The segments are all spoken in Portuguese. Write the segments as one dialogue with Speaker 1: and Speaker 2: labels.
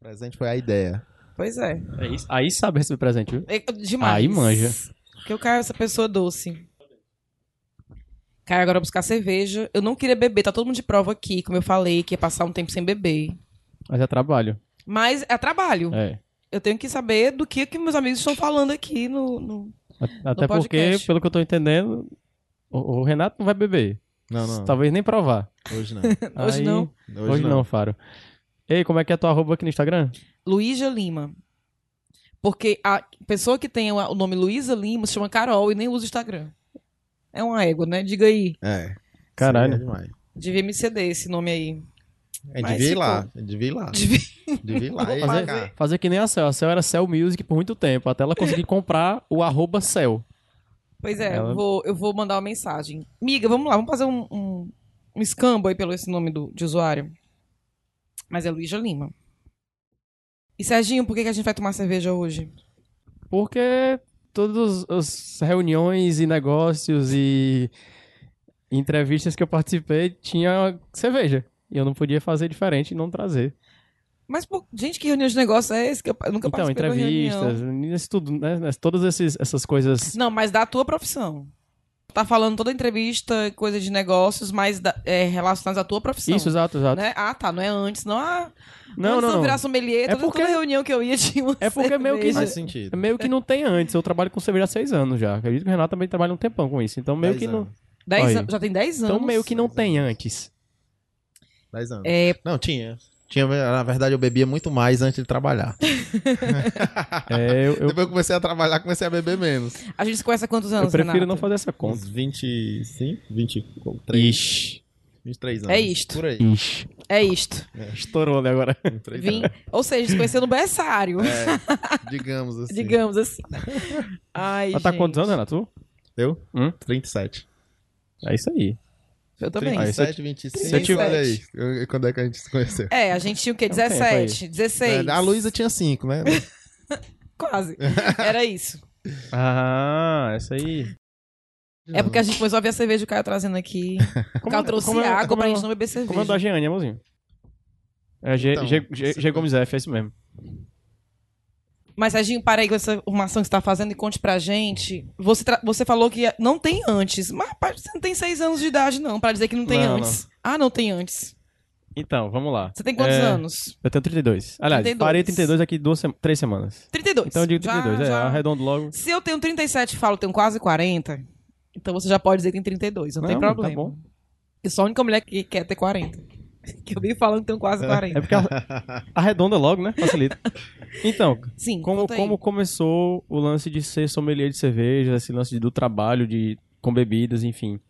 Speaker 1: presente foi a ideia.
Speaker 2: Pois é.
Speaker 3: Aí, aí sabe receber presente, viu?
Speaker 2: É Demais.
Speaker 3: Aí manja.
Speaker 2: Porque eu quero essa pessoa doce. Cara, agora eu vou buscar cerveja. Eu não queria beber, tá todo mundo de prova aqui, como eu falei, que ia passar um tempo sem beber.
Speaker 3: Mas é trabalho.
Speaker 2: Mas é trabalho.
Speaker 3: É.
Speaker 2: Eu tenho que saber do que, que meus amigos estão falando aqui no. no-
Speaker 3: A- Até porque,
Speaker 2: podcast.
Speaker 3: pelo que eu tô entendendo, o, o Renato não vai beber.
Speaker 1: Não, não.
Speaker 3: Talvez nem provar.
Speaker 1: Hoje não.
Speaker 2: Hoje
Speaker 3: Aí-
Speaker 2: não.
Speaker 3: Tá- Hoje, não. Faro. Ei, como é que é a tua arroba aqui no Instagram?
Speaker 2: Luísa Lima. Porque a pessoa que tem o nome Luísa Lima se chama Carol e nem usa o Instagram. É uma égua, né? Diga aí.
Speaker 1: É.
Speaker 3: Caralho.
Speaker 1: Seria demais.
Speaker 2: Devia me ceder esse nome aí.
Speaker 1: É,
Speaker 2: Mas
Speaker 1: devia ir
Speaker 2: ficou.
Speaker 1: lá. Devia ir lá.
Speaker 2: Devia-
Speaker 1: Devia ir lá. e
Speaker 3: fazer.
Speaker 1: marcar.
Speaker 3: Fazer que nem a Cel. A Cel era Cel Music por muito tempo, até ela conseguir comprar o arroba Cel.
Speaker 2: Pois é,
Speaker 3: Ela-
Speaker 2: eu, vou, eu vou mandar uma mensagem. Miga, vamos lá, vamos fazer um, um, um escambo aí pelo esse nome do, de usuário. Mas é Luísa Lima. E Serginho, por que, que a gente vai tomar cerveja hoje?
Speaker 3: Porque todas as reuniões e negócios e entrevistas que eu participei tinha cerveja. E eu não podia fazer diferente e não trazer.
Speaker 2: Mas, por... gente, que reunião de negócio é esse? Que eu eu nunca
Speaker 3: então,
Speaker 2: participei de uma reunião.
Speaker 3: entrevistas, isso tudo, né? Ness- Todas esses- essas coisas.
Speaker 2: Não, mas da tua profissão. Tá falando toda entrevista, coisa de negócios, mas da, é, relacionadas à tua profissão.
Speaker 3: Isso, exato, exato.
Speaker 2: né? Ah, tá, não é antes, não. Ah,
Speaker 3: Não,
Speaker 2: antes
Speaker 3: não,
Speaker 2: eu virar
Speaker 3: não.
Speaker 2: sommelier, toda,
Speaker 3: porque-
Speaker 2: toda reunião que eu ia tinha uma
Speaker 3: É porque meio que-
Speaker 2: cerveja.
Speaker 1: Faz sentido.
Speaker 3: É Meio que não tem antes. Eu trabalho com cerveja há seis anos já. Acredito que o Renato também trabalha um tempão com isso. Então, meio
Speaker 1: Dez
Speaker 3: que não.
Speaker 1: anos.
Speaker 2: Dez
Speaker 3: Olha aí.
Speaker 2: anos- já tem 10 anos.
Speaker 3: Então, meio que não
Speaker 1: Dez
Speaker 3: tem antes.
Speaker 1: Dez anos.
Speaker 2: É,
Speaker 1: Não, tinha. Tinha, na verdade, eu bebia muito mais antes de trabalhar.
Speaker 3: É, eu, eu,
Speaker 1: Depois eu comecei a trabalhar, comecei a beber menos.
Speaker 2: a gente se conhece há quantos
Speaker 3: eu
Speaker 2: anos,
Speaker 3: prefiro
Speaker 2: Renato?
Speaker 3: não fazer essa conta.
Speaker 1: Uns 25, 23,
Speaker 3: Ixi.
Speaker 1: 23 anos.
Speaker 2: É isto.
Speaker 1: Por aí.
Speaker 3: Ixi.
Speaker 2: É isto.
Speaker 3: Estourou né, agora.
Speaker 1: 23
Speaker 2: Vim...
Speaker 1: anos.
Speaker 2: Ou seja, se conheceu no berçário,
Speaker 1: É, digamos assim.
Speaker 2: digamos assim. Ai,
Speaker 3: Ela tá
Speaker 2: gente.
Speaker 3: quantos anos, Renato?
Speaker 1: Eu?
Speaker 3: Hum?
Speaker 1: 37.
Speaker 3: É isso aí.
Speaker 2: Eu também.
Speaker 3: Aí, se eu-
Speaker 1: 37, 25.
Speaker 3: se eu tiver-
Speaker 1: Olha aí. eu- Quando é que a gente se conheceu? É,
Speaker 2: É, a gente tinha o quê?
Speaker 3: um tempo
Speaker 2: 17, 16.
Speaker 1: A Luísa tinha 5, né?
Speaker 2: Quase. Era isso.
Speaker 3: Ah, essa aí.
Speaker 2: É porque a gente começou a ver a cerveja que o Caio tá trazendo aqui. O Caio trouxe
Speaker 3: como é-
Speaker 2: água
Speaker 3: como
Speaker 2: pra
Speaker 3: é-
Speaker 2: gente não beber cerveja.
Speaker 3: Como é o da Jeane, amorzinho? É G,
Speaker 1: Então,
Speaker 3: G, G,
Speaker 1: você-
Speaker 3: G Gomes F, é isso mesmo.
Speaker 2: Mas, Serginho, para aí com essa formação que você tá fazendo e conte pra gente. Você, tra- você falou que não tem antes. Mas, rapaz, você não tem seis anos de idade, não, pra dizer que não tem
Speaker 3: Não,
Speaker 2: antes. Ah, não tem antes.
Speaker 3: Então, vamos lá.
Speaker 2: Você tem quantos
Speaker 3: É,
Speaker 2: anos?
Speaker 3: Eu tenho 32. Aliás,
Speaker 2: 32.
Speaker 3: parei 32 aqui duas sema- três semanas.
Speaker 2: 32.
Speaker 3: Então eu digo
Speaker 2: Já-
Speaker 3: 32, é,
Speaker 2: já-
Speaker 3: arredondo logo.
Speaker 2: Se eu tenho 37 e falo que tenho quase 40, então você já pode dizer que tem 32, não, tem
Speaker 3: Não, tá
Speaker 2: problema.
Speaker 3: bom.
Speaker 2: Eu sou a única mulher que quer ter 40. Que eu vim falando que tenho quase 40.
Speaker 3: É porque arre- arredonda logo, né? Facilita. Então,
Speaker 2: Sim,
Speaker 3: Como,
Speaker 2: conta aí.
Speaker 3: como começou o lance de ser sommelier de cerveja, esse lance de- do trabalho de, com bebidas, enfim.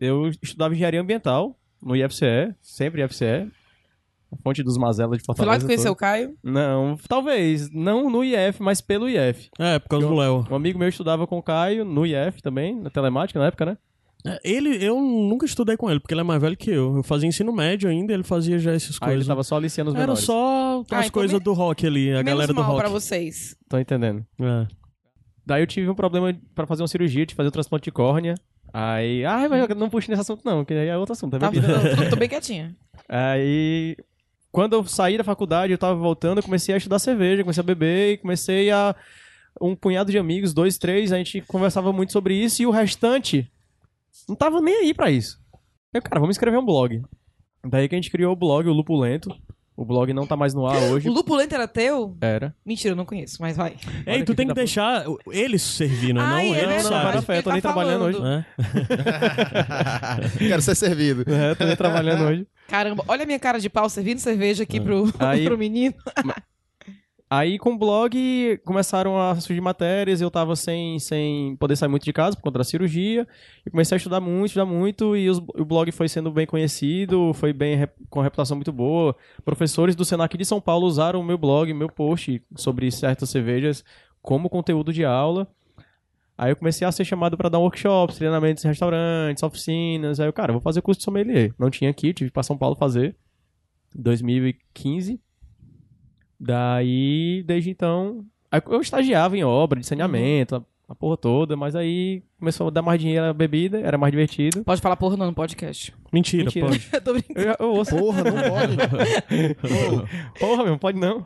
Speaker 3: Eu estudava engenharia ambiental no IFCE, sempre IFCE, a fonte dos mazelas de
Speaker 2: Foi
Speaker 3: Fortaleza.
Speaker 2: lá que conheceu o Caio?
Speaker 3: toda. Não, talvez, não no IF, mas pelo IF.
Speaker 4: É, por causa do Léo.
Speaker 3: Um amigo meu estudava com o Caio no IF também, na telemática na época, né?
Speaker 4: É, Ele, eu nunca estudei com ele, porque ele é mais velho que eu. Eu fazia ensino médio ainda, Ah, ele fazia já essas
Speaker 3: Aí ele
Speaker 4: coisas.
Speaker 3: tava só aliciando os
Speaker 4: Era
Speaker 3: menores.
Speaker 4: só as
Speaker 2: Ah, então
Speaker 4: coisas
Speaker 2: me-
Speaker 4: do rock ali, a
Speaker 2: Menos
Speaker 4: galera do
Speaker 2: mal pra
Speaker 4: rock.
Speaker 2: vocês.
Speaker 3: Tô entendendo.
Speaker 4: É.
Speaker 3: Daí eu tive um problema pra fazer uma cirurgia, de fazer o transplante de córnea. Aí, ai, mas eu não puxo nesse assunto não, que aí é outro assunto, é
Speaker 2: Tá,
Speaker 3: bebida.
Speaker 2: tô, tô bem quietinha.
Speaker 3: Aí, quando eu saí da faculdade, eu tava voltando, eu comecei a estudar cerveja, comecei a beber e comecei a. Um punhado de amigos, dois, três, a gente conversava muito sobre isso e o restante não tava nem aí pra isso. Eu, cara, vamos escrever um blog. Daí que a gente criou o blog, o Lupulento. O blog não tá mais no ar hoje.
Speaker 2: O Lupulento era teu?
Speaker 3: Era.
Speaker 2: Mentira, eu não conheço, mas vai.
Speaker 4: Ei, tu
Speaker 3: que
Speaker 4: tem
Speaker 3: filho da puta.
Speaker 4: que deixar eles servindo, não
Speaker 2: Ai, é
Speaker 4: ele
Speaker 2: verdade.
Speaker 3: não, para a
Speaker 4: sabe.
Speaker 3: fé, eu tô
Speaker 2: Ele
Speaker 3: nem
Speaker 2: tá
Speaker 3: trabalhando
Speaker 2: falando.
Speaker 3: hoje.
Speaker 4: né?
Speaker 1: Quero ser servido.
Speaker 3: É, tô nem trabalhando hoje.
Speaker 2: Caramba, olha a minha cara de pau servindo cerveja aqui pro,
Speaker 3: É. Aí-
Speaker 2: pro menino.
Speaker 3: Aí com o blog começaram a surgir matérias, eu tava sem, sem poder sair muito de casa por conta da cirurgia. Eu comecei a estudar muito, estudar muito, e os- o blog foi sendo bem conhecido, foi bem rep- com uma reputação muito boa. Professores do Senac de São Paulo usaram o meu blog, meu post sobre certas cervejas como conteúdo de aula. Aí eu comecei a ser chamado pra dar workshops, treinamentos em restaurantes, oficinas. Aí eu, cara, vou fazer curso de sommelier. Não tinha aqui, tive que ir pra São Paulo fazer. 2015. Daí, desde então. aí Eu estagiava em obra, de saneamento, a porra toda, mas aí começou a dar mais dinheiro à bebida, era mais divertido.
Speaker 2: Pode falar porra não no podcast.
Speaker 4: Mentira,
Speaker 3: Mentira.
Speaker 4: pode.
Speaker 2: Eu tô brincando.
Speaker 3: Eu, já- eu ouço,
Speaker 1: Porra, não pode. né?
Speaker 3: porra, meu, pode não.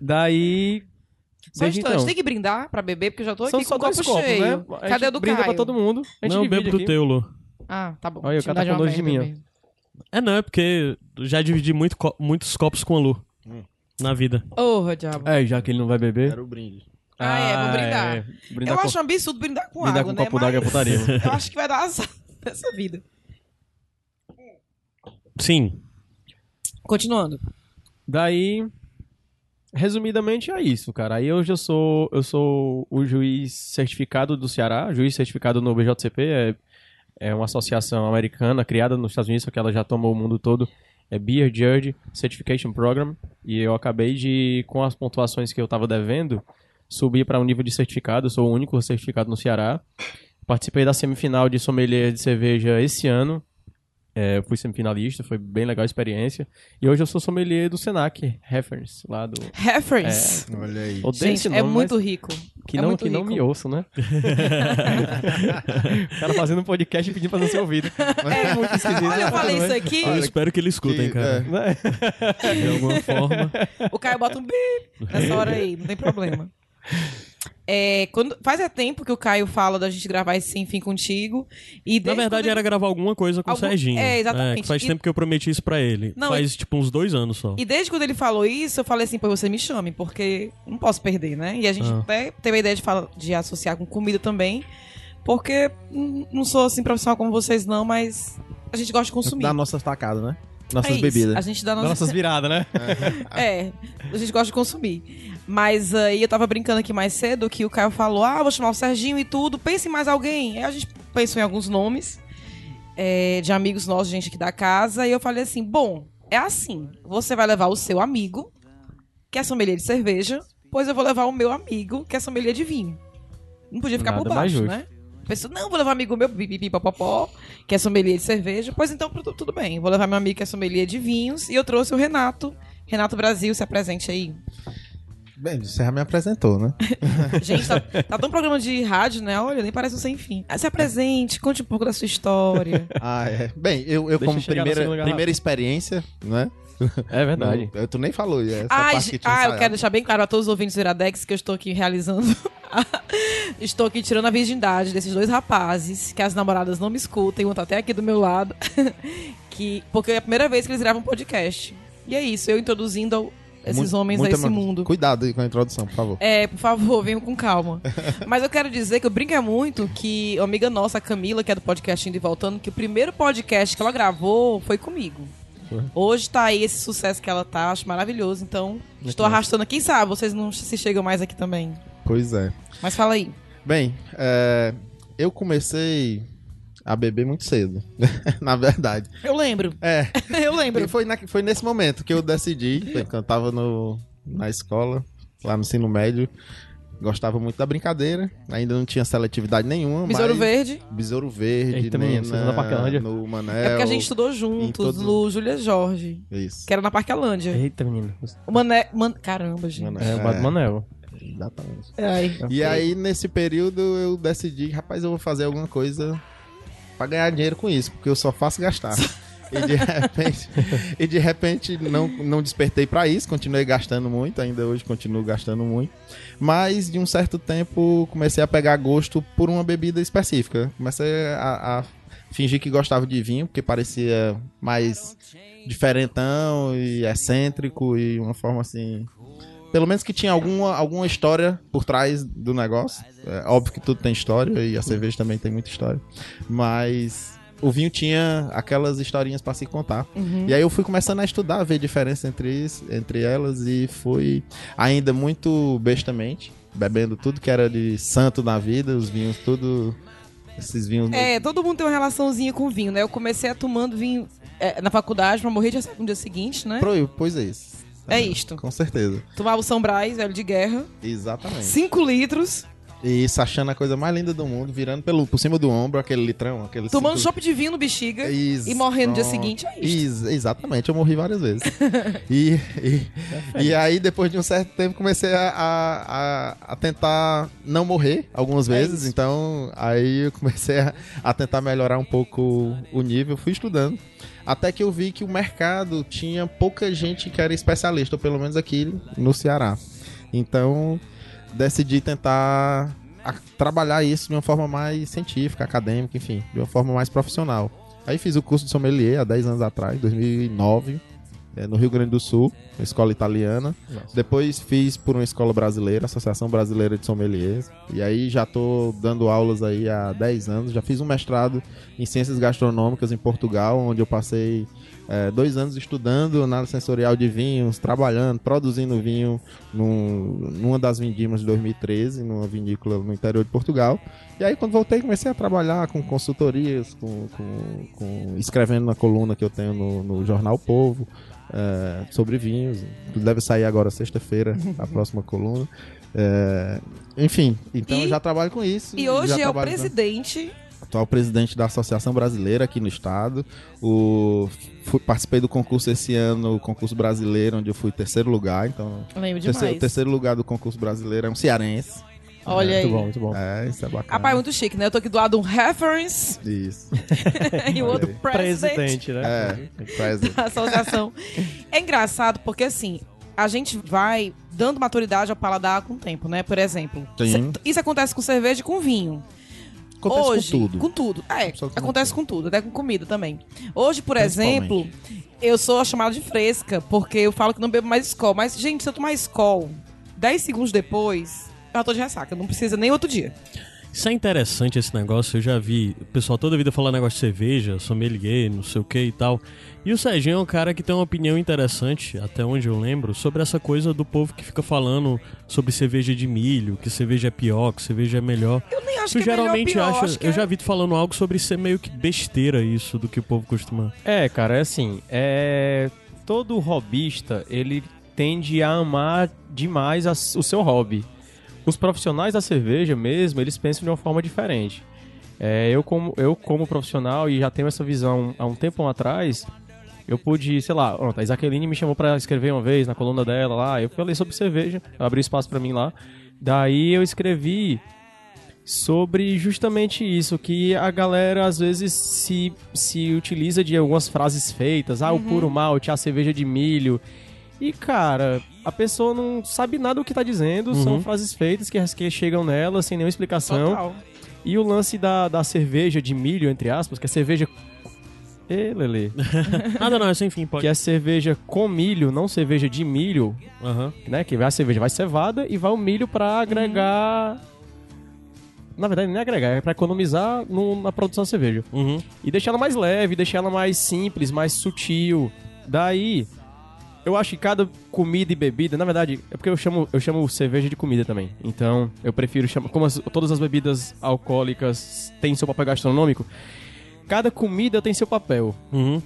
Speaker 3: Daí.
Speaker 2: Só um
Speaker 3: desde
Speaker 2: instante,
Speaker 3: então.
Speaker 2: tem que brindar pra beber, porque eu já tô aqui com
Speaker 3: São só
Speaker 2: o copo
Speaker 3: dois copos,
Speaker 2: cheio.
Speaker 3: né? A gente
Speaker 2: Cadê a do
Speaker 3: brinda
Speaker 2: Caio?
Speaker 3: pra todo mundo. A gente
Speaker 4: Não, eu
Speaker 3: divide
Speaker 4: bebo do
Speaker 3: aqui.
Speaker 4: teu, Lu.
Speaker 2: Ah, tá bom.
Speaker 3: Olha, o cara tá
Speaker 2: Intimidade é
Speaker 3: com
Speaker 2: uma
Speaker 3: nojo de
Speaker 2: merda
Speaker 3: mim, ó.
Speaker 2: mesmo.
Speaker 4: É, não, é porque eu já dividi muito co- muitos copos com a Lu na vida.
Speaker 2: Porra, diabo.
Speaker 3: É, já que ele não vai beber.
Speaker 1: Era o brinde.
Speaker 2: Ah, é, vou brindar.
Speaker 3: é, brindar
Speaker 2: Eu
Speaker 3: com-
Speaker 2: acho um absurdo brindar com
Speaker 3: brindar
Speaker 2: água,
Speaker 3: com
Speaker 2: né?
Speaker 3: um copo d'água é
Speaker 2: Mas
Speaker 3: putaria.
Speaker 2: Eu acho que vai dar azar nessa vida.
Speaker 4: Sim.
Speaker 2: Continuando.
Speaker 3: Daí, resumidamente é isso, cara. Aí hoje eu sou, eu sou o juiz certificado do Ceará, juiz certificado no BJCP, é, é uma associação americana criada nos Estados Unidos, só que ela já tomou o mundo todo. É Beer Judge Certification Program. E eu acabei de, com as pontuações que eu tava devendo, subir para um nível de certificado. Eu sou o único certificado no Ceará. Participei da semifinal de sommelier de cerveja esse ano. É, eu fui semifinalista, foi bem legal a experiência. E hoje eu sou sommelier do Senac, reference lá do.
Speaker 2: Reference.
Speaker 1: Olha aí.
Speaker 3: É, Odeio esse
Speaker 2: Gente,
Speaker 3: nome,
Speaker 2: é
Speaker 3: mas
Speaker 2: muito rico.
Speaker 3: que
Speaker 2: é
Speaker 3: não,
Speaker 2: muito
Speaker 3: que não
Speaker 2: rico.
Speaker 3: me ouçam, né? o cara fazendo um podcast e pedindo pra não ser ouvido. É muito esquisito.
Speaker 2: Olha, eu falei isso aqui,
Speaker 4: Eu espero que eles escutem,
Speaker 1: Que-
Speaker 4: cara.
Speaker 3: Né?
Speaker 4: De alguma forma.
Speaker 2: o Caio bota um bip nessa hora aí, não tem problema. É, quando, faz é tempo que o Caio fala da gente gravar esse Sem Fim Contigo. E
Speaker 4: Na
Speaker 2: desde
Speaker 4: verdade,
Speaker 2: quando-
Speaker 4: era gravar alguma coisa com
Speaker 2: Algum-
Speaker 4: o Serginho.
Speaker 2: É, exatamente.
Speaker 4: que faz
Speaker 2: E-
Speaker 4: tempo que eu prometi isso pra ele.
Speaker 2: Não,
Speaker 4: faz, tipo, uns dois anos só.
Speaker 2: E desde quando ele falou isso, eu falei assim, pô, você me chame, porque não posso perder, né? E a gente
Speaker 4: Ah.
Speaker 2: até teve a ideia de, falar, de associar com comida também, porque hum, não sou assim profissional como vocês não, mas a gente gosta de consumir.
Speaker 1: Dá nossas tacadas, né? Nossas
Speaker 2: É isso, A
Speaker 1: bebidas.
Speaker 2: gente dá
Speaker 3: Dá
Speaker 2: nossas...
Speaker 3: nossas viradas, né?
Speaker 2: É, a gente gosta de consumir. Mas aí eu tava brincando aqui mais cedo que o Caio falou: ah, vou chamar o Serginho e tudo, pense em mais alguém. Aí a gente pensou em alguns nomes é, de amigos nossos, gente aqui da casa, e eu falei assim: bom, é assim, você vai levar o seu amigo, que é sommelier de cerveja, pois eu vou levar o meu amigo, que é sommelier de vinho. Não podia ficar por
Speaker 3: Nada mais
Speaker 2: baixo,
Speaker 3: justo.
Speaker 2: né? Pensou, não, vou levar um amigo meu, pipipi, papapó, que é sommelier de cerveja. Pois então, tudo, tudo bem. Vou levar meu amigo que é sommelier de vinhos. E eu trouxe o Renato. Renato Brasil, se apresente aí.
Speaker 1: Bem, você já me apresentou, né?
Speaker 2: Gente, tá, tá tão programa de rádio, né? Olha, nem parece um sem fim. Ah, Se apresente, conte um pouco da sua história.
Speaker 1: Ah, é. Bem, eu, eu
Speaker 3: Deixa
Speaker 1: como
Speaker 3: eu chegar na segunda
Speaker 1: primeira,
Speaker 3: garrafa.
Speaker 1: primeira experiência, né?
Speaker 3: É verdade.
Speaker 1: Não, eu- tu nem falou. é Essa
Speaker 2: Ai,
Speaker 1: parte
Speaker 2: ge-
Speaker 1: que tinha
Speaker 2: ah, eu
Speaker 1: ensaiado.
Speaker 2: quero deixar bem claro a todos os ouvintes do Iradex que eu estou aqui realizando. estou aqui tirando a virgindade desses dois rapazes, que as namoradas não me escutem, um tá até aqui do meu lado. que, porque é a primeira vez que eles gravam um podcast. E é isso, eu introduzindo ao- esses
Speaker 1: Muito-
Speaker 2: homens a
Speaker 1: muita
Speaker 2: esse
Speaker 1: ma-
Speaker 2: mundo.
Speaker 1: Cuidado aí com a introdução, por favor.
Speaker 2: É, por favor, venham com calma. Mas eu quero dizer que eu brinco é muito que uma amiga nossa, a Camila, que é do podcast Indo e Voltando, que o primeiro podcast que ela gravou foi comigo. Hoje tá aí esse sucesso que ela tá, acho maravilhoso. Então, estou arrastando. Quem sabe vocês não se chegam mais aqui também.
Speaker 1: Pois é.
Speaker 2: Mas fala aí.
Speaker 1: Bem, é, eu comecei a beber muito cedo, na verdade.
Speaker 2: Eu lembro.
Speaker 1: É,
Speaker 2: Eu lembro.
Speaker 1: E foi, na- foi nesse momento que eu decidi, foi que eu tava no, na escola, lá no ensino médio, gostava muito da brincadeira, ainda não tinha seletividade nenhuma,
Speaker 2: Besouro
Speaker 1: mas...
Speaker 2: Verde.
Speaker 1: Besouro Verde,
Speaker 3: Eita,
Speaker 1: nem
Speaker 3: menino, vocês na Parquelândia?
Speaker 1: no Manel...
Speaker 2: É porque a gente estudou
Speaker 1: em
Speaker 2: juntos
Speaker 1: todos- É.
Speaker 2: no Júlia Jorge,
Speaker 1: Isso.
Speaker 2: que era na Parquelândia.
Speaker 3: Eita, menino.
Speaker 2: O Mané. Man... Caramba, gente.
Speaker 1: Mané.
Speaker 3: É, o Bado Manel.
Speaker 1: É. Exatamente.
Speaker 2: Ai.
Speaker 1: E aí, nesse período, eu decidi, rapaz, eu vou fazer alguma coisa pra ganhar dinheiro com isso, porque eu só faço gastar. E de repente, e de repente não, não despertei pra isso, continuei gastando muito, ainda hoje continuo gastando muito. Mas de um certo tempo comecei a pegar gosto por uma bebida específica. Comecei a, a fingir que gostava de vinho, porque parecia mais diferentão e excêntrico e uma forma assim. Pelo menos que tinha alguma, alguma história por trás do negócio. É, óbvio que tudo tem história e a cerveja também tem muita história. Mas o vinho tinha aquelas historinhas pra se contar.
Speaker 2: Uhum.
Speaker 1: E aí eu fui começando a estudar, a ver diferença entre, isso- entre elas e fui ainda muito bestamente, bebendo tudo que era de santo na vida, os vinhos tudo. Esses vinhos.
Speaker 2: É, todo mundo tem uma relaçãozinha com vinho, né? Eu comecei a tomando vinho é, na faculdade pra morrer de ressaca no dia seguinte, né?
Speaker 1: Pro- Pois é isso.
Speaker 2: É isto.
Speaker 1: Com certeza. É
Speaker 2: Tomava o São Brás, velho de guerra,
Speaker 1: Exatamente.
Speaker 2: 5 litros,
Speaker 1: E isso, achando a coisa mais linda do mundo, virando pelo, por cima do ombro aquele litrão, aquele.
Speaker 2: Tomando
Speaker 1: cinco-
Speaker 2: chope de vinho no bexiga
Speaker 1: É Isso,
Speaker 2: e morrendo no dia
Speaker 1: pronto.
Speaker 2: seguinte, é isso.
Speaker 1: Ex- exatamente, eu morri várias vezes. e, e, e aí, depois de um certo tempo, comecei a, a, a- a tentar não morrer
Speaker 2: É
Speaker 1: algumas vezes. então, aí eu comecei a, a tentar melhorar um pouco o nível, fui estudando. Até que eu vi que o mercado tinha pouca gente que era especialista, ou pelo menos aqui no Ceará. Então, decidi tentar a- trabalhar isso de uma forma mais científica, acadêmica, enfim, de uma forma mais profissional. Aí fiz o curso de sommelier há 10 anos atrás, 2009, eh, no Rio Grande do Sul, uma escola italiana. Depois fiz por uma escola brasileira, Associação Brasileira de Sommeliers. E aí já tô dando aulas aí há 10 anos. Já fiz um mestrado em Ciências Gastronômicas em Portugal, onde eu passei eh, dois anos estudando análise sensorial de vinhos, trabalhando, produzindo vinho num- numa das vindimas de 2013, numa vinícola no interior de Portugal. E aí, quando voltei, comecei a trabalhar com consultorias, com, com- com- escrevendo na coluna que eu tenho no, no Jornal O Povo, é, sobre vinhos. Deve sair agora sexta-feira, a próxima coluna. É, enfim, então
Speaker 2: E-
Speaker 1: eu já trabalho com isso.
Speaker 2: E hoje
Speaker 1: já
Speaker 2: é o
Speaker 1: trabalho né? com-
Speaker 2: presidente.
Speaker 1: atual presidente da Associação Brasileira aqui no estado. O, fui- participei do concurso esse ano, o concurso brasileiro, onde eu fui terceiro lugar. Então,
Speaker 2: Lembro demais.
Speaker 1: terceiro, terceiro lugar do concurso brasileiro é um cearense.
Speaker 2: Olha aí.
Speaker 3: Muito bom, muito bom.
Speaker 1: É, isso é bacana.
Speaker 2: Rapaz, muito chique, né? Eu tô aqui do lado um reference
Speaker 1: Isso.
Speaker 2: e o
Speaker 1: Olha
Speaker 2: outro
Speaker 1: aí.
Speaker 2: presidente.
Speaker 3: Presidente, né?
Speaker 1: É, presidente.
Speaker 2: da associação. é engraçado porque assim, a gente vai dando maturidade ao paladar com o tempo, né? Por exemplo,
Speaker 1: Sim.
Speaker 2: ce- isso acontece com cerveja e com vinho.
Speaker 1: Acontece
Speaker 2: Hoje,
Speaker 1: com tudo.
Speaker 2: É,
Speaker 1: Absolutamente.
Speaker 2: acontece com tudo, até com comida também. Hoje, por
Speaker 1: Principalmente.
Speaker 2: exemplo, eu sou chamada de fresca, porque eu falo que não bebo mais escol. Mas, gente, se eu tomar escol 10 segundos depois, eu já tô de ressaca. Não precisa nem outro dia.
Speaker 4: Isso é interessante esse negócio, eu já vi o pessoal toda vida falar negócio de cerveja, sommelier, não sei o que e tal. E o Serginho é um cara que tem uma opinião interessante, até onde eu lembro, sobre essa coisa do povo que fica falando sobre cerveja de milho, que cerveja é pior, que cerveja é melhor.
Speaker 2: Eu nem acho
Speaker 4: Tu
Speaker 2: que
Speaker 4: geralmente
Speaker 2: é melhor, pior,
Speaker 4: acha,
Speaker 2: acho que
Speaker 4: eu
Speaker 2: é-
Speaker 4: já vi tu falando algo sobre ser meio que besteira isso do que o povo costuma.
Speaker 3: É, cara, é assim, é... todo hobbyista, ele tende a amar demais a- o seu hobby. Os profissionais da cerveja mesmo, eles pensam de uma forma diferente. É, eu, como, eu, como profissional, e já tenho essa visão há um tempo atrás, eu pude, sei lá, pronto, a Isaqueline me chamou pra escrever uma vez na coluna dela lá, eu falei sobre cerveja, ela abriu espaço pra mim lá. Daí eu escrevi sobre justamente isso, que a galera às vezes se, se utiliza de algumas frases feitas, ah, o puro malte, a cerveja de milho. E, cara, a pessoa não sabe nada do que tá dizendo, são
Speaker 4: Uhum.
Speaker 3: frases feitas que, que chegam nela sem nenhuma explicação.
Speaker 2: Total.
Speaker 3: E o lance da, da cerveja de milho, entre aspas, que é cerveja. Ê, Lele.
Speaker 4: Nada não, é sem fim, pode.
Speaker 3: Que é cerveja com milho, não cerveja de milho,
Speaker 4: Aham.
Speaker 3: né? Que a cerveja vai cevada e vai o milho pra agregar.
Speaker 4: Uhum.
Speaker 3: Na verdade, nem agregar, é pra economizar no- na produção da cerveja.
Speaker 4: Uhum.
Speaker 3: E deixar ela mais leve, deixar ela mais simples, mais sutil. Daí, eu acho que cada comida e bebida, na verdade, é porque eu chamo, eu chamo cerveja de comida também. Então, eu prefiro chamar. Como as- todas as bebidas alcoólicas têm seu papel gastronômico, cada comida tem seu papel.
Speaker 4: Uhum.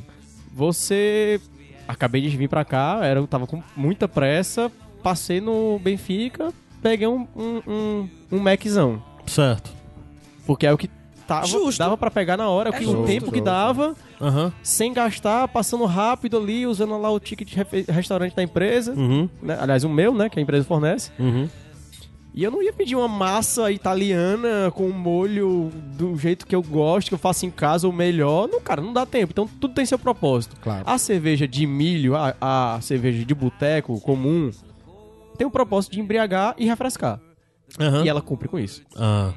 Speaker 3: Você. Acabei de vir pra cá, era, eu tava com muita pressa, passei no Benfica, peguei um, um, um, um Maczão.
Speaker 4: Certo.
Speaker 3: Porque é o que tava,
Speaker 2: Justo.
Speaker 3: dava pra pegar na hora,
Speaker 2: É
Speaker 3: que
Speaker 2: justo.
Speaker 3: o tempo que dava,
Speaker 4: Aham.
Speaker 3: sem gastar, passando rápido ali, usando lá o ticket de refe- restaurante da empresa.
Speaker 4: Uhum.
Speaker 3: né? Aliás, o meu, né? Que a empresa fornece.
Speaker 4: Uhum.
Speaker 3: E eu não ia pedir uma massa italiana com um molho do jeito que eu gosto, que eu faço em casa, ou melhor. Não, cara, não dá tempo. Então tudo tem seu propósito.
Speaker 1: Claro.
Speaker 2: Ah,
Speaker 3: A cerveja de milho, a, a cerveja de boteco comum, tem o propósito de embriagar e refrescar.
Speaker 4: Aham.
Speaker 3: E ela cumpre com isso.
Speaker 4: Ah.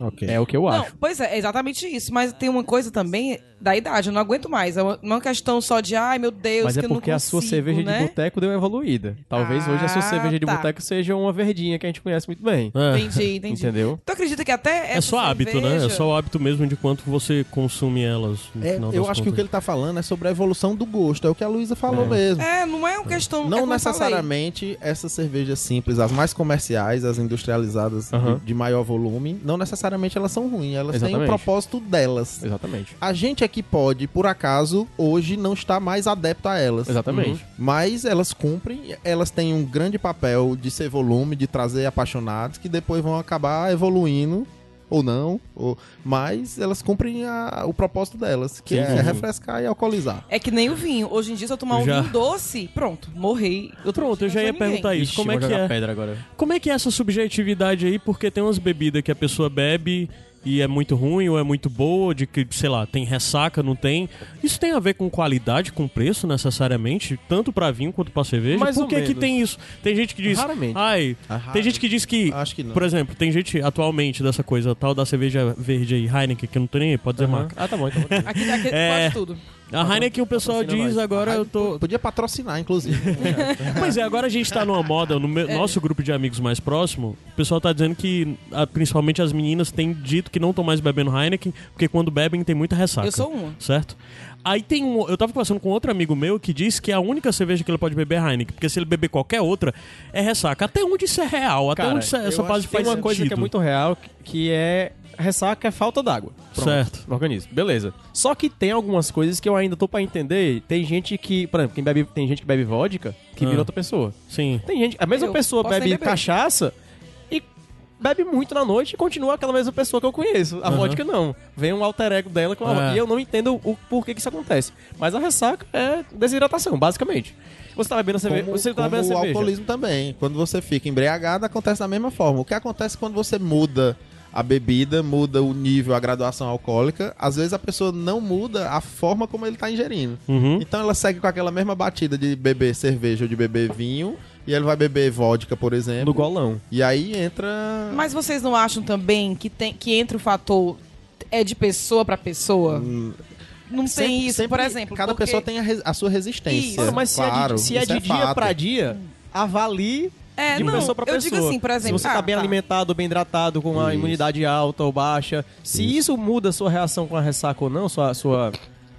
Speaker 1: Ok.
Speaker 3: É o que eu
Speaker 2: Não,
Speaker 3: acho.
Speaker 2: pois é, é exatamente isso. Mas tem uma coisa também da idade, eu não aguento mais. É uma, não é uma questão só de, ai meu Deus,
Speaker 3: Mas é
Speaker 2: que eu não
Speaker 3: porque a sua
Speaker 2: consigo,
Speaker 3: cerveja é
Speaker 2: né?
Speaker 3: de boteco deu uma evoluída. Talvez hoje a sua
Speaker 2: Ah,
Speaker 3: cerveja de
Speaker 2: tá.
Speaker 3: boteco seja uma verdinha que a gente conhece muito bem.
Speaker 4: É.
Speaker 2: Entendi, entendi.
Speaker 3: Entendeu?
Speaker 2: Tu acredita que até.
Speaker 4: É
Speaker 2: essa
Speaker 4: só hábito, né? É
Speaker 2: cerveja-
Speaker 4: só o hábito mesmo de quanto você consome elas. No
Speaker 1: É,
Speaker 4: final
Speaker 1: eu
Speaker 4: das
Speaker 1: acho que o
Speaker 4: contas.
Speaker 1: que ele tá falando é sobre a evolução do gosto. É o que a Luísa falou
Speaker 3: É.
Speaker 1: mesmo.
Speaker 2: É, não é uma questão. é
Speaker 1: Não
Speaker 2: como eu falei.
Speaker 1: necessariamente essas cervejas simples, as mais comerciais, as industrializadas
Speaker 3: Aham.
Speaker 1: de, de maior volume, não necessariamente elas são ruins, elas têm
Speaker 3: Exatamente.
Speaker 1: o propósito delas.
Speaker 3: Exatamente.
Speaker 1: A gente é que pode, por acaso, hoje não está mais adepto a elas.
Speaker 3: Exatamente.
Speaker 4: Uhum.
Speaker 1: Mas elas cumprem, elas têm um grande papel de ser volume, de trazer apaixonados que depois vão acabar evoluindo ou não, ou... mas elas cumprem a- o propósito delas, que
Speaker 4: Sim,
Speaker 1: é
Speaker 4: sim.
Speaker 1: refrescar e alcoolizar.
Speaker 2: É que nem o vinho. Hoje em dia, se eu tomar um
Speaker 4: Já.
Speaker 2: vinho doce, pronto, morri.
Speaker 1: tá
Speaker 2: Eu tô-
Speaker 4: Pronto, eu já
Speaker 2: não
Speaker 4: ia
Speaker 2: sou ninguém.
Speaker 4: perguntar isso.
Speaker 3: Ixi,
Speaker 4: Como é
Speaker 3: eu vou
Speaker 4: que
Speaker 3: jogar
Speaker 4: é?
Speaker 3: pedra agora.
Speaker 4: Como é que é essa subjetividade aí? Porque tem umas bebidas que a pessoa bebe e é muito ruim ou é muito boa, de que, sei lá, tem ressaca, não tem. Isso tem a ver com qualidade, com preço, necessariamente, tanto pra vinho quanto pra cerveja.
Speaker 3: Mais
Speaker 4: Por
Speaker 3: ou
Speaker 4: que que
Speaker 3: menos.
Speaker 4: tem isso? Tem gente que diz,
Speaker 3: Raramente.
Speaker 4: ai, tem gente que diz que
Speaker 1: Ah, Acho que não.
Speaker 4: por exemplo, tem gente atualmente dessa coisa tal da cerveja verde aí, Heineken, que eu não tem nem, pode dizer
Speaker 3: Aham.
Speaker 4: marca.
Speaker 3: Ah, tá bom, então.
Speaker 2: Aqui, aqui
Speaker 4: É.
Speaker 2: pode tudo.
Speaker 4: A Heineken o pessoal
Speaker 3: Patrocina
Speaker 4: diz
Speaker 3: nós.
Speaker 4: agora eu tô,
Speaker 1: Podia patrocinar, inclusive.
Speaker 4: Pois é, agora a gente tá numa moda, no
Speaker 3: É.
Speaker 4: meu- nosso grupo de amigos mais próximo, o pessoal tá dizendo que, ah, principalmente as meninas, têm dito que não estão mais bebendo Heineken, porque quando bebem tem muita ressaca.
Speaker 2: Eu sou
Speaker 3: um.
Speaker 2: uma.
Speaker 4: Certo? Aí tem um. Eu tava conversando com outro amigo meu que diz que a única cerveja que ele pode beber é Heineken, porque se ele beber qualquer outra, é ressaca. Até onde isso é real? Até
Speaker 3: Cara,
Speaker 4: onde isso é-
Speaker 1: eu
Speaker 4: essa
Speaker 1: acho
Speaker 4: base
Speaker 1: que
Speaker 4: faz
Speaker 3: Tem uma coisa que é
Speaker 4: sentido?
Speaker 3: muito real, que é ressaca é falta d'água. Pronto,
Speaker 4: Certo.
Speaker 3: No organismo. Beleza. Só que tem algumas coisas que eu ainda tô pra entender. Tem gente que, por exemplo, quem bebe, tem gente que bebe vodka que
Speaker 4: Ah.
Speaker 3: vira outra pessoa.
Speaker 4: Sim.
Speaker 3: Tem gente, a mesma
Speaker 2: Eu
Speaker 3: pessoa
Speaker 2: posso nem
Speaker 3: bebe
Speaker 2: beber.
Speaker 3: cachaça e bebe muito na noite e continua aquela mesma pessoa que eu conheço. A
Speaker 4: Aham.
Speaker 3: vodka não. Vem um alter ego dela com a
Speaker 4: É.
Speaker 3: e eu não entendo o porquê que isso acontece. Mas a ressaca é desidratação, basicamente. Você tá bebendo cerveja,
Speaker 1: Como,
Speaker 3: você tá
Speaker 1: como
Speaker 3: bebendo
Speaker 1: o
Speaker 3: cerveja.
Speaker 1: alcoolismo também. Quando você fica embriagado, acontece da mesma forma. O que acontece quando você muda a bebida, muda o nível, a graduação alcoólica, às vezes a pessoa não muda a forma como ele tá ingerindo.
Speaker 4: Uhum.
Speaker 1: Então ela segue com aquela mesma batida de beber cerveja ou de beber vinho, e ele vai beber vodka, por exemplo.
Speaker 3: No golão.
Speaker 1: E aí entra.
Speaker 2: Mas vocês não acham também que, tem, que entra o fator é de pessoa pra pessoa?
Speaker 3: Hum,
Speaker 2: Não
Speaker 1: Sempre-
Speaker 2: tem isso,
Speaker 1: sempre
Speaker 2: por exemplo.
Speaker 1: Cada
Speaker 2: porque-
Speaker 1: pessoa tem a, res- a sua resistência.
Speaker 2: Isso.
Speaker 3: Ah, mas se
Speaker 1: claro,
Speaker 3: é de, se é
Speaker 1: isso
Speaker 3: de dia
Speaker 1: fato.
Speaker 3: pra dia, avalie
Speaker 2: É,
Speaker 3: de
Speaker 2: não,
Speaker 3: pessoa pra
Speaker 2: eu
Speaker 3: pessoa.
Speaker 2: digo assim, por exemplo.
Speaker 3: se você tá
Speaker 2: ah,
Speaker 3: bem alimentado, bem hidratado, com a
Speaker 1: Isso.
Speaker 3: imunidade alta ou baixa, se isso. muda a sua reação com a ressaca ou não, sua, sua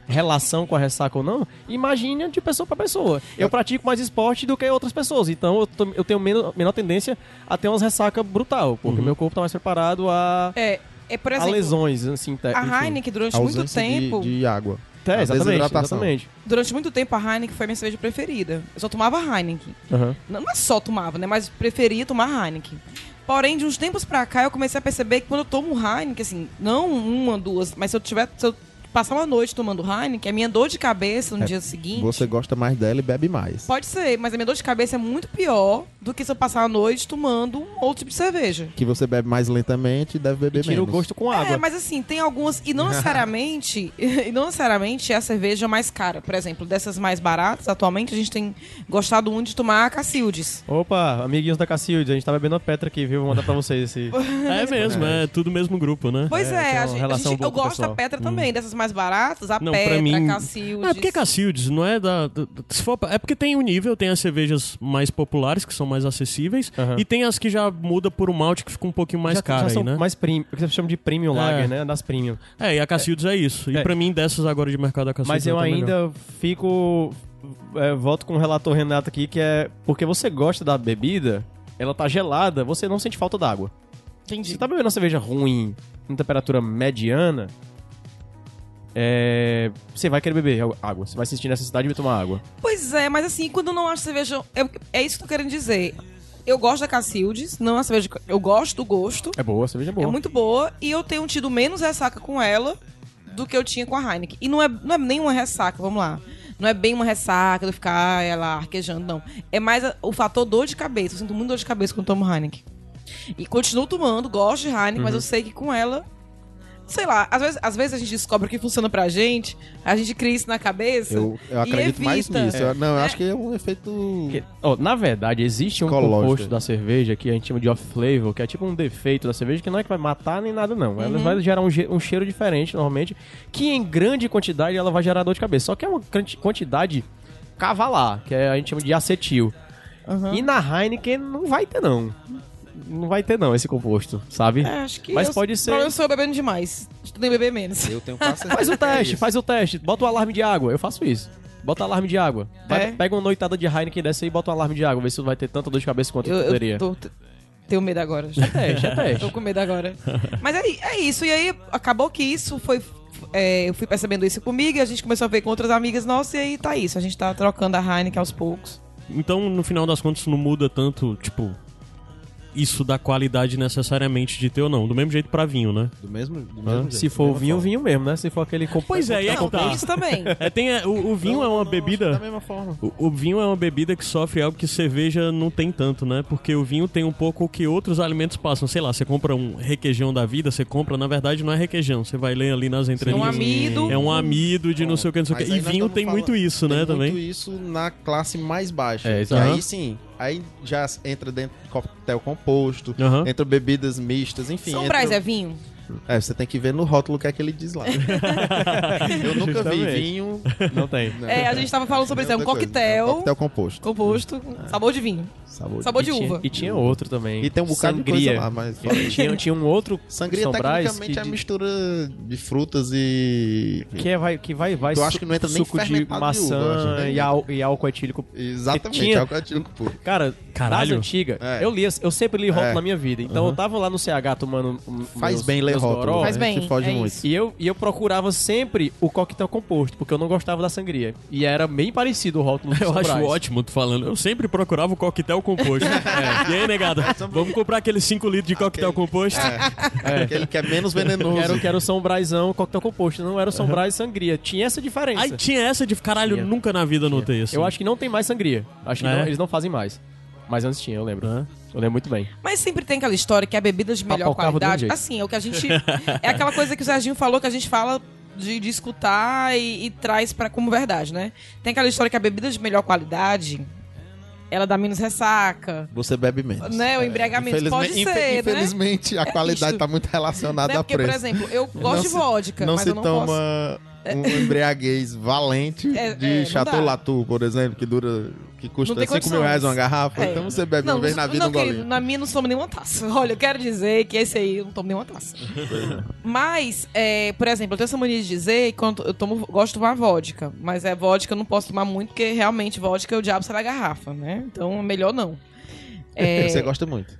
Speaker 3: relação com a ressaca ou não, imagina de pessoa pra pessoa. Eu pratico mais esporte do que outras pessoas, então eu, tô- eu tenho menor, menor tendência a ter umas ressaca brutal, porque meu corpo tá mais preparado a,
Speaker 2: É, é, por
Speaker 3: a
Speaker 2: exemplo,
Speaker 3: lesões, assim, te- enfim.
Speaker 2: a Heineken, durante muito
Speaker 1: Ausência de-
Speaker 2: tempo,
Speaker 1: De, água.
Speaker 3: É,
Speaker 1: A
Speaker 3: exatamente,
Speaker 1: desidratação.
Speaker 3: exatamente.
Speaker 2: durante muito tempo a Heineken foi minha cerveja preferida. Eu só tomava Heineken.
Speaker 3: Aham.
Speaker 2: Não, não é só tomava, né? Mas preferia tomar Heineken. Porém, de uns tempos pra cá, eu comecei a perceber que quando eu tomo Heineken, assim, não uma, duas, mas se eu tiver. Se eu passar uma noite tomando Heineken, a minha dor de cabeça no
Speaker 1: É,
Speaker 2: dia seguinte.
Speaker 1: Você gosta mais dela e bebe mais.
Speaker 2: Pode ser, mas a minha dor de cabeça é muito pior do que se eu passar a noite tomando um outro tipo de cerveja.
Speaker 1: que você bebe mais lentamente e deve beber
Speaker 3: E tira
Speaker 1: menos.
Speaker 3: o gosto com água.
Speaker 2: É, mas assim, tem algumas. E não necessariamente. e não necessariamente é a cerveja mais cara. Por exemplo, dessas mais baratas, atualmente a gente tem gostado muito de tomar a Cacildes.
Speaker 3: Opa, amiguinhos da Cacildes, a gente tá bebendo a Petra aqui, viu? Vou mandar pra vocês esse...
Speaker 4: É mesmo, é tudo mesmo grupo, né?
Speaker 2: Pois
Speaker 3: É,
Speaker 2: é,
Speaker 3: tem
Speaker 2: a
Speaker 3: uma
Speaker 2: gente, a
Speaker 3: relação
Speaker 2: gente-
Speaker 3: boa
Speaker 2: eu
Speaker 3: com o
Speaker 2: gosto da
Speaker 3: pessoal. Hum.
Speaker 2: Petra também, dessas mais baratas, a
Speaker 4: Não, pra
Speaker 2: Petra,
Speaker 4: mim-
Speaker 2: a Cacildes.
Speaker 4: É porque Cacildes, não é da. da- da- se for pra- é porque tem um nível, tem as cervejas mais populares, que são mais acessíveis,
Speaker 3: Aham.
Speaker 4: e tem as que já muda por um malte que fica um pouquinho mais
Speaker 3: já,
Speaker 4: cara
Speaker 3: já
Speaker 4: aí,
Speaker 3: são
Speaker 4: né?
Speaker 3: mais premium, o que você chama de premium
Speaker 4: É.
Speaker 3: lager, né? Das premium.
Speaker 4: É, e a Cacildes é, isso. E
Speaker 3: É.
Speaker 4: pra mim, dessas agora de mercado, a Cacildes
Speaker 3: Mas eu
Speaker 4: tá melhor.
Speaker 3: ainda fico... é, volto com o relator Renato aqui, que é... Porque você gosta da bebida, ela tá gelada, você não sente falta d'água. Se
Speaker 2: Entendi.
Speaker 3: você tá bebendo uma cerveja ruim, em temperatura mediana... é, você vai querer beber água. Você vai sentir necessidade de tomar água.
Speaker 2: Pois é, mas assim, quando eu não acho cerveja. eu- é isso que eu tô querendo dizer. Eu gosto da Cacildes, não é uma cerveja. que- Eu gosto do gosto.
Speaker 3: É boa, a cerveja é boa.
Speaker 2: É muito boa e eu tenho tido menos ressaca com ela do que eu tinha com a Heineken. E não é, não é nem uma ressaca, vamos lá. Não é bem uma ressaca de ficar ah, ela arquejando, não. É mais a- o fator dor de cabeça. Eu sinto muito dor de cabeça quando tomo Heineken. E continuo tomando, gosto de Heineken,
Speaker 3: Uhum.
Speaker 2: mas eu sei que com ela. Sei lá, às vezes, às vezes a gente descobre o que funciona pra gente, a gente cria isso na cabeça.
Speaker 1: Eu, eu
Speaker 2: e
Speaker 1: acredito
Speaker 2: evita.
Speaker 1: mais nisso. Eu- não, eu acho que é um efeito.
Speaker 3: Porque, ó, na verdade, existe um
Speaker 1: Psicológico.
Speaker 3: composto da cerveja que a gente chama de off-flavor, que é tipo um defeito da cerveja, que não é que vai matar nem nada, não.
Speaker 2: Uhum.
Speaker 3: Ela vai gerar um, ge- um cheiro diferente, normalmente, que em grande quantidade ela vai gerar dor de cabeça. Só que é uma quanti- quantidade cavalar, que é- a gente chama de acetil.
Speaker 2: Aham.
Speaker 3: E na Heineken não vai ter, não. Não vai ter, não, esse composto, sabe?
Speaker 2: É, acho que
Speaker 3: Mas
Speaker 2: eu-
Speaker 3: pode ser-
Speaker 2: Não, Eu sou bebendo demais. Tem que beber menos.
Speaker 1: Eu tenho quase certeza
Speaker 3: Faz o
Speaker 1: que é
Speaker 3: teste,
Speaker 1: isso.
Speaker 3: faz o teste. Bota o alarme de água. Eu faço isso. Bota o alarme de água. Vai-
Speaker 2: É?
Speaker 3: Pega uma noitada de Heineken dessa aí e bota um alarme de água. Vê se não vai ter tanta dor de cabeça quanto
Speaker 2: Eu, eu
Speaker 3: poderia.
Speaker 2: tô- t- tenho medo agora.
Speaker 3: Teste, é teste.
Speaker 2: Tô com medo agora. Mas é, é isso. E aí, acabou que isso foi é, eu fui percebendo isso comigo e a gente começou a ver com outras amigas nossas e aí tá isso. A gente tá trocando a Heineken aos poucos.
Speaker 4: Então, no final das contas, não muda tanto, tipo, isso da qualidade necessariamente de ter ou não. Do mesmo jeito pra vinho, né?
Speaker 1: Do mesmo, do
Speaker 3: Hã?
Speaker 1: mesmo
Speaker 3: Se
Speaker 1: jeito,
Speaker 3: for o
Speaker 1: da mesma
Speaker 3: vinho,
Speaker 1: forma.
Speaker 3: vinho mesmo, né? Se for aquele... comp-
Speaker 4: Pois é, e é
Speaker 2: Não,
Speaker 4: que
Speaker 2: tem
Speaker 4: tá.
Speaker 2: isso também.
Speaker 4: É, tem, é, o, o vinho é uma
Speaker 1: Não, acho que Da
Speaker 4: bebida...
Speaker 1: mesma forma.
Speaker 4: O, o vinho é uma bebida que sofre algo que cerveja não tem tanto, né? Porque o vinho tem um pouco o que outros alimentos passam. Sei lá, você compra um requeijão da vida, você compra, na verdade, não é requeijão. Você vai ler ali nas
Speaker 2: É um
Speaker 4: entrelinhas.
Speaker 2: amido.
Speaker 4: É um amido de não sei o que, não sei o que.
Speaker 1: Mas
Speaker 4: E
Speaker 1: aí nós
Speaker 4: vinho
Speaker 1: estamos
Speaker 4: tem
Speaker 1: falando-
Speaker 4: muito isso, né,
Speaker 1: Tem
Speaker 4: também.
Speaker 1: Muito isso na classe mais baixa.
Speaker 3: É,
Speaker 1: que
Speaker 3: exato.
Speaker 1: aí sim, aí já entra dentro de coquetel composto,
Speaker 4: Aham.
Speaker 1: entra bebidas mistas, enfim.
Speaker 2: São
Speaker 1: entra-
Speaker 2: Brás é vinho?
Speaker 1: É, você tem que ver no rótulo o que é que ele diz lá. Eu nunca
Speaker 3: Justamente.
Speaker 1: vi vinho.
Speaker 3: Não tem.
Speaker 1: Não.
Speaker 2: É, a gente tava falando sobre isso. É um
Speaker 1: outra coisa,
Speaker 2: coquetel.
Speaker 1: É um coquetel composto.
Speaker 2: Composto, com sabor de vinho.
Speaker 1: Sabor,
Speaker 2: Sabor
Speaker 3: E
Speaker 2: de
Speaker 3: tinha-
Speaker 2: uva.
Speaker 3: E tinha outro também.
Speaker 1: E tem um bocado de
Speaker 3: Sangria.
Speaker 1: coisa lá, mas.
Speaker 3: Tinha, tinha um outro
Speaker 1: Sangria
Speaker 3: São Brás
Speaker 1: tecnicamente
Speaker 3: que
Speaker 1: é a
Speaker 3: de-
Speaker 1: mistura de frutas e.
Speaker 3: que é- vai, que vai, vai
Speaker 1: Eu
Speaker 3: su-
Speaker 1: acho que não entra nem
Speaker 3: suco de
Speaker 1: fermentado de uva, eu
Speaker 3: maçã
Speaker 1: acho, né?
Speaker 3: e, al, e álcool etílico.
Speaker 1: Exatamente,
Speaker 3: Tinha-
Speaker 1: é o que eu tiro puro.
Speaker 3: Cara,
Speaker 4: Caralho.
Speaker 3: das antigas,
Speaker 1: É.
Speaker 3: eu li, eu sempre li rótulo
Speaker 1: É.
Speaker 3: na minha vida. Então eu tava lá no CH tomando um-
Speaker 1: Faz
Speaker 3: meus-
Speaker 1: bem ler
Speaker 3: meus
Speaker 1: rótulo.
Speaker 3: goró,
Speaker 1: né?
Speaker 2: Faz bem,
Speaker 1: Se foge
Speaker 2: é
Speaker 1: muito.
Speaker 2: isso.
Speaker 3: E eu, e eu procurava sempre o coquetel composto, porque eu não gostava da sangria. E era bem parecido o rótulo
Speaker 1: É,
Speaker 3: do
Speaker 4: Eu
Speaker 3: São
Speaker 4: acho
Speaker 3: Brás.
Speaker 4: ótimo tu falando. Eu sempre procurava o coquetel composto. E aí, negada, vamos comprar aqueles 5 litros
Speaker 1: Ah,
Speaker 4: de coquetel composto?
Speaker 1: Aquele que é menos venenoso.
Speaker 3: Era, o que era o São Brásão, coquetel composto. Não era o São Brás sangria. Tinha essa diferença.
Speaker 4: Aí tinha essa de caralho,
Speaker 3: Tinha.
Speaker 4: nunca na vida notei isso.
Speaker 3: Eu acho que não tem mais sangria. Acho que
Speaker 4: É?
Speaker 3: não- eles não fazem mais. Mas antes tinha, eu lembro.
Speaker 4: Né?
Speaker 3: Eu lembro muito bem.
Speaker 2: Mas sempre tem aquela história que é bebida de melhor
Speaker 3: Papar o carro um do
Speaker 2: qualidade.
Speaker 3: mesmo jeito.
Speaker 2: Assim, é o que a gente. é aquela coisa que o Serginho falou que a gente fala de, de escutar e, e traz para como verdade, né? Tem aquela história que a bebida de melhor qualidade, ela dá menos ressaca.
Speaker 1: Você bebe menos.
Speaker 2: Né, o embriagamento
Speaker 1: Infelizmente-
Speaker 2: pode
Speaker 1: é. infe-
Speaker 2: ser, né?
Speaker 1: Infelizmente, a qualidade
Speaker 2: isto.
Speaker 1: está muito relacionada
Speaker 2: né?
Speaker 1: a
Speaker 2: Porque, por
Speaker 1: preço.
Speaker 2: exemplo, eu gosto de
Speaker 1: se-
Speaker 2: vodka,
Speaker 1: não
Speaker 2: mas
Speaker 1: se
Speaker 2: eu não posso.
Speaker 1: toma um embriaguez valente
Speaker 2: É,
Speaker 1: de
Speaker 2: é, não
Speaker 1: Chateau
Speaker 2: dá.
Speaker 1: Latour, por exemplo, que dura que custa
Speaker 2: Não tem
Speaker 1: 5 mil
Speaker 2: condições.
Speaker 1: reais uma garrafa.
Speaker 2: É.
Speaker 1: Então você bebe uma vez na vida um
Speaker 2: querido,
Speaker 1: golinho.
Speaker 2: na minha não tomo nenhuma taça. Olha, eu quero dizer que esse aí eu não tomo nenhuma taça. mas, é, por exemplo, eu tenho essa mania de dizer que quando eu tomo, gosto de tomar vodka. Mas é vodka, eu não posso tomar muito, porque realmente vodka o diabo sai da garrafa, né? Então é melhor não. É,
Speaker 1: Você gosta muito.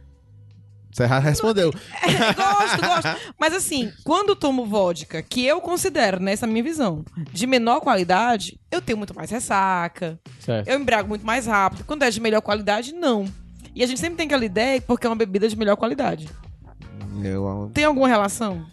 Speaker 1: Você já respondeu.
Speaker 2: gosto, gosto. Mas assim, quando eu tomo vodka, que eu considero, né, nessa minha visão, de menor qualidade, eu tenho muito mais ressaca,
Speaker 3: Certo.
Speaker 2: eu embriago muito mais rápido. Quando é de melhor qualidade, não. E a gente sempre tem aquela ideia porque é uma bebida de melhor qualidade.
Speaker 1: Eu,
Speaker 2: Tem alguma relação?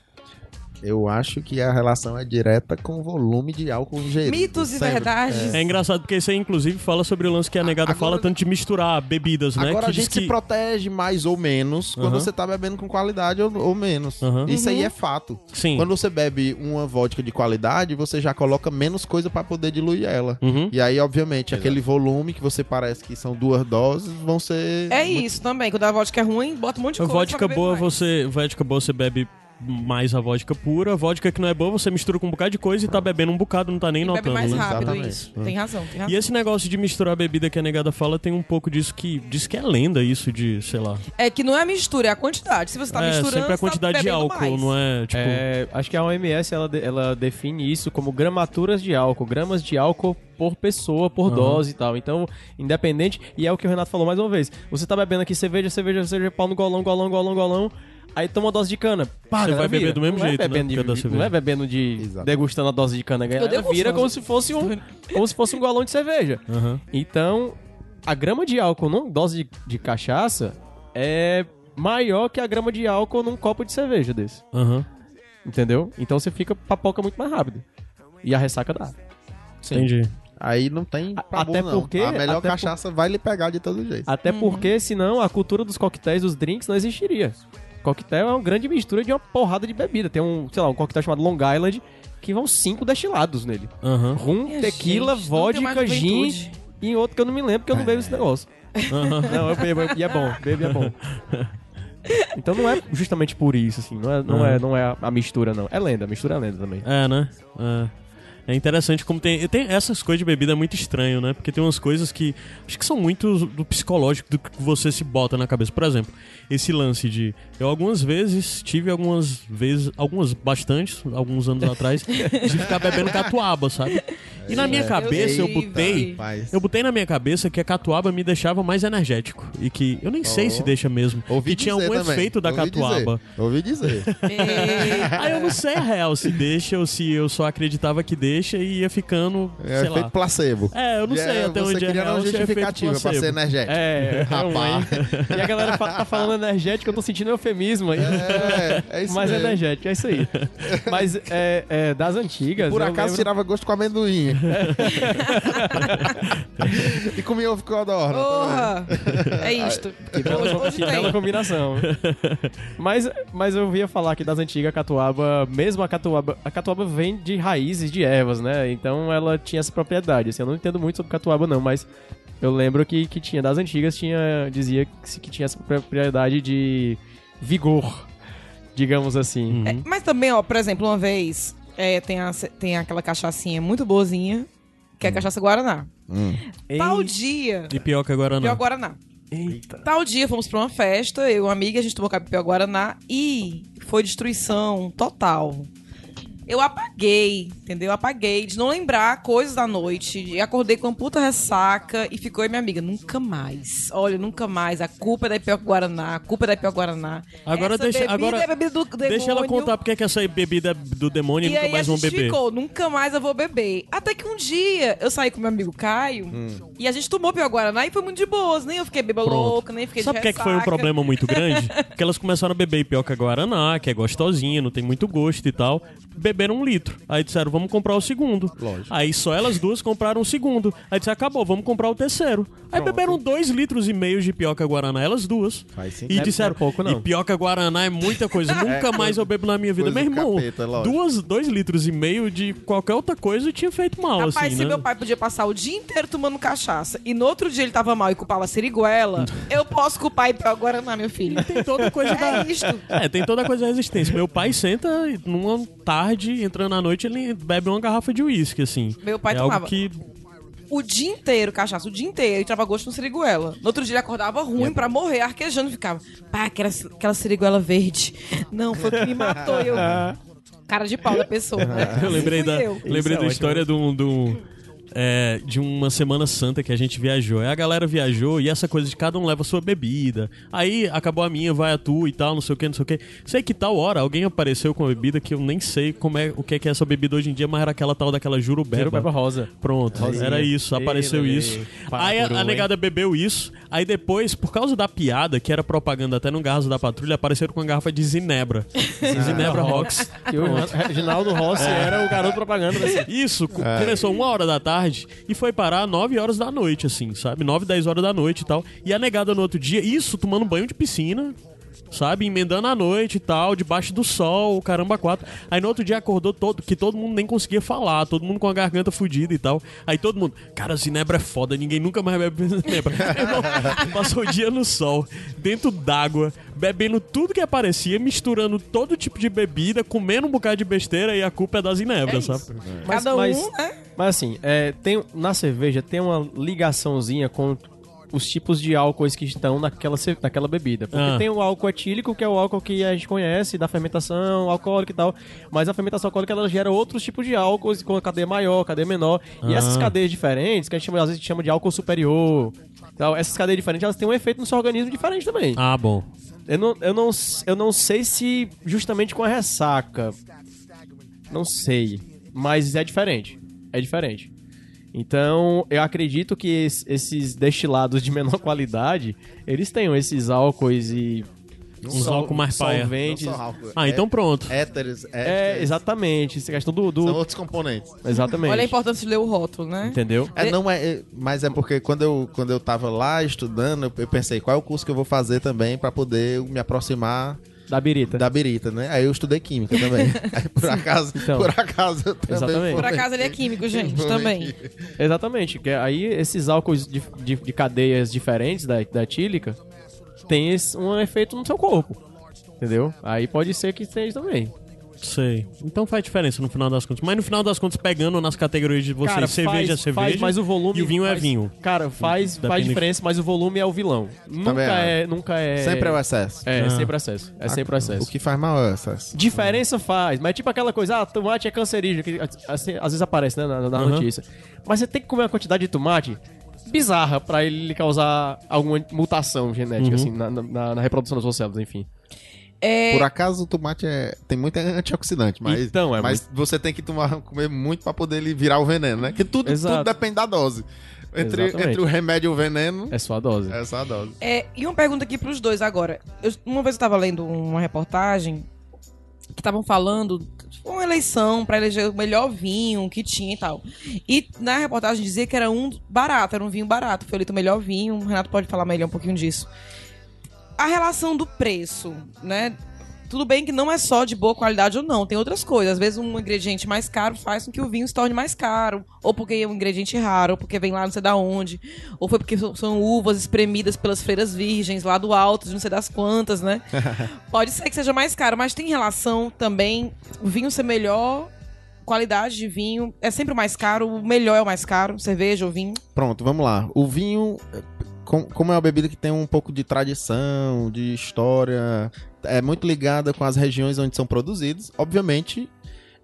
Speaker 1: eu acho que a relação é direta com o volume de álcool ingerido.
Speaker 2: Mitos e
Speaker 1: Sempre.
Speaker 2: verdades.
Speaker 4: É engraçado porque você, inclusive, fala sobre o lance que a negada
Speaker 1: Agora-
Speaker 4: fala tanto de misturar bebidas, né?
Speaker 1: Agora
Speaker 4: que
Speaker 1: a gente
Speaker 4: diz
Speaker 1: se
Speaker 4: que-
Speaker 1: protege mais ou menos quando
Speaker 4: Aham.
Speaker 1: você tá bebendo com qualidade ou, ou menos.
Speaker 4: Aham.
Speaker 1: Isso
Speaker 2: Uhum.
Speaker 1: aí é fato.
Speaker 4: Sim.
Speaker 1: Quando você bebe uma vodka de qualidade, você já coloca menos coisa pra poder diluir ela.
Speaker 4: Uhum.
Speaker 1: E aí, obviamente, aquele volume que você parece que são duas doses vão ser.
Speaker 2: É isso também. Quando a vodka é ruim, bota um monte de coisa. pra
Speaker 4: Vodka
Speaker 2: beber
Speaker 4: boa,
Speaker 2: mais.
Speaker 4: você. Vodka boa, você bebe mais a vodka pura. Vodka que não é boa, você mistura com um bocado de coisa e tá bebendo um bocado, não tá nem
Speaker 2: E
Speaker 4: notando.
Speaker 2: Bebe mais
Speaker 4: né?
Speaker 2: rápido
Speaker 1: Exatamente.
Speaker 2: isso. Tem razão, tem razão.
Speaker 4: E é- esse negócio de misturar a bebida que a negada fala tem um pouco disso que diz que é lenda isso de, sei lá.
Speaker 2: É que não é a mistura, é a quantidade. Se você tá
Speaker 4: é,
Speaker 2: misturando,
Speaker 4: sempre
Speaker 2: você
Speaker 4: a
Speaker 2: tá
Speaker 4: quantidade de
Speaker 2: bebendo
Speaker 4: álcool,
Speaker 2: mais.
Speaker 4: não é, tipo,
Speaker 3: É, acho que a OMS ela, de- ela define isso como gramaturas de álcool, gramas de álcool por pessoa, por dose e tal. Então, independente, e é o que o Renato falou mais uma vez: você tá bebendo aqui cerveja, cerveja, cerveja, pau no golão, golão, golão, golão. Aí toma uma dose de cana. Pá,
Speaker 4: Você
Speaker 3: galera,
Speaker 4: vai beber
Speaker 3: vira.
Speaker 4: do mesmo
Speaker 3: não
Speaker 4: jeito, né,
Speaker 3: é bebendo
Speaker 4: por causa da
Speaker 3: de, Não
Speaker 4: cerveja.
Speaker 3: é bebendo de.
Speaker 1: Exato.
Speaker 3: degustando a dose de cana, galera.
Speaker 2: degusto
Speaker 3: Vira
Speaker 2: uma
Speaker 3: como
Speaker 2: dose
Speaker 3: se fosse um. Como se fosse um golão de cerveja.
Speaker 4: Aham.
Speaker 3: Então, a grama de álcool numa dose de, de cachaça é maior que a grama de álcool num copo de cerveja desse.
Speaker 4: aham.
Speaker 3: Entendeu? Então você fica papoca muito mais rápido. E a ressaca dá.
Speaker 4: Entendi.
Speaker 1: Aí não tem
Speaker 3: A-
Speaker 1: pra
Speaker 3: até
Speaker 1: bom, não.
Speaker 3: porque-
Speaker 1: A melhor
Speaker 3: até
Speaker 1: cachaça vai lhe pegar de todo jeito.
Speaker 3: Até
Speaker 2: Uhum.
Speaker 3: porque, senão, a cultura dos coquetéis, dos drinks, não existiria. Coquetel é uma grande mistura de uma porrada de bebida. Tem um, sei lá, um coquetel chamado Long Island, que vão cinco destilados nele.
Speaker 4: Aham.
Speaker 3: Rum,
Speaker 2: Minha
Speaker 3: tequila,
Speaker 2: gente, não tem mais
Speaker 3: vodka, gin
Speaker 2: juventude.
Speaker 3: e outro que eu não me lembro, porque eu não
Speaker 1: É.
Speaker 3: bebo esse negócio. Não, eu bebo, eu- e é bom, bebo e é bom. Então não é justamente
Speaker 1: É,
Speaker 3: por isso, assim, não é, não é, não é a mistura, não. É lenda, a mistura é lenda também.
Speaker 4: É, né? É. É interessante como tem, tem essas coisas de bebida é muito estranho, né? Porque tem umas coisas que acho que são muito do psicológico do que você se bota na cabeça. Por exemplo, esse lance de eu algumas vezes tive algumas vezes, algumas bastantes, alguns anos atrás, de ficar bebendo catuaba, sabe? E na minha
Speaker 1: Eu
Speaker 4: cabeça eu
Speaker 2: tive.
Speaker 4: botei
Speaker 1: Rapaz.
Speaker 4: eu botei na minha cabeça que a catuaba me deixava mais energético. E que eu nem sei
Speaker 1: Oh.
Speaker 4: se deixa mesmo.
Speaker 1: Ouvi
Speaker 4: e tinha
Speaker 1: dizer
Speaker 4: algum
Speaker 1: também.
Speaker 4: efeito da
Speaker 1: Ouvi
Speaker 4: catuaba.
Speaker 1: Dizer. Ouvi dizer.
Speaker 2: Ei,
Speaker 4: Aí eu não sei a real se deixa ou se eu só acreditava que deixa e ia ficando,
Speaker 1: É
Speaker 4: sei
Speaker 1: efeito
Speaker 4: lá.
Speaker 1: placebo.
Speaker 4: É, eu não
Speaker 1: E
Speaker 4: sei
Speaker 1: é,
Speaker 4: até
Speaker 1: você
Speaker 4: onde é
Speaker 1: queria
Speaker 4: real,
Speaker 1: uma
Speaker 4: se é efeito
Speaker 1: justificativa pra
Speaker 4: placebo.
Speaker 1: ser né? energético.
Speaker 3: É,
Speaker 1: tipo, Rapaz.
Speaker 3: É e a galera fa- tá falando energético, eu tô sentindo eufemismo aí.
Speaker 1: É, é isso
Speaker 3: Mas
Speaker 1: mesmo.
Speaker 3: energético, é isso aí. Mas é, é, das antigas.
Speaker 1: Por
Speaker 3: eu
Speaker 1: acaso
Speaker 3: lembro-
Speaker 1: tirava gosto com amendoim. e comia ovo codorna.
Speaker 2: Porra! É isto. Hoje, hoje
Speaker 3: Que bela
Speaker 2: tem.
Speaker 3: combinação. mas, mas eu via falar que das antigas a catuaba, mesmo a catuaba, a catuaba vem de raízes de ervas, né? Então ela tinha essa propriedade. Assim, eu não entendo muito sobre catuaba, não, mas eu lembro que, que tinha, das antigas tinha, dizia que, se- que tinha essa propriedade de vigor, digamos assim.
Speaker 4: Uhum.
Speaker 2: É, mas também, ó, por exemplo, uma vez é, tem, a- tem aquela cachaçinha muito boazinha, que
Speaker 4: Hum.
Speaker 2: é a cachaça Guaraná. Tal dia.
Speaker 4: E pior que agora
Speaker 2: Pior
Speaker 4: não.
Speaker 2: Guaraná.
Speaker 3: Eita.
Speaker 2: Tal dia fomos pra uma festa, eu e uma amiga, a gente tomou capipé Guaraná e foi destruição total. Eu apaguei, entendeu? Apaguei de não lembrar coisas da noite. E acordei com uma puta ressaca e ficou aí minha amiga. Nunca mais. Olha, nunca mais. A culpa é da Ipioca Guaraná. A culpa é da Ipioca Guaraná.
Speaker 4: Agora
Speaker 2: Essa
Speaker 4: deixa-
Speaker 2: bebida
Speaker 4: agora
Speaker 2: é bebida do
Speaker 4: Deixa ela
Speaker 2: demônio.
Speaker 4: contar porque é que essa bebida do demônio
Speaker 2: E
Speaker 4: e nunca
Speaker 2: aí a
Speaker 4: mais um vão
Speaker 2: gente
Speaker 4: beber.
Speaker 2: ficou, nunca mais eu vou beber. Até que um dia eu saí com meu amigo Caio e a gente tomou Pio Guaraná e foi muito de boas. Nem eu fiquei beba
Speaker 4: Hum. Pronto.
Speaker 2: louca, nem fiquei
Speaker 4: Sabe
Speaker 2: de
Speaker 4: por que, que foi um
Speaker 2: ressaca.
Speaker 4: problema muito grande? Porque elas começaram a beber pioca guaraná, que é gostosinha, não tem muito gosto e tal. Beberam um litro. Aí disseram, vamos comprar o segundo.
Speaker 1: Lógico.
Speaker 4: Aí só elas duas compraram o segundo. Aí disseram, acabou, vamos comprar o terceiro. Aí beberam dois litros e meio de pioca guaraná, elas duas.
Speaker 1: Faz sentido.
Speaker 4: E
Speaker 1: Não é
Speaker 4: disseram,
Speaker 3: pouco, não.
Speaker 4: e pioca guaraná é muita coisa. Nunca mais eu bebo na minha vida.
Speaker 1: coisa
Speaker 4: Meu
Speaker 1: do
Speaker 4: irmão,
Speaker 1: capeta, lógico.
Speaker 4: duas, dois litros e meio de qualquer outra coisa tinha feito mal,
Speaker 2: Rapaz,
Speaker 4: assim,
Speaker 2: se
Speaker 4: né?
Speaker 2: meu pai podia passar o dia inteiro tomando cachaça e no outro dia ele tava mal e culpava a Siriguela, eu posso culpar Ipio Guaraná, meu filho.
Speaker 4: Tem toda coisa da,
Speaker 2: É isto.
Speaker 4: É, tem toda a coisa da resistência. Meu pai senta e numa tarde, entrando na noite, ele bebe uma garrafa de uísque, assim.
Speaker 2: Meu pai
Speaker 4: é
Speaker 2: tomava.
Speaker 4: Algo que
Speaker 2: O dia inteiro, cachaça, o dia inteiro, e trava gosto no siriguela. No outro dia ele acordava ruim pra morrer, arquejando, ficava. Pá, aquela, aquela siriguela verde. Não, foi o que me matou. Eu. Cara de pau da pessoa. Né?
Speaker 4: Eu lembrei
Speaker 2: Fui
Speaker 4: da,
Speaker 2: eu.
Speaker 4: lembrei da
Speaker 3: ótimo.
Speaker 4: história de um. de um- é, de uma Semana Santa que a gente viajou. Aí a galera viajou e essa coisa de cada um leva a sua bebida. Aí acabou a minha, vai a tua e tal, não sei o que, não sei o que. Sei que tal hora alguém apareceu com uma bebida que eu nem sei como é, o que é, que é essa bebida hoje em dia, mas era aquela tal daquela jurubeba.
Speaker 3: Jurubeba rosa.
Speaker 4: Pronto,
Speaker 3: Rosinha.
Speaker 4: era isso,
Speaker 3: Ei,
Speaker 4: apareceu
Speaker 3: lelê.
Speaker 4: isso.
Speaker 3: Pá,
Speaker 4: Aí a,
Speaker 3: coroa,
Speaker 4: a
Speaker 3: hein?
Speaker 4: negada bebeu isso. Aí depois, por causa da piada, que era propaganda até no Garrafa da Patrulha, apareceram com uma garrafa de Zinebra.
Speaker 3: Ah.
Speaker 4: Zinebra Rocks.
Speaker 3: Que o Reginaldo Rossi era o garoto propaganda desse.
Speaker 4: Isso, co- começou uma hora da tarde e foi parar 9 horas da noite, assim, sabe? 9, 10 horas da noite e tal. E a negada no outro dia, isso, tomando banho de piscina, sabe? Emendando a noite e tal, debaixo do sol, o caramba, quatro. Aí no outro dia acordou todo, que todo mundo nem conseguia falar, todo mundo com a garganta fudida e tal. Aí todo mundo, cara, Zinebra é foda, ninguém nunca mais bebe Zinebra. Meu irmão, Passou o dia no sol, dentro d'água, bebendo tudo que aparecia, misturando todo tipo de bebida, comendo um bocado de besteira e a culpa é da Zinebra,
Speaker 2: É isso.
Speaker 4: sabe?
Speaker 2: Cada
Speaker 3: Mas-
Speaker 2: um,
Speaker 3: mas-
Speaker 2: né?
Speaker 3: Mas assim, é, tem, na cerveja tem uma ligaçãozinha com os tipos de álcoois que estão naquela, ce- naquela bebida. Porque
Speaker 4: Ah.
Speaker 3: tem o álcool etílico, que é o álcool que a gente conhece, da fermentação alcoólica e tal. Mas a fermentação alcoólica ela gera outros tipos de álcoois, com a cadeia maior, cadeia menor. E essas cadeias diferentes, que a gente chama- às vezes chama de álcool superior. Tal, essas cadeias diferentes, elas têm um efeito no seu organismo diferente também.
Speaker 4: Ah, bom.
Speaker 3: Eu não, eu, não, eu não sei se justamente com a ressaca. Não sei. Mas é diferente. É diferente. Então, eu acredito que es- esses destilados de menor qualidade, eles tenham esses álcoois e
Speaker 4: Uns álcool mais paia.
Speaker 3: solventes.
Speaker 4: Ah, então pronto.
Speaker 1: Éteres,
Speaker 3: É,
Speaker 1: éteres,
Speaker 3: exatamente. Essa questão do... do-
Speaker 1: São outros componentes.
Speaker 3: Exatamente.
Speaker 2: Olha é a importância de ler o rótulo, né?
Speaker 3: Entendeu?
Speaker 1: É, não é, é, mas é porque quando eu, quando eu tava lá estudando, eu- eu pensei, qual é o curso que eu vou fazer também pra poder me aproximar
Speaker 3: Da birita.
Speaker 1: da birita, né? Aí eu estudei química também. Aí, por acaso,
Speaker 3: Então.
Speaker 1: por acaso eu também
Speaker 3: Exatamente.
Speaker 2: Por acaso ele é químico, gente, também.
Speaker 3: Exatamente, que aí esses álcools de, de- de cadeias diferentes da, da etílica tem esse- um efeito no seu corpo. Entendeu? Aí pode ser que seja também.
Speaker 4: Sei. Então faz diferença no final das contas. Mas no final das contas, pegando nas categorias de vocês,
Speaker 3: Cara,
Speaker 4: cerveja
Speaker 3: faz, um-
Speaker 4: é cerveja.
Speaker 3: faz, mas o volume
Speaker 4: e o vinho é
Speaker 3: faz-
Speaker 4: vinho.
Speaker 3: Cara, faz, faz
Speaker 4: Depende-
Speaker 3: diferença, mas o volume é o vilão. Nunca
Speaker 1: Também acho.
Speaker 3: é, nunca é.
Speaker 1: Sempre é o excesso.
Speaker 3: É,
Speaker 4: Ah.
Speaker 3: sempre acesso. É sempre acesso.
Speaker 1: O que faz mal é o excesso.
Speaker 3: Diferença faz, mas é tipo aquela coisa, ah, tomate é cancerígeno, que assim, às vezes aparece, né, na, na
Speaker 4: Aham.
Speaker 3: notícia. Mas você tem que comer uma quantidade de tomate bizarra pra ele causar alguma mutação genética, assim, na, na- na reprodução das suas células, enfim.
Speaker 2: É,
Speaker 1: Por acaso o tomate é- tem muito antioxidante, mas,
Speaker 3: Então, é
Speaker 1: mas você tem que tomar, comer muito pra poder ele virar o veneno, né? Que tudo,
Speaker 3: Exato.
Speaker 1: tudo depende da dose. Entre,
Speaker 3: Exatamente.
Speaker 1: entre o remédio e o veneno,
Speaker 3: É só a dose.
Speaker 1: é só a dose.
Speaker 2: É, e uma pergunta aqui pros dois agora. Eu- uma vez eu tava lendo uma reportagem que estavam falando de uma eleição pra eleger o melhor vinho que tinha e tal. E na reportagem dizia que era um barato, era um vinho barato. Foi eleito o melhor vinho. O Renato pode falar melhor um pouquinho disso. A relação do preço, né? Tudo bem que não é só de boa qualidade ou não, tem outras coisas. Às vezes um ingrediente mais caro faz com que o vinho se torne mais caro, ou porque é um ingrediente raro, ou porque vem lá não sei da onde ou foi porque so- são uvas espremidas pelas freiras virgens lá do alto, de não sei das quantas, né? Pode ser que seja mais caro, mas tem relação também o vinho ser melhor, qualidade de vinho é sempre o mais caro, o melhor é o mais caro, cerveja ou vinho.
Speaker 1: Pronto, vamos lá. O vinho, eh, com- como é uma bebida que tem um pouco de tradição, de história, é muito ligada com as regiões onde são produzidos. Obviamente,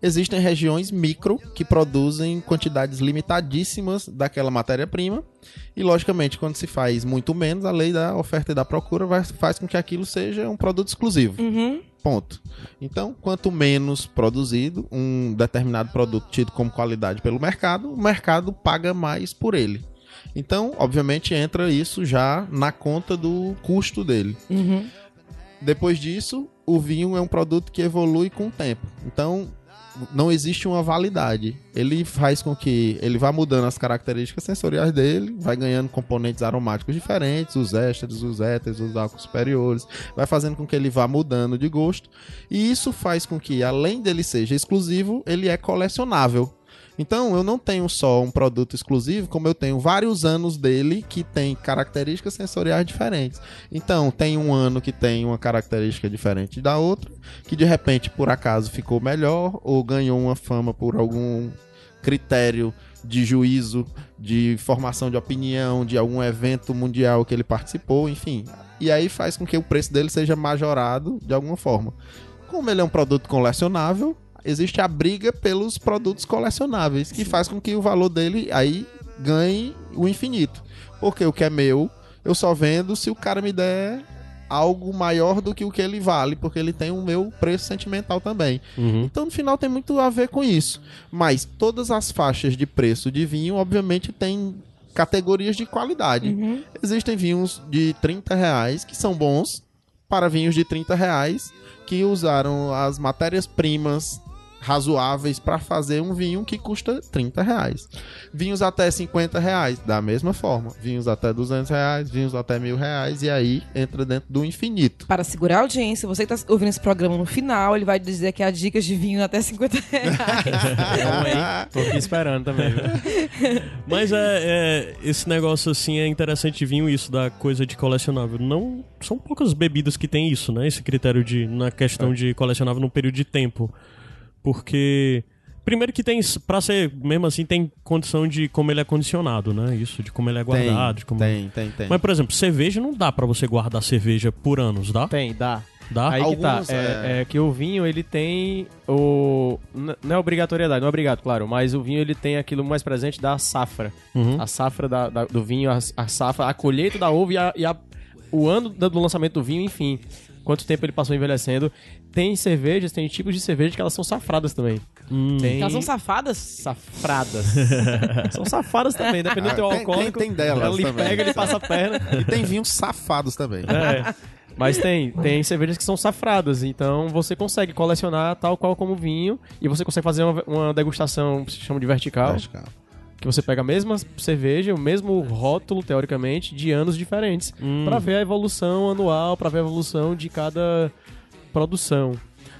Speaker 1: existem regiões micro que produzem quantidades limitadíssimas daquela matéria-prima. E, logicamente, quando se faz muito menos, a lei da oferta e da procura vai- faz com que aquilo seja um produto exclusivo.
Speaker 2: Uhum.
Speaker 1: Ponto. Então, quanto menos produzido um determinado produto tido como qualidade pelo mercado, o mercado paga mais por ele. Então, obviamente, entra isso já na conta do custo dele.
Speaker 2: Uhum.
Speaker 1: É. Depois disso, o vinho é um produto que evolui com o tempo. Então, não existe uma validade. Ele faz com que ele vá mudando as características sensoriais dele, vai ganhando componentes aromáticos diferentes, os ésteres, os éteres, os álcools superiores, vai fazendo com que ele vá mudando de gosto. E isso faz com que, além dele seja exclusivo, ele é colecionável. Então, eu não tenho só um produto exclusivo, como eu tenho vários anos dele que tem características sensoriais diferentes. Então, tem um ano que tem uma característica diferente da outra, que de repente, por acaso, ficou melhor ou ganhou uma fama por algum critério de juízo, de formação de opinião, de algum evento mundial que ele participou, enfim. E aí faz com que o preço dele seja majorado de alguma forma. Como ele é um produto colecionável, existe a briga pelos produtos colecionáveis, que faz com que o valor dele aí ganhe o infinito. Porque o que é meu eu só vendo se o cara me der algo maior do que o que ele vale, porque ele tem o meu preço sentimental também.
Speaker 4: Uhum.
Speaker 1: Então, no final, tem muito a ver com isso. Mas todas as faixas de preço de vinho, obviamente, têm categorias de qualidade.
Speaker 2: Uhum.
Speaker 1: Existem vinhos de 30 reais que são bons para vinhos de 30 reais que usaram as matérias-primas razoáveis para fazer um vinho que custa 30 reais. Vinhos até 50 reais, da mesma forma. Vinhos até 200 reais, vinhos até mil reais, e aí entra dentro do infinito.
Speaker 2: Para segurar a audiência, você que tá ouvindo esse programa no final, ele vai dizer que há dicas de vinho até 50 reais.
Speaker 3: Tô aqui esperando também. viu?
Speaker 4: Mas é, é, esse negócio assim é interessante de vinho isso da coisa de colecionável. Não são poucas bebidas que tem isso, né? Esse critério de na questão
Speaker 3: É.
Speaker 4: de colecionável num período de tempo, porque primeiro que tem pra ser mesmo assim tem condição de como ele é condicionado, né? Isso de como ele é guardado, de como
Speaker 1: tem, tem, tem.
Speaker 4: Mas por exemplo, cerveja não dá pra você guardar cerveja por anos, dá?
Speaker 3: Tem, dá.
Speaker 4: Dá.
Speaker 3: Aí
Speaker 1: Alguns,
Speaker 3: que tá. É,
Speaker 1: é.
Speaker 3: é que o vinho, ele tem o... n- Não é obrigatoriedade, não é obrigado, claro. Mas o vinho, ele tem aquilo mais presente da safra.
Speaker 1: Hum?
Speaker 4: Uhum.
Speaker 3: A safra da- da- do vinho, a, a safra, a colheita da uva e, a- e a- o ano da- do lançamento do vinho, enfim. Quanto tempo ele passou envelhecendo. Tem cervejas, tem tipos de cerveja que elas são safradas também.
Speaker 1: Hum.
Speaker 3: Tem...
Speaker 2: Elas são safadas?
Speaker 3: safradas. são safadas também, dependendo do
Speaker 1: Ah,
Speaker 3: teu
Speaker 1: tem-
Speaker 3: alcoólico.
Speaker 1: tem- tem delas
Speaker 3: ele
Speaker 1: também.
Speaker 3: pega, ele passa a perna.
Speaker 1: E tem vinhos safados também.
Speaker 3: É. Mas tem, tem cervejas que são safradas, então você consegue colecionar tal qual como vinho, e você consegue fazer uma, uma degustação que se chama de vertical,
Speaker 1: Acho que-
Speaker 3: que você pega a mesma cerveja, o mesmo rótulo, teoricamente, de anos diferentes,
Speaker 4: Hum.
Speaker 3: pra ver a evolução anual, pra ver a evolução de cada produção.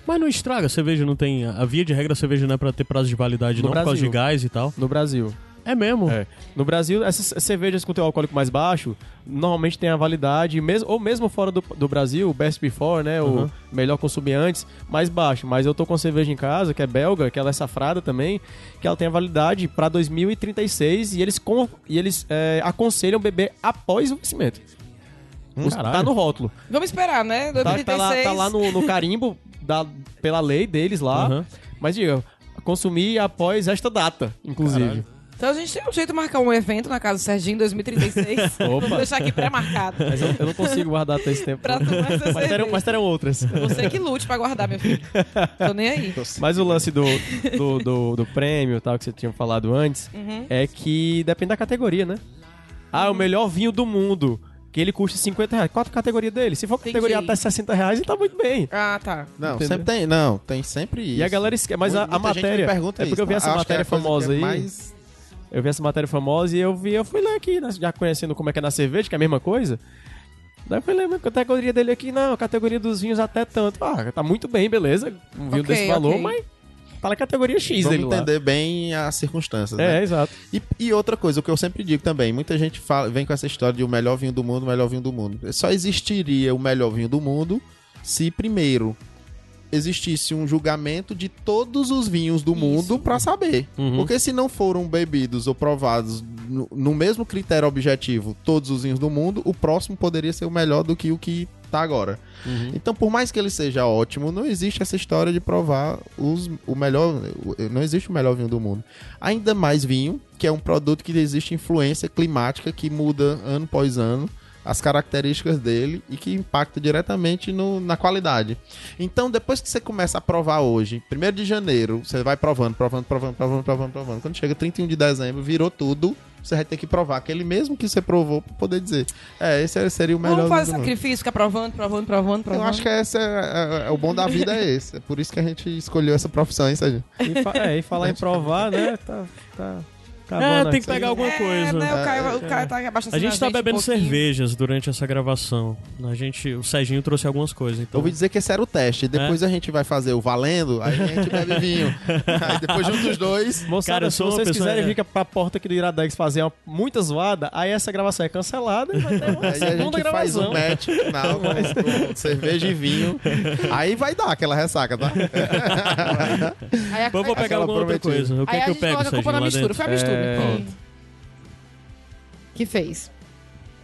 Speaker 4: Mas não estraga, a cerveja não tem. A via de regra, a cerveja não é pra ter prazo de validade,
Speaker 3: No
Speaker 4: não, por causa
Speaker 3: Brasil.
Speaker 4: de gás e tal.
Speaker 3: No Brasil.
Speaker 4: É mesmo?
Speaker 3: É. No Brasil, essas cervejas com teu alcoólico mais baixo, normalmente tem a validade, mesmo, ou mesmo fora do, do Brasil, o best before, né? O
Speaker 4: Uhum.
Speaker 3: melhor consumir antes, mais baixo. Mas eu tô com cerveja em casa, que é belga, que ela é safrada também, que ela tem a validade pra 2036 e eles, con- e eles é, aconselham beber após o vencimento. Os-
Speaker 4: caralho.
Speaker 3: tá no rótulo.
Speaker 2: Vamos esperar, né?
Speaker 3: Tá, tá
Speaker 2: 2036.
Speaker 3: lá, tá lá no, no carimbo da, pela lei deles lá.
Speaker 4: Uhum.
Speaker 3: Mas diga, consumir após esta data, inclusive.
Speaker 2: Então a gente tem um jeito de marcar um evento na casa do Serginho em 2036. Vamos
Speaker 3: Opa.
Speaker 2: deixar aqui pré-marcado.
Speaker 3: Mas eu, eu não consigo guardar até esse tempo.
Speaker 2: Pra tomar essa
Speaker 3: mas, um terão,
Speaker 2: cerveja.
Speaker 3: mas terão outras.
Speaker 2: Você que lute pra guardar, meu filho. Tô nem aí.
Speaker 3: Mas o lance do, do, do, do prêmio e tal, que você tinha falado antes, é que depende da categoria, né? Ah, o melhor vinho do mundo, que ele custa 50 reais. Quatro categorias dele. Se for categoria
Speaker 2: Entendi.
Speaker 3: até 60 reais, ele tá muito bem.
Speaker 2: Ah, tá.
Speaker 1: Não,
Speaker 3: Entendeu?
Speaker 1: sempre tem. Não, tem sempre isso.
Speaker 3: E a galera esquece. Mas a,
Speaker 1: Muita
Speaker 3: a
Speaker 1: gente me
Speaker 3: matéria.
Speaker 1: pergunta
Speaker 3: é porque eu vi
Speaker 1: isso.
Speaker 3: essa
Speaker 1: Acho que é
Speaker 3: matéria
Speaker 1: a coisa
Speaker 3: famosa
Speaker 1: que é
Speaker 3: aí.
Speaker 1: mais-
Speaker 3: Eu vi essa matéria famosa e eu vi, eu fui ler aqui, né? Já conhecendo como é que é na cerveja, que é a mesma coisa. Daí eu fui ler, mas a categoria dele aqui, não, a categoria dos vinhos até tanto. Ah, tá muito bem, beleza. Um vinho
Speaker 2: Ok,
Speaker 3: desse valor,
Speaker 2: ok.
Speaker 3: mas tá na categoria X
Speaker 1: Vamos
Speaker 3: ele lá.
Speaker 1: entender bem as circunstâncias, né?
Speaker 3: É, exato.
Speaker 1: E, e outra coisa, o que eu sempre digo também, muita gente fala, vem com essa história de o melhor vinho do mundo, o melhor vinho do mundo. Só existiria o melhor vinho do mundo se primeiro existisse um julgamento de todos os vinhos do mundo pra saber.
Speaker 4: Uhum.
Speaker 1: Porque se não foram bebidos ou provados no, no mesmo critério objetivo todos os vinhos do mundo, o próximo poderia ser o melhor do que o que tá agora.
Speaker 2: Uhum.
Speaker 1: Então, por mais que ele seja ótimo, não existe essa história de provar os, o melhor. o- Não existe o melhor vinho do mundo. Ainda mais vinho, que é um produto que existe influência climática que muda ano após ano as características dele e que impacta diretamente no- na qualidade. Então, depois que você começa a provar hoje, 1 de janeiro, você vai provando, provando, provando, provando, provando, provando. Quando chega 31 de dezembro, virou tudo. Você vai ter que provar aquele mesmo que você provou para poder dizer. É, esse seria o melhor.
Speaker 2: Vamos fazer
Speaker 1: do mundo.
Speaker 2: sacrifício, ficar provando, provando, provando,
Speaker 1: Eu
Speaker 2: provando.
Speaker 1: acho que esse é, é- é- o bom da vida é esse. É por isso que a gente escolheu essa profissão, hein, Sérgio?
Speaker 3: E, fa- é, e falar em provar, né? Tá. tá
Speaker 4: É,
Speaker 3: acabando
Speaker 4: tem que
Speaker 3: aqui.
Speaker 4: pegar alguma
Speaker 2: É,
Speaker 4: coisa.
Speaker 2: né, o, Caio, o Caio tá abaixo
Speaker 4: A gente tá bebendo
Speaker 2: um pouquinho.
Speaker 4: cervejas durante essa gravação. A gente, o Serginho trouxe algumas coisas,
Speaker 1: Eu
Speaker 4: então.
Speaker 1: ouvi dizer que esse era o teste. Depois
Speaker 4: É.
Speaker 1: a gente vai fazer o valendo, aí a gente bebe vinho. aí depois juntos os dois.
Speaker 3: Moçada,
Speaker 4: Cara, eu
Speaker 3: se
Speaker 4: sou uma
Speaker 3: vocês
Speaker 4: pessoa-
Speaker 3: quiserem
Speaker 4: é.
Speaker 3: vir pra porta aqui do Iradex fazer uma, muita zoada, aí essa gravação é cancelada e vai ter uma
Speaker 1: Aí a
Speaker 3: segunda
Speaker 1: gente faz
Speaker 3: gravação.
Speaker 1: um match final com, com cerveja e vinho. Aí vai dar aquela ressaca, tá?
Speaker 2: Aí a-
Speaker 4: Pô, eu vou pegar
Speaker 1: Aquela
Speaker 4: alguma outra
Speaker 1: prometida.
Speaker 4: coisa. O que
Speaker 2: aí
Speaker 4: é
Speaker 2: a
Speaker 4: que eu
Speaker 2: gente
Speaker 4: pego,
Speaker 2: coloca a
Speaker 4: Serginho,
Speaker 2: culpa na
Speaker 4: lá
Speaker 2: mistura.
Speaker 4: dentro?
Speaker 2: Foi a mistura.
Speaker 3: É.
Speaker 2: que- Que fez.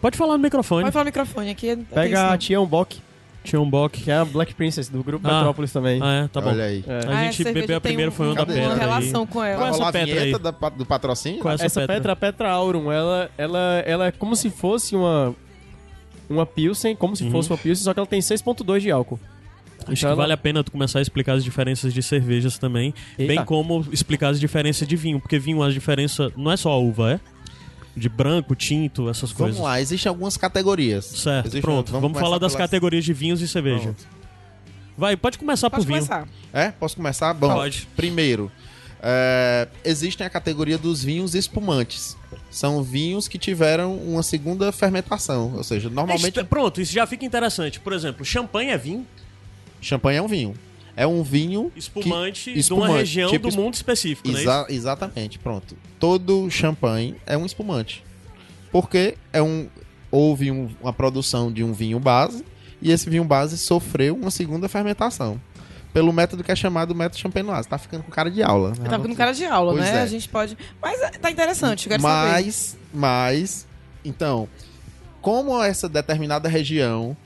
Speaker 4: Pode falar no microfone.
Speaker 2: Pode falar o microfone aqui. eu
Speaker 3: Pega a
Speaker 2: tenho
Speaker 3: Tia Bock,
Speaker 4: Tinha um bock.
Speaker 3: que é a Black Princess do grupo
Speaker 4: Ah.
Speaker 3: Metrópolis também.
Speaker 4: Ah, é, tá bom.
Speaker 1: Olha aí.
Speaker 3: É.
Speaker 4: A
Speaker 2: Ah,
Speaker 4: gente
Speaker 2: cerveja
Speaker 4: bebeu a
Speaker 2: tem
Speaker 4: primeira,
Speaker 2: um-
Speaker 4: foi uma da
Speaker 1: uma
Speaker 4: pedra.
Speaker 2: relação
Speaker 4: aí.
Speaker 2: com
Speaker 1: Vai
Speaker 2: ela.
Speaker 4: Qual é essa
Speaker 1: rolar a
Speaker 4: pedra aí?
Speaker 1: vinheta da pa- do patrocínio?
Speaker 4: Qual é
Speaker 3: Essa Petra, Petra Aurum, ela, ela, ela é como se fosse uma uma Pilsen, como se
Speaker 4: Uhum.
Speaker 3: fosse uma Pilsen, só que ela tem 6.2 de álcool.
Speaker 4: Acho
Speaker 3: Então
Speaker 4: que
Speaker 3: ela-
Speaker 4: vale a pena tu começar a explicar as diferenças de cervejas também,
Speaker 3: Eita.
Speaker 4: bem como explicar as diferenças de vinho, porque vinho as diferenças não é só a uva, é? De branco, tinto, essas
Speaker 1: Vamos
Speaker 4: coisas.
Speaker 1: lá, existem algumas categorias.
Speaker 4: Certo,
Speaker 1: Existem-
Speaker 4: pronto. Vamos,
Speaker 1: começar
Speaker 4: falar das
Speaker 1: pelas-
Speaker 4: categorias de vinhos e cerveja.
Speaker 1: Pronto.
Speaker 4: Vai, pode começar
Speaker 2: Pode
Speaker 4: por vinho.
Speaker 2: começar.
Speaker 1: É? Posso começar? Bom,
Speaker 4: Pode.
Speaker 1: primeiro, é, existem a categoria dos vinhos espumantes. São vinhos que tiveram uma segunda fermentação. Ou seja, normalmente
Speaker 4: Este- Pronto, isso já fica interessante. Por exemplo, champanhe é vinho,
Speaker 1: champanhe é um vinho. É um vinho.
Speaker 4: espumante, de uma
Speaker 1: espumante,
Speaker 4: região
Speaker 1: tipo
Speaker 4: do
Speaker 1: espu-
Speaker 4: mundo específico, né?
Speaker 1: Exa- exatamente, pronto. Todo champanhe é um espumante. Porque é um, houve um- uma produção de um vinho base e esse vinho base sofreu uma segunda fermentação. Pelo método que é chamado método champenoise. Tá ficando com cara de aula.
Speaker 2: Eu tava com cara de aula,
Speaker 1: Pois
Speaker 2: né?
Speaker 1: é.
Speaker 2: A gente pode. Mas é, tá interessante, eu quero saber.
Speaker 1: mas, mas, então, como essa determinada região,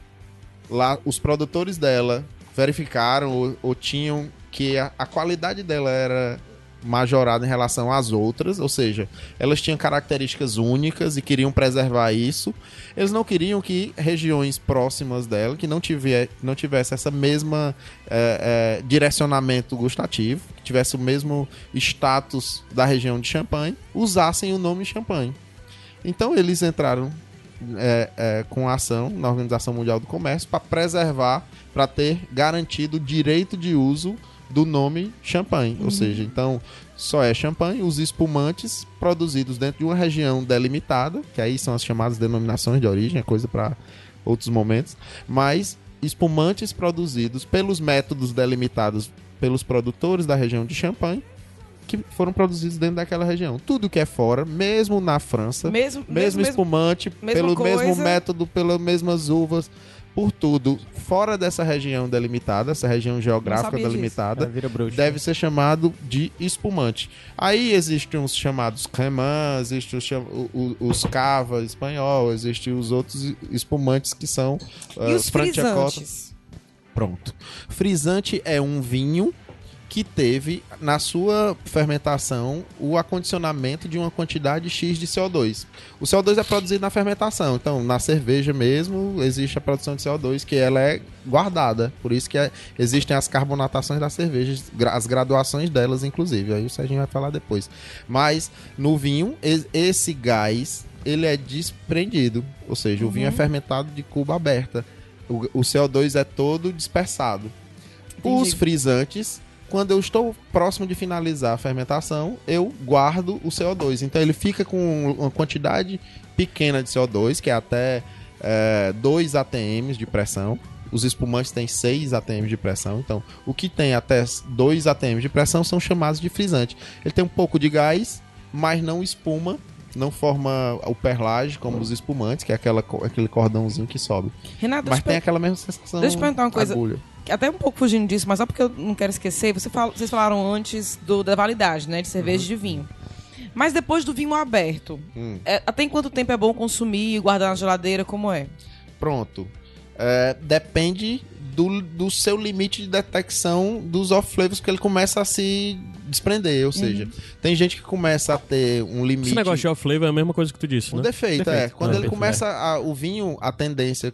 Speaker 1: lá os produtores dela verificaram ou, ou tinham que a, a qualidade dela era majorada em relação às outras, ou seja, elas tinham características únicas e queriam preservar isso. Eles não queriam que regiões próximas dela, que não, tiver, não tivesse essa mesma eh, eh, direcionamento gustativo, que tivesse o mesmo status da região de Champagne, usassem o nome Champagne. Então eles entraram é, é, com ação na Organização Mundial do Comércio para preservar, para ter garantido o direito de uso do nome Champagne. Ou seja, então só é Champagne os espumantes produzidos dentro de uma região delimitada, que aí são as chamadas denominações de origem, é coisa para outros momentos, mas espumantes produzidos pelos métodos delimitados pelos produtores da região de Champagne que foram produzidos dentro daquela região. Tudo que é fora, mesmo na França, mesmo,
Speaker 2: Mesmo, mesmo, mesmo
Speaker 1: espumante,
Speaker 2: mesma
Speaker 1: pelo mesmo
Speaker 2: coisa.
Speaker 1: método, pelas mesmas uvas, por tudo, fora dessa região delimitada, essa região geográfica
Speaker 2: sabia disso.
Speaker 1: delimitada,
Speaker 3: vira bruxa.
Speaker 1: deve ser chamado de espumante. Aí existem os chamados cremã, existem os, cham... o- o- os cava espanhol, existem os outros espumantes que são
Speaker 2: e
Speaker 1: ah,
Speaker 2: os
Speaker 1: franciacorta.
Speaker 2: frisantes?
Speaker 1: Pronto. Frisante é um vinho que teve na sua fermentação o acondicionamento de uma quantidade X de CO2. O CO2 é produzido na fermentação, então na cerveja mesmo existe a produção de CO2 que ela é guardada, por isso que é- existem as carbonatações das cervejas, gra- as graduações delas inclusive, aí o Serginho vai falar depois. Mas no vinho e- esse gás ele é desprendido, ou seja, o vinho é fermentado de cuba aberta. O, o CO2 é todo dispersado.
Speaker 2: Entendi.
Speaker 1: Os frisantes, quando eu estou próximo de finalizar a fermentação, eu guardo o CO2. Então ele fica com uma quantidade pequena de CO2, que é até eh, 2 ATMs de pressão. Os espumantes têm 6 ATMs de pressão. Então, o que tem até 2 ATMs de pressão são chamados de frisante. Ele tem um pouco de gás, mas não espuma. Não forma o perlage, como os espumantes, que é aquela, co- aquele cordãozinho que sobe.
Speaker 2: Renato,
Speaker 1: Mas
Speaker 2: deixa eu
Speaker 1: tem aquela mesma sensação.
Speaker 2: Deixa eu te perguntar uma coisa.
Speaker 1: Agulha.
Speaker 2: até um pouco fugindo disso, mas só porque eu não quero esquecer, você fala- vocês falaram antes do- da validade, né? De cerveja de vinho. Mas depois do vinho aberto,
Speaker 1: Uhum. Hum.
Speaker 2: é, até em quanto tempo é bom consumir e guardar na geladeira? Como é?
Speaker 1: Pronto. É, depende do, do seu limite de detecção dos off-flavors, porque ele começa a se desprender. Ou seja, tem gente que começa a ter um limite.
Speaker 4: Esse negócio de off-flavor é a mesma coisa que tu disse,
Speaker 1: Um
Speaker 4: né?
Speaker 1: defeito, é.
Speaker 4: Defeito.
Speaker 1: Quando
Speaker 4: Ah,
Speaker 1: ele
Speaker 4: defeito,
Speaker 1: começa a- o vinho, a tendência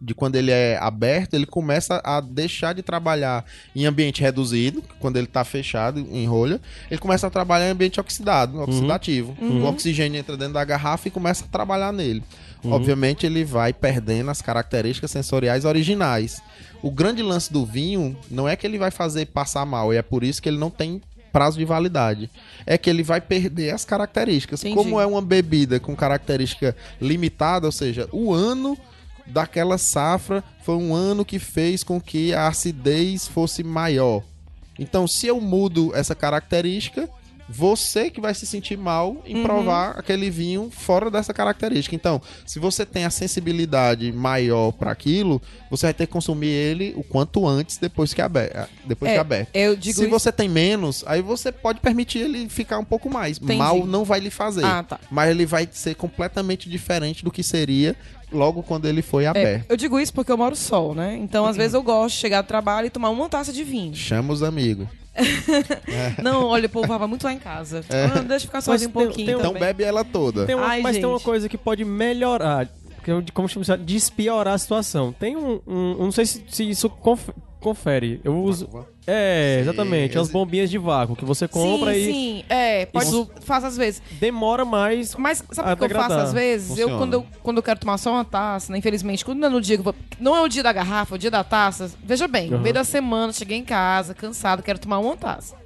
Speaker 1: de quando ele é aberto, ele começa a deixar de trabalhar em ambiente reduzido, quando ele tá fechado em rolha, ele começa a trabalhar em ambiente oxidado, oxidativo. O oxigênio entra dentro da garrafa e começa a trabalhar nele. Obviamente ele vai perdendo as características sensoriais originais. O grande lance do vinho não é que ele vai fazer passar mal, e é por isso que ele não tem prazo de validade. É que ele vai perder as características.
Speaker 2: Entendi.
Speaker 1: Como é uma bebida com característica limitada, ou seja, o ano daquela safra foi um ano que fez com que a acidez fosse maior. Então, se eu mudo essa característica, você que vai se sentir mal
Speaker 2: Uhum.
Speaker 1: em provar aquele vinho fora dessa característica. Então, se você tem a sensibilidade maior para aquilo, você vai ter que consumir ele o quanto antes depois que abe- depois
Speaker 2: É,
Speaker 1: que aberto.
Speaker 2: Eu digo
Speaker 1: se
Speaker 2: isso-
Speaker 1: você tem menos, aí você pode permitir ele ficar um pouco mais.
Speaker 2: Entendi.
Speaker 1: Mal não vai lhe fazer.
Speaker 2: Ah, tá.
Speaker 1: Mas ele vai ser completamente diferente do que seria logo quando ele foi
Speaker 2: É,
Speaker 1: aberto.
Speaker 2: eu digo isso porque eu moro sol, né? Então,
Speaker 1: Uhum.
Speaker 2: às vezes, eu gosto de chegar do trabalho e tomar uma taça de vinho.
Speaker 1: Chama os amigos. É.
Speaker 2: Não, olha, o povo vai muito lá em casa. Ah, deixa eu ficar
Speaker 3: Mas
Speaker 2: sozinho um
Speaker 3: tem-
Speaker 2: pouquinho.
Speaker 3: tem um-
Speaker 1: Então
Speaker 2: também.
Speaker 1: bebe ela toda.
Speaker 3: Tem uma-
Speaker 2: Ai,
Speaker 3: mas tem uma
Speaker 2: gente.
Speaker 3: coisa que pode melhorar, que eu- como chama isso? despiorar a situação. Tem um, um- eu não sei se, se isso conf- confere. Eu
Speaker 2: um
Speaker 3: uso, é,
Speaker 1: Sim,
Speaker 3: exatamente, as
Speaker 1: exi-
Speaker 3: bombinhas de vácuo que você compra
Speaker 2: sim,
Speaker 3: e
Speaker 2: Sim, é, pode,
Speaker 3: Isso-
Speaker 2: faz às vezes.
Speaker 3: demora mais.
Speaker 2: Mas sabe o que
Speaker 3: Até
Speaker 2: eu faço
Speaker 3: agradar.
Speaker 2: às vezes?
Speaker 1: Ah, é Funciona.
Speaker 2: Eu quando, eu quando eu quero tomar só uma taça, né, infelizmente, quando não é no dia que eu vou- não é o dia da garrafa, é o dia da taça. Veja bem,
Speaker 3: Aham.
Speaker 2: no meio da semana, cheguei em casa, cansado, quero tomar uma taça,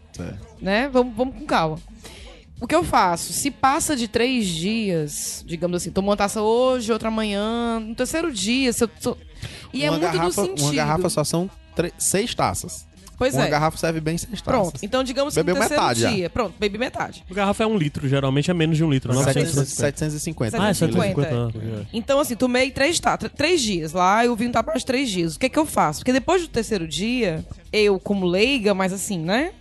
Speaker 2: né? Vamos, vamos com calma. O que eu faço? Se passa de três dias, digamos assim, tomo uma taça hoje, outra amanhã, no terceiro dia, se eu tô... E é
Speaker 1: uma
Speaker 2: muito do
Speaker 1: garrafa,
Speaker 2: sentido.
Speaker 1: Uma garrafa só são tre- seis taças.
Speaker 2: Pois
Speaker 1: uma
Speaker 2: é.
Speaker 1: garrafa serve bem seis taças.
Speaker 2: Pronto. Então, digamos que no
Speaker 1: Bebeu
Speaker 2: terceiro
Speaker 1: metade já.
Speaker 2: dia. Pronto, bebi metade.
Speaker 4: O garrafa é um litro, geralmente é menos de um litro,
Speaker 2: então,
Speaker 1: 700,
Speaker 4: 950.
Speaker 1: 750.
Speaker 4: Ah, é né?
Speaker 2: 750,
Speaker 1: É.
Speaker 4: 750.
Speaker 2: Então, assim, tomei três, tá, tr- três dias lá e o vinho tá para os três dias. O que é que eu faço? Porque depois do terceiro dia, eu, como leiga, mas assim, né?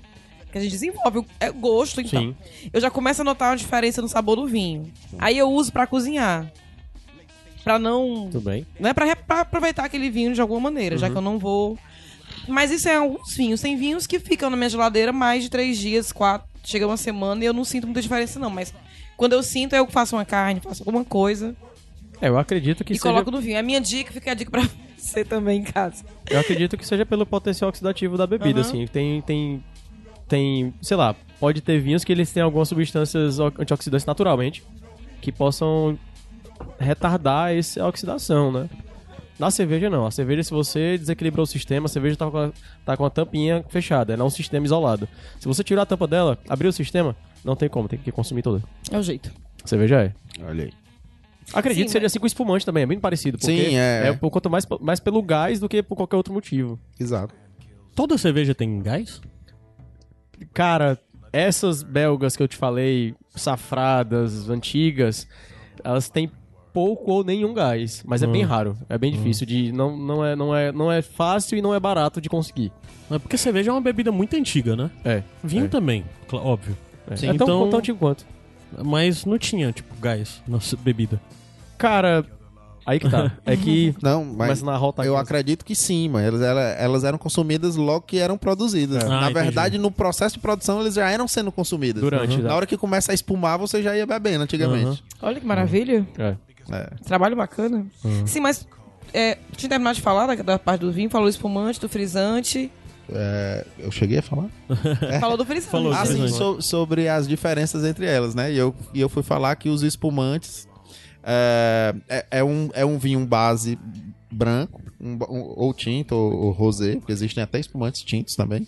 Speaker 2: Que a gente desenvolve o é o gosto, então.
Speaker 3: Sim.
Speaker 2: Eu já começo a notar uma diferença no sabor do vinho. Aí eu uso pra cozinhar. Pra não.
Speaker 3: Tudo bem.
Speaker 2: Né, pra, re- pra aproveitar aquele vinho de alguma maneira, já que eu não vou. Mas isso é alguns vinhos. Tem vinhos que ficam na minha geladeira mais de três dias, quatro, chega uma semana e eu não sinto muita diferença, não. Mas quando eu sinto, eu faço uma carne, faço alguma coisa
Speaker 3: É, eu acredito que
Speaker 2: e
Speaker 3: seja,
Speaker 2: coloco no vinho. É a minha dica, fica a dica pra você também em casa.
Speaker 3: eu acredito que seja pelo potencial oxidativo da bebida,
Speaker 2: Aham.
Speaker 3: assim. Tem tem tem, sei lá, pode ter vinhos que eles têm algumas substâncias o- antioxidantes naturalmente que possam retardar essa oxidação, né? Na cerveja não. A cerveja, se você desequilibrou o sistema, a cerveja tá com a, tá com a tampinha fechada, ela é um sistema isolado. Se você tirar a tampa dela, abrir o sistema, não tem como, tem que consumir toda.
Speaker 2: É o jeito.
Speaker 3: Cerveja é.
Speaker 1: Olha aí.
Speaker 3: Acredito
Speaker 2: Sim,
Speaker 3: que seja
Speaker 2: mas-
Speaker 3: assim com espumante também, é bem parecido. Porque
Speaker 1: Sim, é.
Speaker 3: É por conta mais, mais pelo gás do que por qualquer outro motivo.
Speaker 1: Exato.
Speaker 4: Toda cerveja tem gás?
Speaker 3: Cara, essas belgas que eu te falei, safradas, antigas, elas têm pouco ou nenhum gás, mas é bem raro, é bem difícil de não, não é não é não é fácil e não é barato de conseguir.
Speaker 4: Mas porque cerveja é uma bebida muito antiga, né?
Speaker 3: É.
Speaker 4: Vinho
Speaker 3: é,
Speaker 4: também, cla- óbvio.
Speaker 3: é.
Speaker 4: Sim,
Speaker 3: É tão,
Speaker 4: então-
Speaker 3: tão antigo quanto.
Speaker 4: Mas não tinha, tipo, gás na s- bebida.
Speaker 3: Cara, aí que tá. É que
Speaker 1: Não,
Speaker 3: mas
Speaker 1: mas
Speaker 3: na rota
Speaker 1: eu
Speaker 3: aqui-
Speaker 1: acredito que sim, mas elas, era- elas eram consumidas logo que eram produzidas.
Speaker 4: Ah,
Speaker 1: Na
Speaker 4: entendi.
Speaker 1: verdade, no processo de produção, eles já eram sendo consumidas.
Speaker 3: Durante,
Speaker 1: Uhum. Na
Speaker 3: exato.
Speaker 1: hora que começa a espumar, você já ia bebendo antigamente.
Speaker 2: Olha que maravilha.
Speaker 3: É.
Speaker 1: É.
Speaker 2: Trabalho bacana. Sim, mas é, tinha terminado de falar da, da parte do vinho, falou do espumante, do frisante.
Speaker 1: É, eu cheguei a falar?
Speaker 2: Falou do frisante. Assim,
Speaker 4: Falou do
Speaker 1: Ah, sim,
Speaker 4: frisante.
Speaker 1: so- sobre as diferenças entre elas, né? E eu, e eu fui falar que os espumantes é, é, é um, é um vinho base branco, um ba- um- ou tinto, ou, ou rosé, porque existem até espumantes tintos também,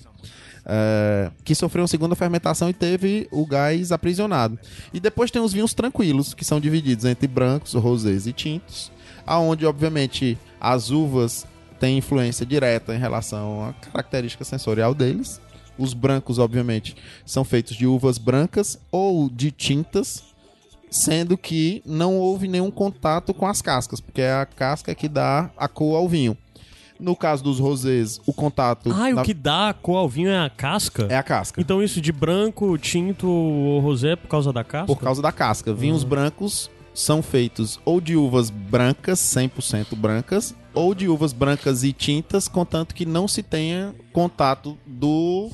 Speaker 1: é, que sofreu uma segunda fermentação e teve o gás aprisionado. E depois tem os vinhos tranquilos, que são divididos entre brancos, rosés e tintos, aonde, obviamente, as uvas têm influência direta em relação à característica sensorial deles. Os brancos, obviamente, são feitos de uvas brancas ou de tintas, sendo que não houve nenhum contato com as cascas, porque é a casca que dá a cor ao vinho. No caso dos rosés, o contato
Speaker 4: Ah, e
Speaker 1: na-
Speaker 4: o que dá a cor ao vinho é a casca?
Speaker 1: é a casca.
Speaker 4: Então isso de branco, tinto ou rosé é por causa da casca?
Speaker 1: Por causa da casca.
Speaker 2: Hum.
Speaker 1: Vinhos brancos são feitos ou de uvas brancas, 100% brancas, ou de uvas brancas e tintas, contanto que não se tenha contato do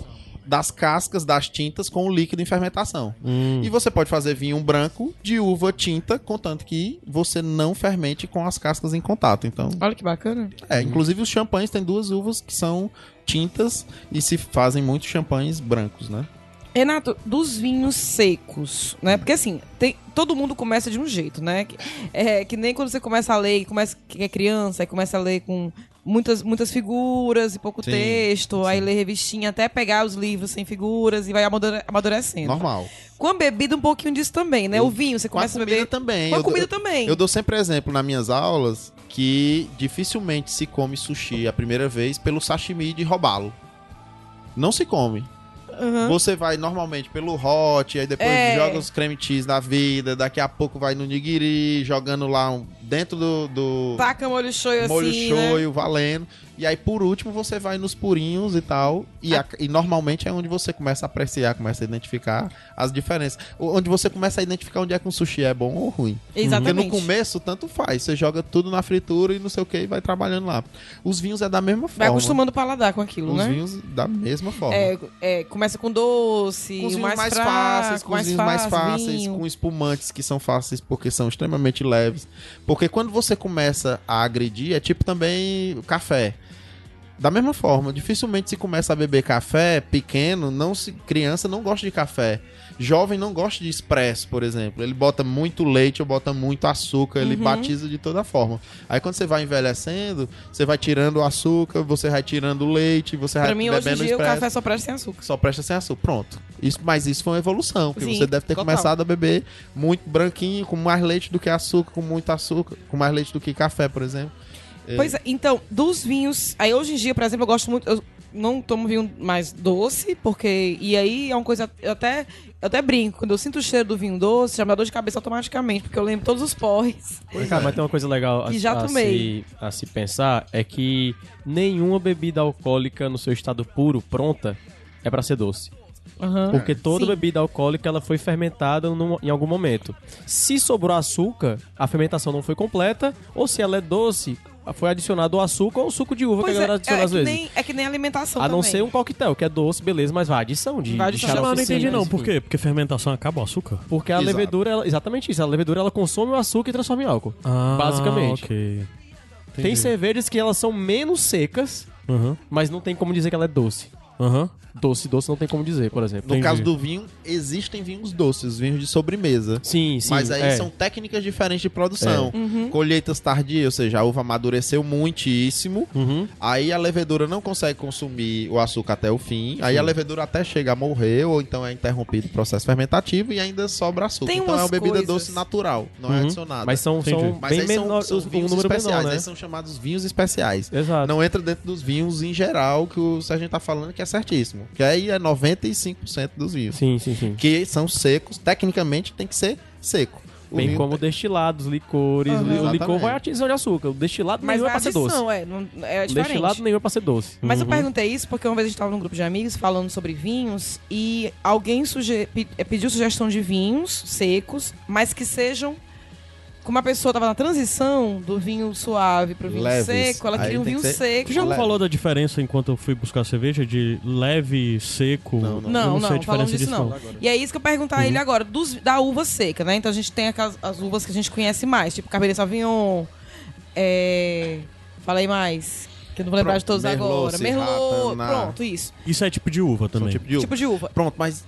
Speaker 1: das cascas das tintas com o líquido em fermentação.
Speaker 4: Hum.
Speaker 1: E você pode fazer vinho branco de uva tinta, contanto que você não fermente com as cascas em contato. Então,
Speaker 2: Olha que bacana.
Speaker 1: é, inclusive os champanhes têm duas uvas que são tintas e se fazem muitos champanhes brancos, né?
Speaker 2: Renato, dos vinhos secos, né? Porque assim, tem- todo mundo começa de um jeito, né? Que, é, que nem quando você começa a ler, começa que é criança, aí começa a ler com muitas, muitas figuras e pouco
Speaker 1: Sim,
Speaker 2: texto, aí lê revistinha até pegar os livros sem figuras e vai amadure- amadurecendo.
Speaker 1: Normal.
Speaker 2: Com a bebida, um pouquinho disso também, né?
Speaker 1: Eu-
Speaker 2: o vinho, você
Speaker 1: Com a
Speaker 2: começa a
Speaker 1: comida
Speaker 2: beber.
Speaker 1: também.
Speaker 2: Com a
Speaker 1: Eu dou-
Speaker 2: comida também.
Speaker 1: Eu dou sempre exemplo nas minhas aulas que dificilmente se come sushi a primeira vez pelo sashimi de roubá-lo. Não se come.
Speaker 2: Aham.
Speaker 1: Você vai normalmente pelo hot, aí depois
Speaker 2: É.
Speaker 1: joga os creme cheese na vida, daqui a pouco vai no nigiri, jogando lá um- dentro do, do
Speaker 2: Taca molho shoyu
Speaker 1: molho
Speaker 2: assim, né?
Speaker 1: shoyu, valendo. E aí por último você vai nos purinhos e tal.
Speaker 2: Ah.
Speaker 1: E, a- e normalmente é onde você começa a apreciar, começa a identificar as diferenças. O- Onde você começa a identificar onde é que um sushi é bom ou ruim. Porque
Speaker 2: Exatamente.
Speaker 1: no começo, tanto faz. Você joga tudo na fritura e não sei o que e vai trabalhando lá. Os vinhos é da mesma
Speaker 2: Vai
Speaker 1: forma.
Speaker 2: acostumando o paladar com aquilo,
Speaker 1: Os
Speaker 2: né?
Speaker 1: vinhos da mesma forma.
Speaker 2: É, é, começa com doce,
Speaker 1: com os
Speaker 2: o
Speaker 1: vinhos
Speaker 2: mais,
Speaker 1: mais,
Speaker 2: fraco,
Speaker 1: fáceis, com os
Speaker 2: mais
Speaker 1: vinhos mais
Speaker 2: fácil,
Speaker 1: fáceis,
Speaker 2: vinho.
Speaker 1: com espumantes que são fáceis porque são extremamente leves. Porque quando você começa a agredir, é tipo também o café. Da mesma forma, dificilmente se começa a beber café pequeno, não se criança não gosta de café. Jovem não gosta de expresso, por exemplo. Ele bota muito leite ou bota muito açúcar, ele
Speaker 2: Uhum.
Speaker 1: batiza de toda forma. Aí quando você vai envelhecendo, você vai tirando o açúcar, você vai tirando o leite, você
Speaker 2: Pra
Speaker 1: vai
Speaker 2: mim, hoje
Speaker 1: bebendo
Speaker 2: em dia, o
Speaker 1: expresso
Speaker 2: café só presta sem açúcar.
Speaker 1: só presta sem açúcar. Pronto. Isso, mas isso foi uma evolução, porque
Speaker 2: Sim,
Speaker 1: você deve ter
Speaker 2: total.
Speaker 1: começado a beber muito branquinho, com mais leite do que açúcar, com muito açúcar, com mais leite do que café, por exemplo.
Speaker 2: Pois é, então, dos vinhos. Aí hoje em dia, por exemplo, eu gosto muito. Eu não tomo vinho mais doce, porque. E aí é uma coisa. Eu até, eu até brinco. Quando eu sinto o cheiro do vinho doce, já me dá dor de cabeça automaticamente, porque eu lembro todos os porres.
Speaker 3: Cara, mas tem uma coisa legal a,
Speaker 2: Que já
Speaker 3: a
Speaker 2: tomei.
Speaker 3: se, a se pensar é que nenhuma bebida alcoólica no seu estado puro, pronta, é pra ser doce.
Speaker 2: Aham.
Speaker 3: Porque toda
Speaker 2: É. Sim.
Speaker 3: bebida alcoólica ela foi fermentada num- em algum momento. Se sobrou açúcar, a fermentação não foi completa, ou se ela é doce, foi adicionado o açúcar ou o suco de uva
Speaker 2: Pois
Speaker 3: que a
Speaker 2: é,
Speaker 3: galera adiciona
Speaker 2: é
Speaker 3: às
Speaker 2: que
Speaker 3: vezes.
Speaker 2: nem, é que nem alimentação.
Speaker 3: A não
Speaker 2: também.
Speaker 3: ser um coquetel, que é doce, beleza, mas vai adição de,
Speaker 2: Vai
Speaker 3: de
Speaker 2: adição.
Speaker 4: Mas eu
Speaker 3: xarope
Speaker 4: não
Speaker 3: sem
Speaker 1: né?
Speaker 4: entendi não,
Speaker 3: mais
Speaker 4: por
Speaker 3: coisa.
Speaker 4: quê? Porque fermentação acaba o açúcar?
Speaker 3: Porque a
Speaker 1: Exato.
Speaker 3: levedura, ela- exatamente isso, a levedura ela consome o açúcar e transforma em álcool.
Speaker 4: Ah,
Speaker 3: basicamente.
Speaker 4: ok.
Speaker 3: Tem cervejas que elas são menos secas,
Speaker 4: Aham,
Speaker 3: mas não tem como dizer que ela é doce.
Speaker 4: aham.
Speaker 3: Doce, doce não tem como dizer, por exemplo.
Speaker 1: No caso do vinho, existem vinhos doces, vinhos de sobremesa.
Speaker 3: Sim, sim.
Speaker 1: Mas aí
Speaker 3: é.
Speaker 1: são técnicas diferentes de produção.
Speaker 2: É. Uhum.
Speaker 1: Colheitas tardias, ou seja, a uva amadureceu muitíssimo,
Speaker 4: Uhum.
Speaker 1: aí a levedura não consegue consumir o açúcar até o fim, aí a levedura até chega a morrer, ou então é interrompido o processo fermentativo e ainda sobra açúcar.
Speaker 2: Tem
Speaker 1: então é
Speaker 2: umas
Speaker 1: uma bebida
Speaker 2: coisas-
Speaker 1: doce natural, não é
Speaker 4: Uhum.
Speaker 1: adicionada.
Speaker 3: Mas são,
Speaker 4: Entendi.
Speaker 3: são
Speaker 1: Mas
Speaker 3: bem
Speaker 1: aí são-
Speaker 3: menor,
Speaker 1: são,
Speaker 3: os- um
Speaker 1: vinhos
Speaker 3: número
Speaker 1: especiais,
Speaker 3: menor, né?
Speaker 1: aí são chamados vinhos especiais.
Speaker 3: Exato.
Speaker 1: Não entra dentro dos vinhos em geral que o Sérgio tá falando, que é é certíssimo. Que aí é 95% dos vinhos.
Speaker 3: Sim, sim, sim.
Speaker 1: Que são secos, tecnicamente tem que ser seco. O
Speaker 3: Bem
Speaker 1: vinho
Speaker 3: como destilados, licores.
Speaker 2: Aham.
Speaker 3: O licor
Speaker 1: Exatamente.
Speaker 3: vai a adição de açúcar. O destilado
Speaker 2: Mas
Speaker 3: nenhum
Speaker 2: não
Speaker 3: é
Speaker 2: é
Speaker 3: pra ser doce.
Speaker 2: adição, é, não- é
Speaker 3: O
Speaker 2: diferente.
Speaker 3: destilado nenhum é pra ser doce.
Speaker 2: Mas
Speaker 1: Uhum.
Speaker 2: eu perguntei isso porque uma vez a gente estava num grupo de amigos falando sobre vinhos e alguém suge- pe- eh, pediu sugestão de vinhos secos, mas que sejam. Como a pessoa estava na transição do vinho suave para o vinho
Speaker 1: Leves.
Speaker 2: seco, ela
Speaker 1: Aí
Speaker 2: queria um
Speaker 1: tem
Speaker 2: vinho
Speaker 1: que ser-
Speaker 2: seco.
Speaker 4: Tu já
Speaker 1: Leve.
Speaker 4: falou da diferença enquanto eu fui buscar cerveja de leve, seco?
Speaker 1: Não, não.
Speaker 4: Eu
Speaker 2: Não,
Speaker 4: não sei a
Speaker 2: não, falamos
Speaker 4: diferença
Speaker 2: disso não.
Speaker 1: Agora.
Speaker 2: E é isso que eu perguntar
Speaker 1: Uhum.
Speaker 2: a ele agora, dos- da uva seca, né? Então a gente tem aquelas as uvas que a gente conhece mais, tipo Cabernet Sauvignon, é... Falei mais, que eu não vou lembrar de todos
Speaker 1: Pronto, Merlot,
Speaker 2: agora. Merlot,
Speaker 1: Serrata, Na-
Speaker 2: pronto, isso.
Speaker 4: Isso é tipo de uva
Speaker 1: são
Speaker 4: também.
Speaker 1: tipo de uva.
Speaker 2: Tipo de uva.
Speaker 1: Pronto, mas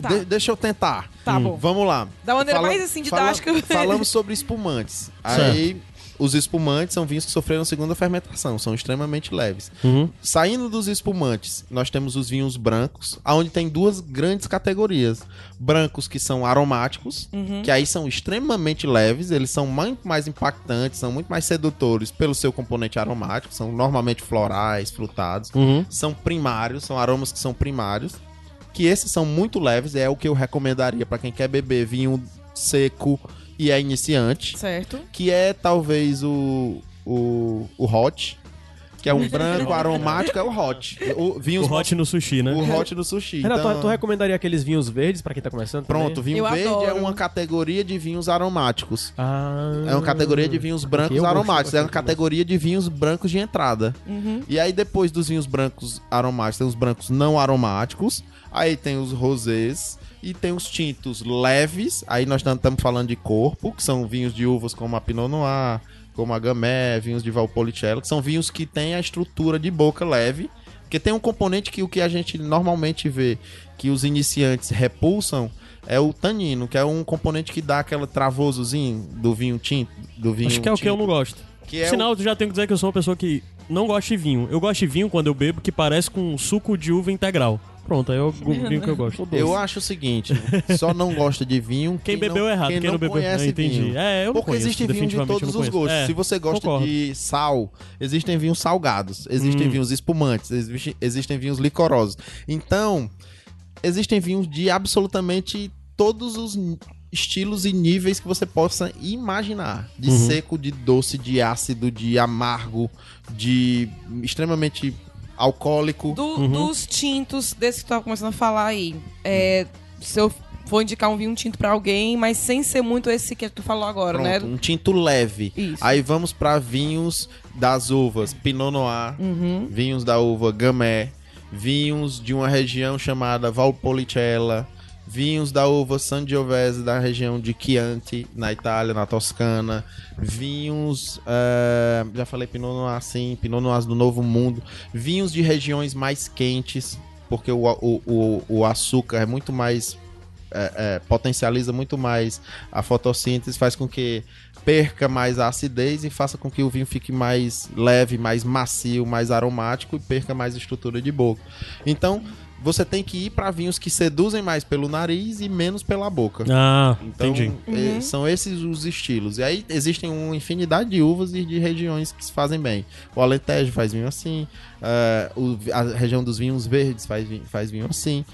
Speaker 2: Tá.
Speaker 1: de- deixa eu tentar.
Speaker 2: Tá bom.
Speaker 1: Vamos lá.
Speaker 2: Da maneira
Speaker 1: Fala-
Speaker 2: mais, assim,
Speaker 1: fala-
Speaker 2: didática.
Speaker 1: falamos sobre espumantes. Aí, os espumantes são vinhos que sofreram segunda fermentação, são extremamente leves.
Speaker 4: Uhum.
Speaker 1: Saindo dos espumantes, nós temos os vinhos brancos, onde tem duas grandes categorias. Brancos que são aromáticos,
Speaker 2: Uhum.
Speaker 1: que aí são extremamente leves, eles são muito mais impactantes, são muito mais sedutores pelo seu componente aromático, são normalmente florais, frutados
Speaker 4: Uhum.
Speaker 1: são primários, são aromas que são primários, que esses são muito leves, é o que eu recomendaria pra quem quer beber vinho seco e é iniciante,
Speaker 2: Certo.
Speaker 1: que é talvez o o, o hot, que é um branco aromático, é o hot. O vinho
Speaker 4: O hot no sushi, né?
Speaker 1: o hot do sushi.
Speaker 3: Renato,
Speaker 1: então,
Speaker 3: tu, tu recomendaria aqueles vinhos verdes pra quem tá começando? também?
Speaker 1: pronto, vinho
Speaker 2: Eu
Speaker 1: verde é
Speaker 2: adoro.
Speaker 1: uma categoria de vinhos aromáticos.
Speaker 3: Ah,
Speaker 1: É uma categoria de vinhos brancos
Speaker 3: eu gosto
Speaker 1: aromáticos, é uma
Speaker 3: bastante também.
Speaker 1: categoria de vinhos brancos de entrada.
Speaker 2: Uhum.
Speaker 1: E aí depois dos vinhos brancos aromáticos, tem os brancos não aromáticos, aí tem os rosés e tem os tintos leves, aí nós estamos falando de corpo, que são vinhos de uvas como a Pinot Noir, como a Gamay, vinhos de Valpolicella, que são vinhos que têm a estrutura de boca leve, porque tem um componente que o que a gente normalmente vê que os iniciantes repulsam é o tanino, que é um componente que dá aquele travosozinho do vinho tinto, do vinho
Speaker 4: Acho que é o que eu não gosto.
Speaker 1: que é o-
Speaker 4: Sinal, tu já tenho que dizer que eu sou uma pessoa que não gosta de vinho. Eu gosto de vinho quando eu bebo que parece com um suco de uva integral. Pronto, aí é o vinho que eu gosto.
Speaker 1: Eu acho o seguinte, só não gosta de vinho
Speaker 4: Quem bebeu
Speaker 1: não,
Speaker 4: errado, quem, não, bebeu
Speaker 1: conhece
Speaker 4: é, entendi.
Speaker 1: vinho.
Speaker 4: É, eu não
Speaker 1: Porque
Speaker 4: conheço,
Speaker 1: existe vinho de
Speaker 4: definitivamente eu
Speaker 1: todos
Speaker 4: não
Speaker 1: os
Speaker 4: conheço.
Speaker 1: gostos.
Speaker 4: É,
Speaker 1: Se você gosta
Speaker 4: concordo.
Speaker 1: de sal, existem vinhos salgados, existem
Speaker 4: Hum.
Speaker 1: vinhos espumantes, existe- existem vinhos licorosos. Então, existem vinhos de absolutamente todos os n- estilos e níveis que você possa imaginar. De
Speaker 4: Uhum.
Speaker 1: seco, de doce, de ácido, de amargo, de extremamente alcoólico.
Speaker 2: Do-
Speaker 4: Uhum.
Speaker 2: Dos tintos, desse que tu tava começando a falar aí, é, se eu for indicar um vinho tinto pra alguém, mas sem ser muito esse que tu falou agora,
Speaker 1: Pronto,
Speaker 2: né?
Speaker 1: um tinto leve.
Speaker 2: Isso.
Speaker 1: Aí vamos para vinhos das uvas, Pinot Noir,
Speaker 2: Uhum.
Speaker 1: vinhos da uva Gamay, vinhos de uma região chamada Valpolicella, vinhos da uva Sangiovese da região de Chianti, na Itália, na Toscana, vinhos, eh, já falei Pinot Noir sim, Pinot Noir do Novo Mundo, vinhos de regiões mais quentes, porque o, a- o, o, o açúcar é muito mais é, é, potencializa muito mais a fotossíntese, faz com que perca mais a acidez e faça com que o vinho fique mais leve, mais macio, mais aromático e perca mais estrutura de boca. Então, você tem que ir para vinhos que seduzem mais pelo nariz e menos pela boca.
Speaker 4: Ah,
Speaker 1: Então,
Speaker 4: entendi.
Speaker 1: eh,
Speaker 2: Uhum.
Speaker 1: são esses os estilos. E aí existem uma infinidade de uvas e de regiões que se fazem bem. O Alentejo faz vinho assim, ah, o- a região dos vinhos verdes faz, vinho- faz vinho assim,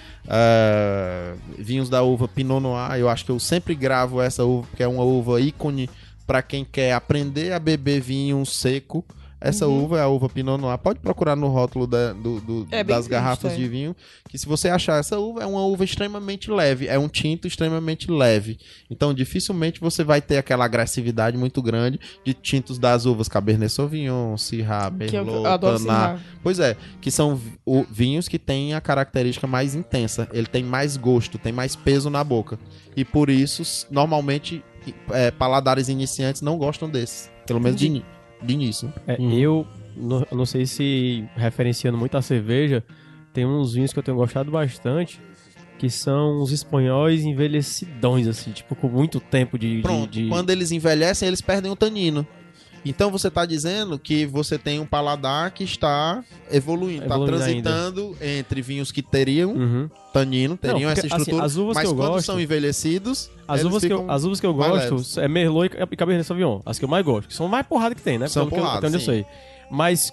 Speaker 1: ah, vinhos da uva Pinot Noir, eu acho que eu sempre gravo essa uva, porque é uma uva ícone para quem quer aprender a beber vinho seco. Essa uva é a uva Pinot Noir. Pode procurar no rótulo da- do- do-
Speaker 2: Uhum. É bem
Speaker 1: das
Speaker 2: visto,
Speaker 1: garrafas
Speaker 2: é.
Speaker 1: de vinho, que se você achar essa uva, é uma uva extremamente leve, é um tinto extremamente leve. Então, dificilmente você vai ter aquela agressividade muito grande de tintos das uvas Cabernet Sauvignon, Syrah,
Speaker 2: Que eu,
Speaker 1: Merlot,
Speaker 2: eu adoro
Speaker 1: Tanat.
Speaker 2: esse
Speaker 1: Pois é, que são vi- o- vinhos que têm a característica mais intensa. Ele tem mais gosto, tem mais peso na boca. E por isso, s- normalmente, i- é, paladares iniciantes não gostam desses. Pelo menos de, ini- de início.
Speaker 3: É,
Speaker 4: Hum.
Speaker 3: Eu no- eu não sei se referenciando muito a cerveja, tem uns vinhos que eu tenho gostado bastante, que são os espanhóis envelhecidões, assim, tipo, com muito tempo de. de-
Speaker 1: Pronto,
Speaker 3: de-
Speaker 1: quando eles envelhecem, eles perdem o tanino. Então você está dizendo que você tem um paladar que está evoluindo, está
Speaker 3: Evoluindo ainda.
Speaker 1: transitando entre vinhos que teriam
Speaker 3: Uhum.
Speaker 1: tanino, teriam
Speaker 3: Não,
Speaker 1: essa
Speaker 3: porque, assim,
Speaker 1: estrutura,
Speaker 3: as uvas
Speaker 1: mas
Speaker 3: que eu
Speaker 1: quando
Speaker 3: gosto-
Speaker 1: são envelhecidos,
Speaker 3: As
Speaker 1: eles
Speaker 3: uvas, que eu,
Speaker 1: ficam
Speaker 3: as uvas que eu
Speaker 1: mais
Speaker 3: gosto
Speaker 1: leves.
Speaker 3: é Merlot e Cab- e Cabernet Sauvignon. As que eu mais gosto, que são mais porrada que tem, né?
Speaker 1: São
Speaker 3: Pelo que eu-
Speaker 1: porrada,
Speaker 3: até onde eu
Speaker 1: sim.
Speaker 3: sei. Mas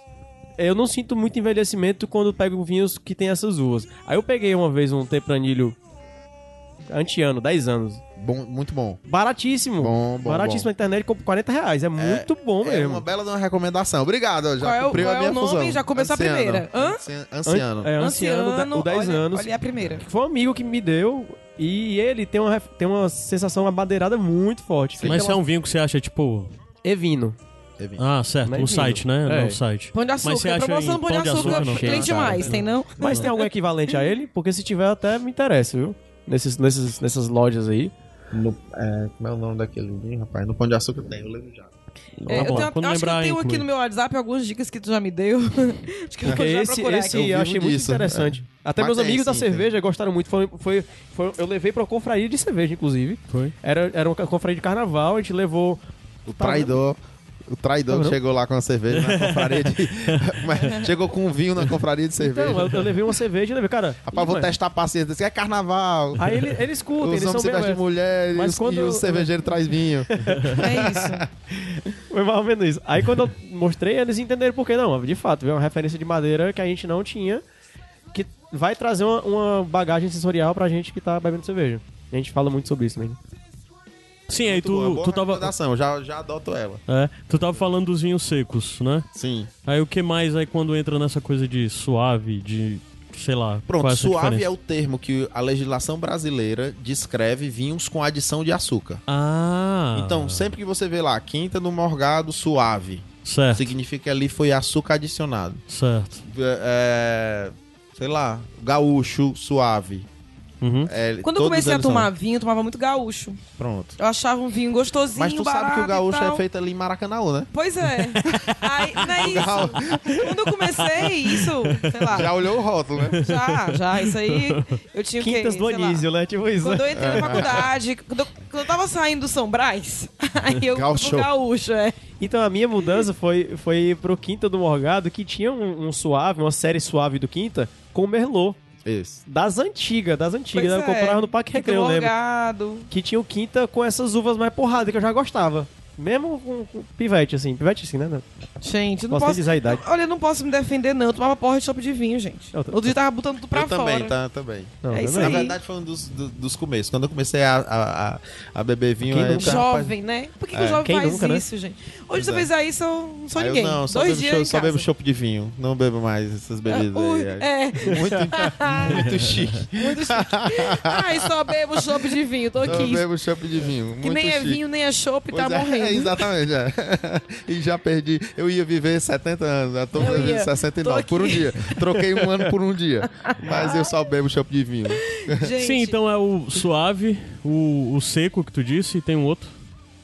Speaker 3: eu não sinto muito envelhecimento quando eu pego vinhos que tem essas uvas. Aí eu peguei uma vez um tempranilho antiano, 10 anos.
Speaker 1: Bom, muito bom.
Speaker 3: Baratíssimo.
Speaker 1: Bom, bom,
Speaker 3: Baratíssimo na internet, compro 40 reais. É, muito bom
Speaker 1: É
Speaker 3: mesmo.
Speaker 1: uma bela de uma recomendação. Obrigado, ó, já
Speaker 2: Qual é o-
Speaker 1: cumpriu
Speaker 2: qual
Speaker 1: a
Speaker 2: é
Speaker 1: minha
Speaker 2: o nome?
Speaker 1: fusão.
Speaker 2: Já começou a
Speaker 1: Anciano.
Speaker 2: primeira. Hã?
Speaker 1: Anci- Anciano.
Speaker 3: An- É, anciano, da- o 10
Speaker 2: olha-
Speaker 3: anos.
Speaker 2: Olha a primeira.
Speaker 3: Foi um amigo que me deu e ele tem uma, ref- tem uma sensação amadeirada muito forte. Fica
Speaker 4: Mas se é
Speaker 2: Então,
Speaker 3: uma-
Speaker 4: um vinho que você acha, tipo.
Speaker 3: Evino.
Speaker 1: Teve-
Speaker 4: Ah, certo,
Speaker 3: Não é
Speaker 4: no
Speaker 3: vinho.
Speaker 4: site, né?
Speaker 3: É.
Speaker 4: No site.
Speaker 2: Pão de
Speaker 4: Mas você
Speaker 2: açúcar.
Speaker 4: acha
Speaker 2: Promoção
Speaker 4: em
Speaker 2: pão de açúcar,
Speaker 4: não?
Speaker 2: tem demais, tem não?
Speaker 3: Mas tem algum equivalente a ele? Porque se tiver, até me interessa, viu? Nesses, nesses, nessas lojas aí.
Speaker 1: No- é, como é o nome daquele vinho, rapaz? No Pão de Açúcar tem, eu lembro já.
Speaker 2: É, eu
Speaker 4: Tá bom,
Speaker 2: tenho,
Speaker 4: quando
Speaker 2: acho que eu
Speaker 4: lembrar,
Speaker 2: tenho aqui
Speaker 4: inclui.
Speaker 2: no meu WhatsApp algumas dicas que tu já me deu. acho que eu vou
Speaker 3: Porque
Speaker 2: já
Speaker 3: É esse,
Speaker 2: procurar
Speaker 3: esse
Speaker 2: aqui.
Speaker 1: aqui.
Speaker 3: eu
Speaker 1: Eu
Speaker 3: achei
Speaker 1: vivo
Speaker 3: muito
Speaker 1: disso, né? É.
Speaker 3: interessante. Até
Speaker 1: Mas
Speaker 3: meus
Speaker 1: tem,
Speaker 3: amigos da
Speaker 1: sim,
Speaker 3: cerveja gostaram muito. Foi, foi, foi- eu levei pra uma confraria de cerveja, inclusive.
Speaker 4: Foi.
Speaker 3: Era, era uma confraria de carnaval, a gente levou.
Speaker 1: O traidor. O traidor que
Speaker 3: Não.
Speaker 1: chegou lá com a cerveja na confraria de. Mas chegou com um vinho na confraria de cerveja.
Speaker 3: Então, eu, eu levei uma cerveja e levei, cara.
Speaker 1: Rapaz, vou
Speaker 3: ué.
Speaker 1: testar a paciência. Isso é carnaval.
Speaker 3: Aí ele- eles escutam,
Speaker 1: os
Speaker 3: eles são
Speaker 1: homens se
Speaker 3: bem.
Speaker 1: vestem de mulher
Speaker 3: Mas
Speaker 1: e, os,
Speaker 3: quando-
Speaker 1: e o cervejeiro traz vinho.
Speaker 2: É isso.
Speaker 3: Foi mais ou menos isso. Aí quando eu mostrei, eles entenderam por que não. De fato, é uma referência de madeira que a gente não tinha, que vai trazer uma, uma bagagem sensorial pra gente que tá bebendo cerveja. A gente fala muito sobre isso né? mesmo.
Speaker 4: Sim, aí
Speaker 1: Muito boa,
Speaker 4: tu,
Speaker 1: boa
Speaker 4: tu tava.
Speaker 1: recomendação, eu já, já adoto ela.
Speaker 4: É, tu tava falando dos vinhos secos, né?
Speaker 1: Sim.
Speaker 4: Aí o que mais aí quando entra nessa coisa de suave, de sei lá.
Speaker 1: Pronto,
Speaker 4: qual é essa
Speaker 1: suave é
Speaker 4: diferença?
Speaker 1: o termo que a legislação brasileira descreve vinhos com adição de açúcar.
Speaker 4: Ah.
Speaker 1: é- Então, sempre que você vê lá, quinta do morgado, suave,
Speaker 4: certo,
Speaker 1: significa que ali foi açúcar adicionado.
Speaker 4: certo.
Speaker 1: É, é, sei lá, gaúcho, suave.
Speaker 4: Uhum.
Speaker 1: É,
Speaker 2: Quando eu
Speaker 1: todos
Speaker 2: comecei a
Speaker 1: eles são.
Speaker 2: tomar vinho, eu tomava muito gaúcho.
Speaker 1: Pronto.
Speaker 2: Eu achava um vinho gostosinho,
Speaker 1: Mas tu
Speaker 2: barato
Speaker 1: sabe que o
Speaker 2: e
Speaker 1: gaúcho
Speaker 2: tal.
Speaker 1: é feito ali em Maracanãú, né?
Speaker 2: Pois é. Aí, não é isso. Quando eu comecei, isso, sei lá.
Speaker 1: Já olhou o rótulo, né?
Speaker 2: Já, já. Isso aí, eu tinha o quê?
Speaker 3: Quintas do
Speaker 2: Sei lá.
Speaker 3: Anísio, né? Tipo isso, né?
Speaker 2: Quando eu entrei na faculdade, quando eu, quando eu tava saindo do São Brás, aí eu
Speaker 1: Gaúcho.
Speaker 2: fui pro gaúcho, é.
Speaker 3: Então a minha mudança foi, foi pro Quinta do Morgado, que tinha um, um suave, uma série suave do Quinta, com Merlot.
Speaker 1: Isso.
Speaker 3: Das antigas, das antigas.
Speaker 2: Pois
Speaker 3: né? Eu
Speaker 2: é.
Speaker 3: comprava no Parque
Speaker 2: Quinta
Speaker 3: Recreio, eu lembro.
Speaker 2: Morgado.
Speaker 3: que tinha o Quinta com essas uvas mais porrada que eu já gostava. Mesmo com, com pivete, assim. Pivete assim, né? Não.
Speaker 2: Gente, eu não
Speaker 3: Posso nem
Speaker 2: posso.
Speaker 3: dizer a idade.
Speaker 2: Olha, eu não posso me defender, não. Eu tomava porra de chope de vinho, gente.
Speaker 3: Eu tô-
Speaker 2: Outro dia eu tava botando tudo pra
Speaker 1: eu
Speaker 2: fora.
Speaker 1: também, tá, também.
Speaker 3: Não,
Speaker 2: É
Speaker 3: eu
Speaker 2: isso
Speaker 3: não.
Speaker 1: Na
Speaker 2: aí.
Speaker 1: verdade, foi um dos, do- dos começos. Quando eu comecei a, a, a- a beber vinho,
Speaker 3: Quem
Speaker 1: aí eu
Speaker 3: nunca?
Speaker 1: tava-
Speaker 2: Jovem, né? Por que, que
Speaker 1: É,
Speaker 2: o jovem
Speaker 3: quem
Speaker 2: faz
Speaker 3: nunca, né?
Speaker 2: isso, gente? Hoje
Speaker 1: Pois
Speaker 2: você
Speaker 1: é.
Speaker 2: fez aí, só, não sou
Speaker 1: Aí eu
Speaker 2: ninguém.
Speaker 1: não, só
Speaker 2: Dois
Speaker 1: bebo,
Speaker 2: dias
Speaker 1: cho-
Speaker 2: em
Speaker 1: só
Speaker 2: casa.
Speaker 1: bebo chopp de vinho. Não bebo mais essas bebidas
Speaker 2: Ui,
Speaker 1: aí.
Speaker 2: é,
Speaker 1: Muito, muito chique.
Speaker 2: muito chique. Ai, só bebo chope de vinho, tô
Speaker 1: Não
Speaker 2: aqui.
Speaker 1: bebo chopp de vinho.
Speaker 2: Que
Speaker 1: muito
Speaker 2: nem é
Speaker 1: chique.
Speaker 2: vinho, nem é chope, tá
Speaker 1: Pois é,
Speaker 2: morrendo.
Speaker 1: exatamente. é. E já perdi. Eu ia viver 70 anos, já tô
Speaker 2: Eu
Speaker 1: vivendo
Speaker 2: ia,
Speaker 1: 69
Speaker 2: tô
Speaker 1: por um
Speaker 2: aqui.
Speaker 1: dia. Troquei um ano por um dia. Mas eu só bebo chopp de vinho.
Speaker 2: Gente,
Speaker 4: Sim, então é o suave, o, o seco que tu disse e tem um outro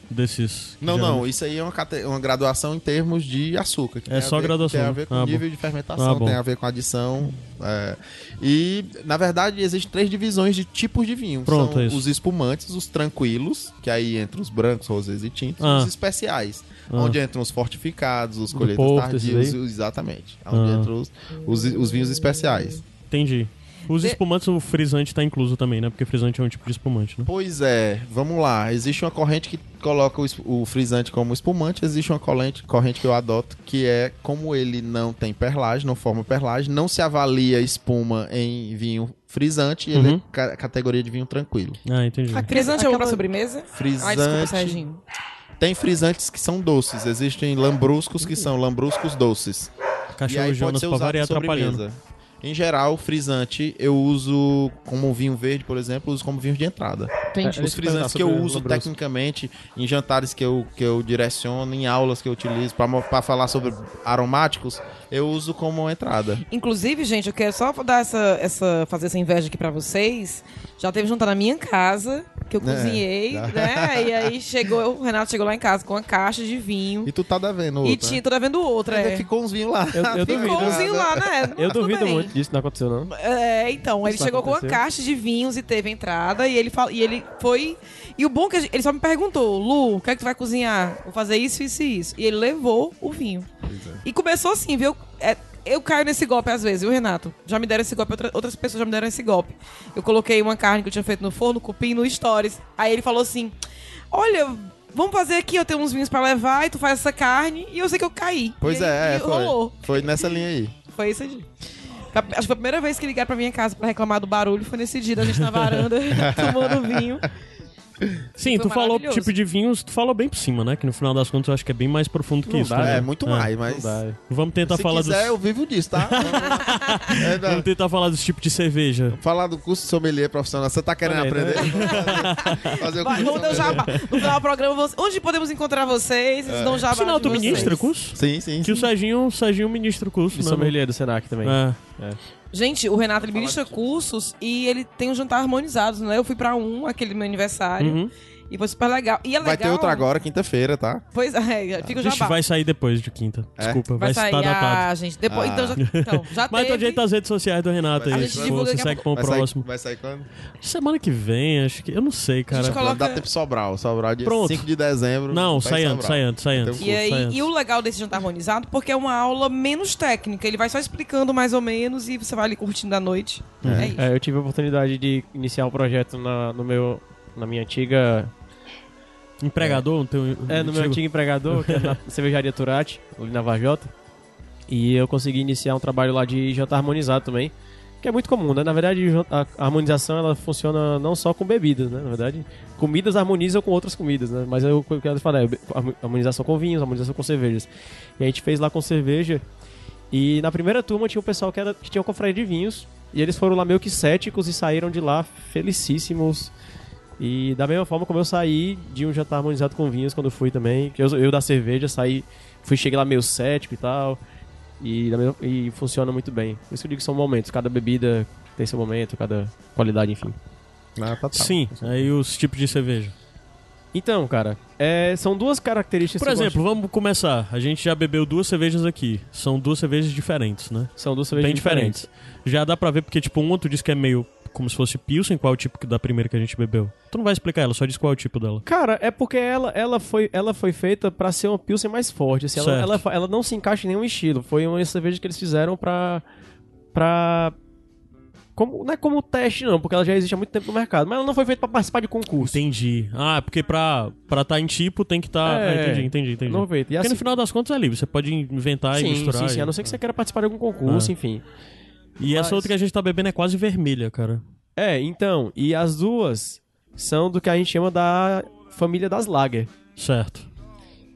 Speaker 4: desses. que
Speaker 1: Não,
Speaker 4: já-
Speaker 1: não, isso aí é uma, cate- uma graduação em termos de açúcar. que
Speaker 4: É
Speaker 1: tem a
Speaker 4: só
Speaker 1: ver-
Speaker 4: graduação.
Speaker 1: Tem a ver com
Speaker 4: Ah, bom.
Speaker 1: nível de
Speaker 4: Ah,
Speaker 1: fermentação,
Speaker 4: bom.
Speaker 1: tem a ver com adição. é. E, na verdade, existem três divisões de tipos de vinho.
Speaker 4: Pronto,
Speaker 1: São
Speaker 4: é isso.
Speaker 1: os espumantes, os tranquilos, que aí entram os brancos, rosés e tintos,
Speaker 4: Ah.
Speaker 1: e os especiais,
Speaker 4: Ah.
Speaker 1: onde entram os fortificados, os colheitas
Speaker 3: Porto, esses
Speaker 1: tardios,
Speaker 3: aí?
Speaker 1: exatamente. Onde
Speaker 4: Ah.
Speaker 1: entram os, os- os vinhos especiais.
Speaker 4: Entendi. Os
Speaker 2: De-
Speaker 4: espumantes, o frisante tá incluso também, né? Porque frisante é um tipo de espumante, né?
Speaker 1: Pois é, vamos lá. Existe uma corrente que coloca o, es- o frisante como espumante, existe uma corrente, corrente que eu adoto, que é como ele não tem perlagem, não forma perlagem, não se avalia espuma em vinho frisante, ele
Speaker 4: Uhum.
Speaker 1: é ca- categoria de vinho tranquilo.
Speaker 4: Ah, entendi.
Speaker 2: Crisante é uma pra sobremesa? Ai, desculpa,
Speaker 1: Frisante.
Speaker 2: Serginho.
Speaker 1: Tem frisantes que são doces, existem lambruscos que são lambruscos doces. e
Speaker 4: Cachorro
Speaker 1: aí pode
Speaker 4: Jonas
Speaker 1: ser
Speaker 4: pra
Speaker 1: usado em
Speaker 4: variar atrapalhando.
Speaker 1: sobremesa. Em geral, frisante eu uso como vinho verde, por exemplo, eu uso como vinho de entrada.
Speaker 2: Entendi.
Speaker 3: É,
Speaker 1: Tipo, Os frisantes que eu uso tecnicamente em jantares que eu, que eu direciono, em aulas que eu utilizo para falar sobre aromáticos, eu uso como entrada.
Speaker 2: Inclusive, gente, eu quero só dar essa, essa, fazer essa inveja aqui pra vocês. Já teve jantar na minha casa, que eu
Speaker 1: É,
Speaker 2: cozinhei,
Speaker 1: tá.
Speaker 2: né? E aí chegou, o Renato chegou lá em casa com uma caixa de vinho.
Speaker 1: E tu tá devendo
Speaker 2: E,
Speaker 1: outra,
Speaker 2: tinha,
Speaker 1: né?
Speaker 2: tô devendo outra,
Speaker 1: Ainda
Speaker 2: é.
Speaker 1: Ficou uns vinhos lá.
Speaker 3: Eu-
Speaker 1: Ficou
Speaker 3: eu duvido.
Speaker 2: Ficou
Speaker 1: nada.
Speaker 2: umzinho lá, né? Mas
Speaker 3: Eu
Speaker 2: tudo
Speaker 3: duvido
Speaker 2: bem.
Speaker 3: muito disso, não aconteceu, não.
Speaker 2: É, então, ele
Speaker 3: Isso
Speaker 2: chegou com uma
Speaker 3: aconteceu.
Speaker 2: caixa de vinhos e teve entrada e ele, fal- e ele foi. E o bom é que a gente- ele só me perguntou, Lu, o que é que tu vai cozinhar? Vou fazer isso, isso e isso. E ele levou o vinho.
Speaker 1: é.
Speaker 2: E começou assim, viu? É, eu caio nesse golpe às vezes, viu, Renato? Já me deram esse golpe, outra- outras pessoas já me deram esse golpe. Eu coloquei uma carne que eu tinha feito no forno, cupim, no Stories. Aí ele falou assim: Olha, Vamos fazer aqui, eu tenho uns vinhos pra levar e tu faz essa carne. E eu sei que eu caí.
Speaker 1: Pois
Speaker 2: E aí-
Speaker 1: é,
Speaker 2: e
Speaker 1: é, foi.
Speaker 2: rolou.
Speaker 1: Foi nessa linha aí.
Speaker 2: Foi esse dia. Acho que foi a primeira vez que ligaram pra minha casa pra reclamar do barulho. Foi nesse dia, da gente na varanda, tomando vinho.
Speaker 4: Sim,
Speaker 2: Foi
Speaker 4: tu falou
Speaker 2: maravilhoso.
Speaker 4: tipo de vinhos, tu falou bem por cima, né? Que no final das contas eu acho que é bem mais profundo que
Speaker 3: Não
Speaker 4: isso.
Speaker 3: dá,
Speaker 4: né?
Speaker 1: É, muito mais, mas.
Speaker 3: Vai.
Speaker 4: Vamos tentar
Speaker 1: Se
Speaker 4: falar
Speaker 1: quiser,
Speaker 4: Então dos. Então-
Speaker 1: eu vivo disso, tá? É, não.
Speaker 4: Vamos tentar falar dos tipos de cerveja.
Speaker 1: Falar do curso de sommelier profissional, você tá querendo
Speaker 4: Olha aí,
Speaker 1: aprender? Fazer, fazer o
Speaker 2: Vai,
Speaker 1: curso
Speaker 2: vamos dar um
Speaker 1: de
Speaker 2: jabá. No final do programa, você- onde podemos encontrar vocês? Vocês dão um jabá.
Speaker 4: Sinal,
Speaker 2: de
Speaker 4: tu
Speaker 2: vocês.
Speaker 4: ministra o curso?
Speaker 1: Sim, sim.
Speaker 4: Que o Serginho, o Serginho ministra o curso,
Speaker 3: E
Speaker 4: né?
Speaker 3: sommelier do Senac também.
Speaker 4: É.
Speaker 2: Gente, o Renato ele ministra cursos e ele tem um jantar harmonizado, né? Eu fui pra um, aquele meu aniversário,
Speaker 4: Uhum.
Speaker 2: e foi super legal. E é legal.
Speaker 1: Vai ter outro agora, quinta-feira, tá?
Speaker 2: Pois é, fica o
Speaker 4: Vixe,
Speaker 2: jabá.
Speaker 4: vai sair depois de quinta.
Speaker 1: É.
Speaker 4: Desculpa,
Speaker 2: Vai
Speaker 4: vai, estar
Speaker 2: sair.
Speaker 4: datado.
Speaker 2: Ah, gente, depois.
Speaker 1: Ah.
Speaker 2: Então já, então, já
Speaker 4: Mas tu
Speaker 2: teve.
Speaker 4: ajeita as redes sociais do Renato
Speaker 1: A
Speaker 4: aí.
Speaker 1: gente
Speaker 4: se
Speaker 2: divulga
Speaker 4: Você
Speaker 2: daqui a
Speaker 4: segue com o
Speaker 1: Vai sair-
Speaker 4: próximo.
Speaker 1: vai sair quando?
Speaker 4: Semana que vem, acho que. Eu não sei,
Speaker 2: A
Speaker 4: cara.
Speaker 2: gente coloca-
Speaker 1: Dá tempo Sobral. Sobral dia
Speaker 4: Pronto.
Speaker 1: 5 de dezembro. tá
Speaker 4: Não,
Speaker 1: em
Speaker 4: sai antes,
Speaker 1: Sobral.
Speaker 4: sai
Speaker 3: um
Speaker 4: antes, sai antes.
Speaker 2: E, aí,
Speaker 4: sai antes.
Speaker 2: e o legal desse jantar harmonizado, porque é uma aula menos técnica. Ele vai só explicando mais ou menos e você vai ali curtindo à noite. É, isso.
Speaker 3: É, eu tive a oportunidade de iniciar um projeto na, no meu, na minha antiga.
Speaker 4: Empregador, um teu.
Speaker 3: É, no meu
Speaker 4: Tipo-
Speaker 3: antigo empregador, que era na cervejaria Turati, ali na Vajota. E eu consegui iniciar um trabalho lá de jantar harmonizado também. Que é muito comum, né? Na verdade, o jan- a a harmonização ela funciona não só com bebidas, né? Na verdade, comidas harmonizam com outras comidas, né? Mas eu eu quero falar, é, be- harmo- harmonização com vinhos, harmonização com cervejas. E a gente fez lá com cerveja. E na primeira turma tinha um pessoal que, era, que tinha uma confraria de vinhos. E eles foram lá meio que céticos e saíram de lá felicíssimos. E da mesma forma como eu saí de um jantar harmonizado com vinhos quando eu fui também. Que eu, eu da cerveja saí, fui cheguei lá meio cético e tal. E, da mesma- e funciona muito bem. Por isso que eu digo que são momentos. Cada bebida tem seu momento, cada qualidade, enfim.
Speaker 1: Ah, tá, tá.
Speaker 4: Sim, aí os tipos de cerveja.
Speaker 3: Então, cara, é, são duas características.
Speaker 4: Por
Speaker 3: que eu
Speaker 4: exemplo, vamos começar. A gente já bebeu duas cervejas aqui. São duas cervejas diferentes, né?
Speaker 3: gosto. são duas cervejas
Speaker 4: Bem diferentes. Já dá pra ver, porque, tipo, um tu diz que é meio como se fosse Pilsen, qual é o tipo que- da primeira que a gente bebeu. Tu não vai explicar ela, só diz qual é o tipo dela.
Speaker 3: Cara, é porque ela, ela, foi, ela foi feita pra ser uma pilsen mais forte. assim, ela,
Speaker 4: Certo.
Speaker 3: ela, fa- ela não se encaixa em nenhum estilo. Foi uma cerveja que eles fizeram pra. pra. Como, não é como teste, não, porque ela já existe há muito tempo no mercado. Mas ela não foi feita pra participar de concurso.
Speaker 4: Entendi. Ah, porque pra estar tá em tipo tem que estar. Tá...
Speaker 3: É.
Speaker 4: Ah, entendi, entendi, entendi.
Speaker 3: Não foi feita. E
Speaker 4: Porque
Speaker 3: assim,
Speaker 4: no final das contas é livre, você pode inventar e
Speaker 3: sim,
Speaker 4: misturar.
Speaker 3: sim, sim,
Speaker 4: e...
Speaker 3: a não ser que você queira participar de algum concurso,
Speaker 4: Ah.
Speaker 3: enfim.
Speaker 4: E essa
Speaker 3: Mas-
Speaker 4: outra que a gente tá bebendo é quase vermelha, cara.
Speaker 3: É, então, e as duas são do que a gente chama da família das Lager.
Speaker 4: Certo.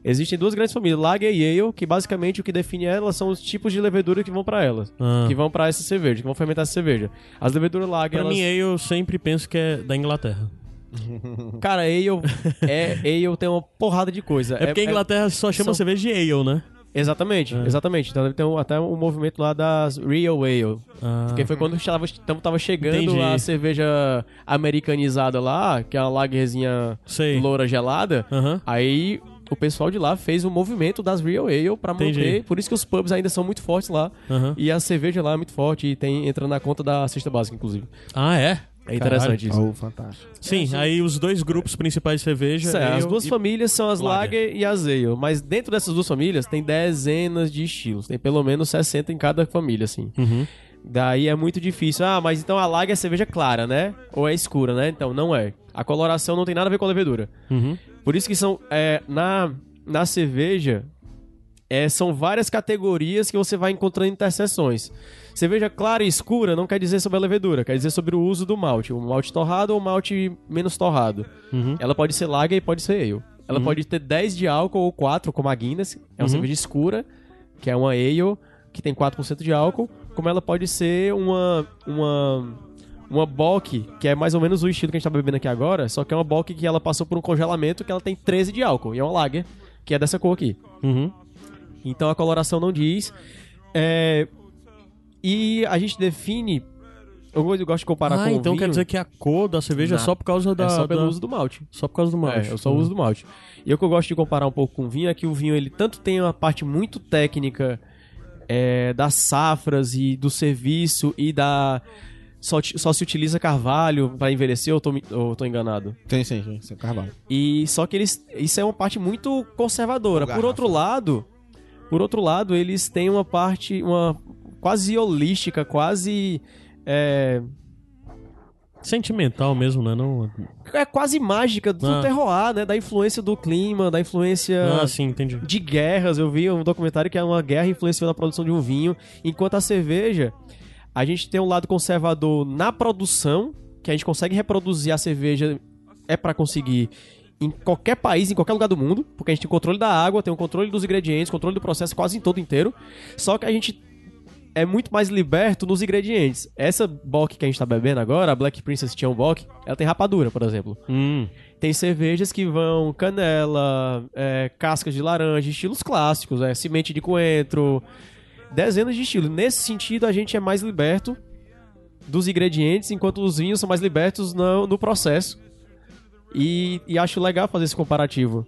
Speaker 3: Existem duas grandes famílias, Lager e Ale, que basicamente o que define elas são os tipos de levedura que vão pra elas.
Speaker 4: Ah.
Speaker 3: que vão pra essa cerveja, que vão fermentar essa cerveja. As leveduras lager,
Speaker 4: Pra
Speaker 3: elas...
Speaker 4: mim, Ale eu sempre penso que é da Inglaterra.
Speaker 3: Cara, ale, é, ale tem uma porrada de coisa.
Speaker 4: É, porque a Inglaterra só chama
Speaker 3: são-
Speaker 4: cerveja de Ale, né?
Speaker 3: Exatamente, exatamente. Então deve ter um- até um movimento lá das Real Ale.
Speaker 4: Ah.
Speaker 3: Porque foi quando estava, então, tava chegando
Speaker 4: Entendi.
Speaker 3: a cerveja americanizada lá, que é a lagerzinha
Speaker 4: Sei. Ah.
Speaker 3: loura gelada.
Speaker 4: Aham.
Speaker 3: Aí o pessoal de lá fez o movimento das Real Ale pra
Speaker 4: Entendi.
Speaker 3: manter. Por isso que os pubs ainda são muito fortes lá.
Speaker 4: Aham.
Speaker 3: E a cerveja lá é muito forte e tem, entra na conta da cesta básica, inclusive.
Speaker 4: Ah, é?
Speaker 3: É interessante isso.
Speaker 1: Oh, fantástico.
Speaker 4: Sim, aí os dois grupos principais de cerveja.
Speaker 3: Certo,
Speaker 4: ale
Speaker 3: é, as duas
Speaker 4: e-
Speaker 3: famílias são as
Speaker 4: Lager.
Speaker 3: Lager, e as Ale, mas dentro dessas duas famílias tem dezenas de estilos, tem pelo menos 60 em cada família, assim.
Speaker 4: Uhum.
Speaker 3: Daí é muito difícil. Ah, mas então a Lager é cerveja clara, né? Ou é escura, né? Então não é. A coloração não tem nada a ver com a levedura.
Speaker 4: Uhum.
Speaker 3: Por isso que são é, na na cerveja é, são várias categorias que você vai encontrando interseções. Cerveja clara e escura não quer dizer sobre a levedura, quer dizer sobre o uso do malte, o malte torrado ou o malte menos torrado.
Speaker 4: Uhum.
Speaker 3: Ela pode ser lager e pode ser ale. Ela pode ter 10 de álcool ou 4, como a Guinness, é uma
Speaker 4: Uhum.
Speaker 3: cerveja escura, que é uma ale, que tem 4% de álcool, como ela pode ser uma uma uma bock, que é mais ou menos o estilo que a gente tá bebendo aqui agora, só que é uma bock que ela passou por um congelamento que ela tem 13 de álcool, e é uma lager, que é dessa cor aqui.
Speaker 4: Uhum.
Speaker 3: Então a coloração não diz. É, E a gente define. Eu gosto de comparar
Speaker 4: ah,
Speaker 3: com o
Speaker 4: então
Speaker 3: vinho,
Speaker 4: quer dizer que a cor da cerveja é
Speaker 3: Não.
Speaker 4: só por causa da.
Speaker 3: é só pelo
Speaker 4: da-
Speaker 3: uso do malte.
Speaker 4: só por causa do Uhum. malte. né?
Speaker 3: É, eu só uso do malte. E o que eu gosto de comparar um pouco com o vinho é que o vinho ele tanto tem uma parte muito técnica é, das safras e do serviço e da só, ti- só se utiliza carvalho pra envelhecer ou eu tô, me- ou eu tô enganado.
Speaker 1: Sim, sim, sim. sim Carvalho.
Speaker 3: E só que eles isso é uma parte muito conservadora.
Speaker 1: Com
Speaker 3: Por
Speaker 1: garrafa.
Speaker 3: outro lado, por outro lado eles têm uma parte uma quase holística, quase é,
Speaker 4: Sentimental mesmo, né? Não,
Speaker 3: É quase mágica do
Speaker 4: Ah.
Speaker 3: terroir, né? Da influência do clima, da influência
Speaker 4: Ah, sim, entendi.
Speaker 3: de guerras. Eu vi um documentário que é uma guerra influenciou na produção de um vinho, enquanto a cerveja, a gente tem um lado conservador na produção, que a gente consegue reproduzir a cerveja é pra conseguir em qualquer país, em qualquer lugar do mundo, porque a gente tem o controle da água, tem o controle dos ingredientes, controle do processo quase em todo inteiro. Só que a gente é muito mais liberto nos ingredientes. Essa bock que a gente tá bebendo agora, a Black Princess Tião Bock, ela tem rapadura, por exemplo.
Speaker 4: Hum,
Speaker 3: Tem cervejas que vão canela, é, cascas de laranja, estilos clássicos, é, semente de coentro, dezenas de estilos. Nesse sentido, a gente é mais liberto dos ingredientes, enquanto os vinhos são mais libertos no, no processo. E, e acho legal fazer esse comparativo.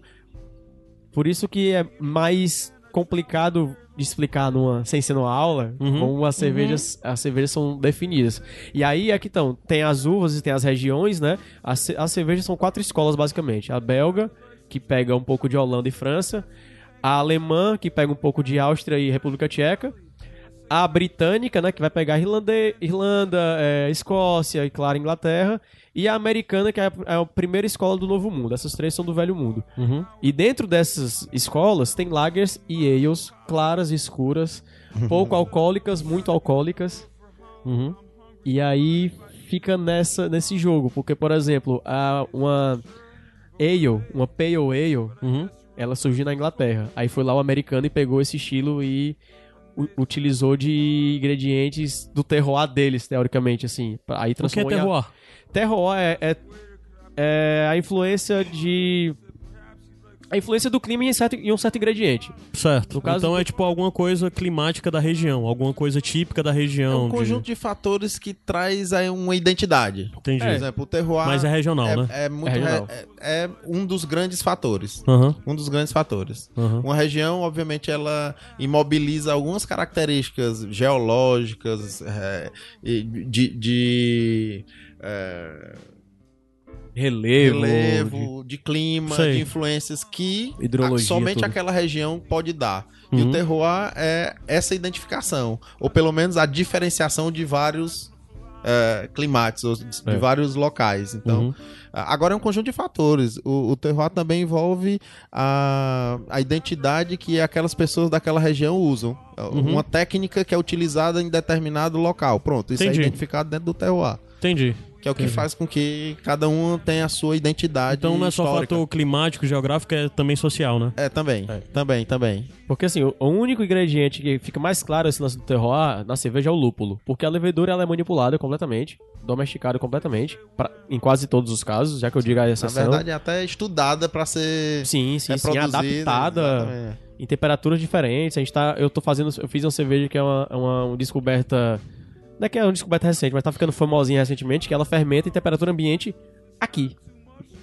Speaker 3: Por isso que é mais complicado de explicar numa, sem ser numa aula,
Speaker 4: Uhum.
Speaker 3: como as cervejas, as cervejas são definidas. E aí é que estão, tem as uvas e tem as regiões, né? As, ce- as cervejas são quatro escolas, basicamente. A belga, que pega um pouco de Holanda e França. A alemã, que pega um pouco de Áustria e República Tcheca. A britânica, né, que vai pegar Irlande... Irlanda, é, Escócia e, claro, Inglaterra. E a americana, que é a, é a primeira escola do Novo Mundo. Essas três são do Velho Mundo.
Speaker 4: uhum.
Speaker 3: E dentro dessas escolas tem lagers e ales, claras e escuras, pouco alcoólicas, muito alcoólicas.
Speaker 4: Uhum.
Speaker 3: E aí fica nessa, nesse jogo, porque, por exemplo, a, uma ale, uma pale ale,
Speaker 4: Uhum.
Speaker 3: ela surgiu na Inglaterra. Aí foi lá o americano e pegou esse estilo e u- utilizou de ingredientes do terroir deles, teoricamente, assim. Pra- Aí
Speaker 4: O que é
Speaker 3: transformou em a-
Speaker 4: terroir?
Speaker 3: Terroir é, é, é a influência de... A influência do clima em, certo, em um certo ingrediente.
Speaker 4: Certo.
Speaker 3: No caso
Speaker 4: então é tipo alguma coisa climática da região, alguma coisa típica da
Speaker 1: É um
Speaker 4: região. de-
Speaker 1: conjunto de fatores que traz aí uma identidade.
Speaker 4: Entendi.
Speaker 1: Por exemplo, o terroir
Speaker 4: Mas é regional,
Speaker 1: é,
Speaker 4: né?
Speaker 1: é muito
Speaker 3: É
Speaker 1: re-
Speaker 3: regional.
Speaker 1: é- é um dos grandes fatores.
Speaker 4: Aham,
Speaker 1: Um dos grandes fatores.
Speaker 3: Um
Speaker 4: aham.
Speaker 1: Uma região, obviamente, ela imobiliza algumas características geológicas, é, e de, de, é,
Speaker 3: Relevo.
Speaker 1: relevo, de clima,
Speaker 4: Sei.
Speaker 1: de influências que
Speaker 3: Hidrologia,
Speaker 1: a- somente
Speaker 3: tudo.
Speaker 1: aquela região pode dar. E
Speaker 4: Uhum.
Speaker 1: o terroir é essa identificação, ou pelo menos a diferenciação de vários é, climates, ou de, de
Speaker 4: É.
Speaker 1: vários locais. Então,
Speaker 4: Uhum.
Speaker 1: a- Agora é um conjunto de fatores. O, o terroir também envolve a, a identidade que aquelas pessoas daquela região usam. É,
Speaker 4: Uhum.
Speaker 1: Uma técnica que é utilizada em determinado local. Pronto, isso
Speaker 4: Entendi.
Speaker 1: é identificado dentro do terroir.
Speaker 4: Entendi.
Speaker 1: Que é o que
Speaker 4: Entendi.
Speaker 1: faz com que cada um tenha a sua identidade.
Speaker 4: Então não é só
Speaker 1: histórica.
Speaker 4: fator climático, geográfico, é também social, né?
Speaker 1: É, também.
Speaker 4: É.
Speaker 1: Também, também.
Speaker 3: Porque assim, o o único ingrediente que fica mais claro esse lance do terroir na cerveja é o lúpulo. Porque a levedura ela é manipulada completamente, domesticada completamente, pra- em quase todos os casos, já que eu digo a
Speaker 1: Na
Speaker 3: exceção.
Speaker 1: verdade, é até estudada para ser.
Speaker 3: sim, sim, sim,
Speaker 1: reproduzida,
Speaker 3: É adaptada
Speaker 1: exatamente.
Speaker 3: em temperaturas diferentes. A gente tá, eu tô fazendo, eu fiz uma cerveja que é uma, é uma, uma descoberta, não é que é uma descoberta recente, mas tá ficando famosinha recentemente, que ela fermenta em temperatura ambiente aqui.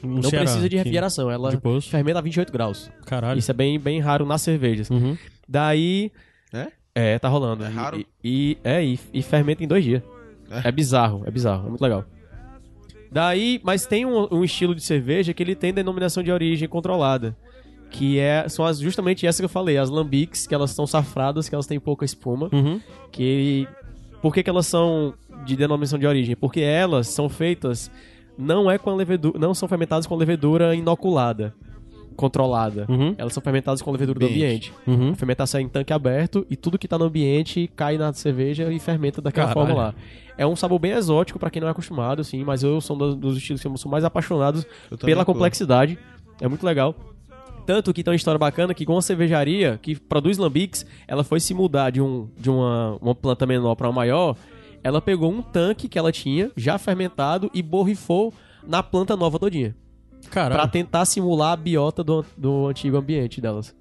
Speaker 4: No
Speaker 3: Não
Speaker 4: Ceará,
Speaker 3: precisa de
Speaker 4: aqui.
Speaker 3: refrigeração, ela
Speaker 4: De poço.
Speaker 3: fermenta a 28 graus.
Speaker 4: Caralho.
Speaker 3: Isso é bem, bem raro nas cervejas.
Speaker 4: Uhum.
Speaker 3: Daí.
Speaker 1: É?
Speaker 3: É, tá rolando.
Speaker 1: É
Speaker 3: E-
Speaker 1: raro?
Speaker 3: E, e- é, e, e fermenta em dois dias.
Speaker 1: É?
Speaker 3: É. bizarro, é bizarro, é muito legal. Daí, mas tem um, um estilo de cerveja que ele tem denominação de origem controlada. Que é, são as- justamente essas que eu falei, as lambiques, que elas são safradas, que elas têm pouca espuma.
Speaker 4: Uhum.
Speaker 3: Que. Por que, que elas são de denominação de origem? Porque elas são feitas. Não é com a levedura. Não são fermentadas com a levedura inoculada. Controlada.
Speaker 4: Uhum.
Speaker 3: Elas são fermentadas com a levedura do
Speaker 1: Hum. Ambiente.
Speaker 3: ambiente.
Speaker 4: Uhum.
Speaker 3: A fermentação é em tanque aberto e tudo que tá no ambiente cai na cerveja e fermenta daquela
Speaker 4: Caralho.
Speaker 3: forma lá. É um sabor bem exótico pra quem não é acostumado, assim, mas eu sou um dos, dos estilos que eu sou mais apaixonado
Speaker 1: Eu também
Speaker 3: pela
Speaker 1: tô.
Speaker 3: complexidade. É muito legal. Tanto que tem uma história bacana que com uma cervejaria que produz lambiques, ela foi se mudar de, um, de uma, uma planta menor pra uma maior. Ela pegou um tanque que ela tinha, já fermentado, e borrifou na planta nova todinha. Pra
Speaker 4: Caralho.
Speaker 3: tentar simular a biota do, do antigo ambiente delas.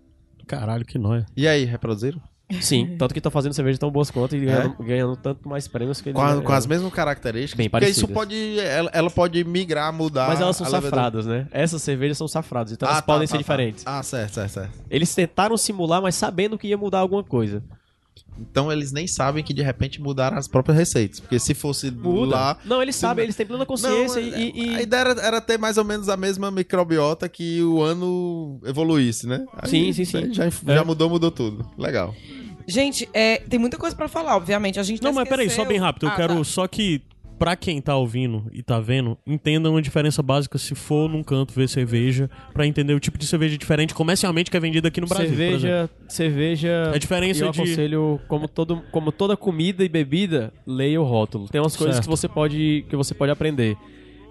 Speaker 4: Caralho, que nóia.
Speaker 1: E aí, reproduziram?
Speaker 3: Sim, tanto que tá fazendo cerveja tão boas quantas e
Speaker 1: É?
Speaker 3: ganhando, ganhando tanto mais prêmios que eles
Speaker 1: Com, a-
Speaker 3: ganham.
Speaker 1: com as mesmas características.
Speaker 3: Bem
Speaker 1: porque isso
Speaker 3: parecidas.
Speaker 1: pode. Ela, ela pode migrar, mudar.
Speaker 3: Mas elas são
Speaker 1: a levedura.
Speaker 3: safradas, né? Essas cervejas são safradas, então
Speaker 1: Ah,
Speaker 3: elas
Speaker 1: tá,
Speaker 3: podem
Speaker 1: tá,
Speaker 3: ser
Speaker 1: tá.
Speaker 3: diferentes.
Speaker 1: Ah, certo, certo, certo.
Speaker 3: Eles tentaram simular, mas sabendo que ia mudar alguma coisa.
Speaker 1: Então eles nem sabem que de repente mudaram as próprias receitas. Porque se fosse
Speaker 3: Muda.
Speaker 1: lá.
Speaker 3: Não, eles
Speaker 1: se-
Speaker 3: sabem, eles têm plena consciência
Speaker 1: Não, é,
Speaker 3: e- e.
Speaker 1: A
Speaker 3: e-
Speaker 1: ideia era, era ter mais ou menos a mesma microbiota que o ano evoluísse, né?
Speaker 3: Sim, sim, É. sim.
Speaker 1: aí Já, já mudou, mudou tudo. Legal.
Speaker 2: Gente, é, tem muita coisa pra falar, obviamente. A gente
Speaker 4: Não,
Speaker 2: tá
Speaker 4: mas peraí, só
Speaker 2: esqueceu-
Speaker 4: bem rápido. Eu
Speaker 2: Ah,
Speaker 4: quero
Speaker 2: tá.
Speaker 4: só que. pra quem tá ouvindo e tá vendo, entendam a diferença básica se for num canto ver cerveja, pra entender o tipo de cerveja diferente comercialmente que é vendida aqui no Brasil, por exemplo.
Speaker 3: cerveja,
Speaker 1: É
Speaker 3: cerveja.
Speaker 4: A diferença
Speaker 3: eu
Speaker 4: de-
Speaker 3: aconselho, como, todo, como toda comida e bebida, leia o rótulo. Tem umas coisas
Speaker 4: Certo.
Speaker 3: que você pode, que você pode aprender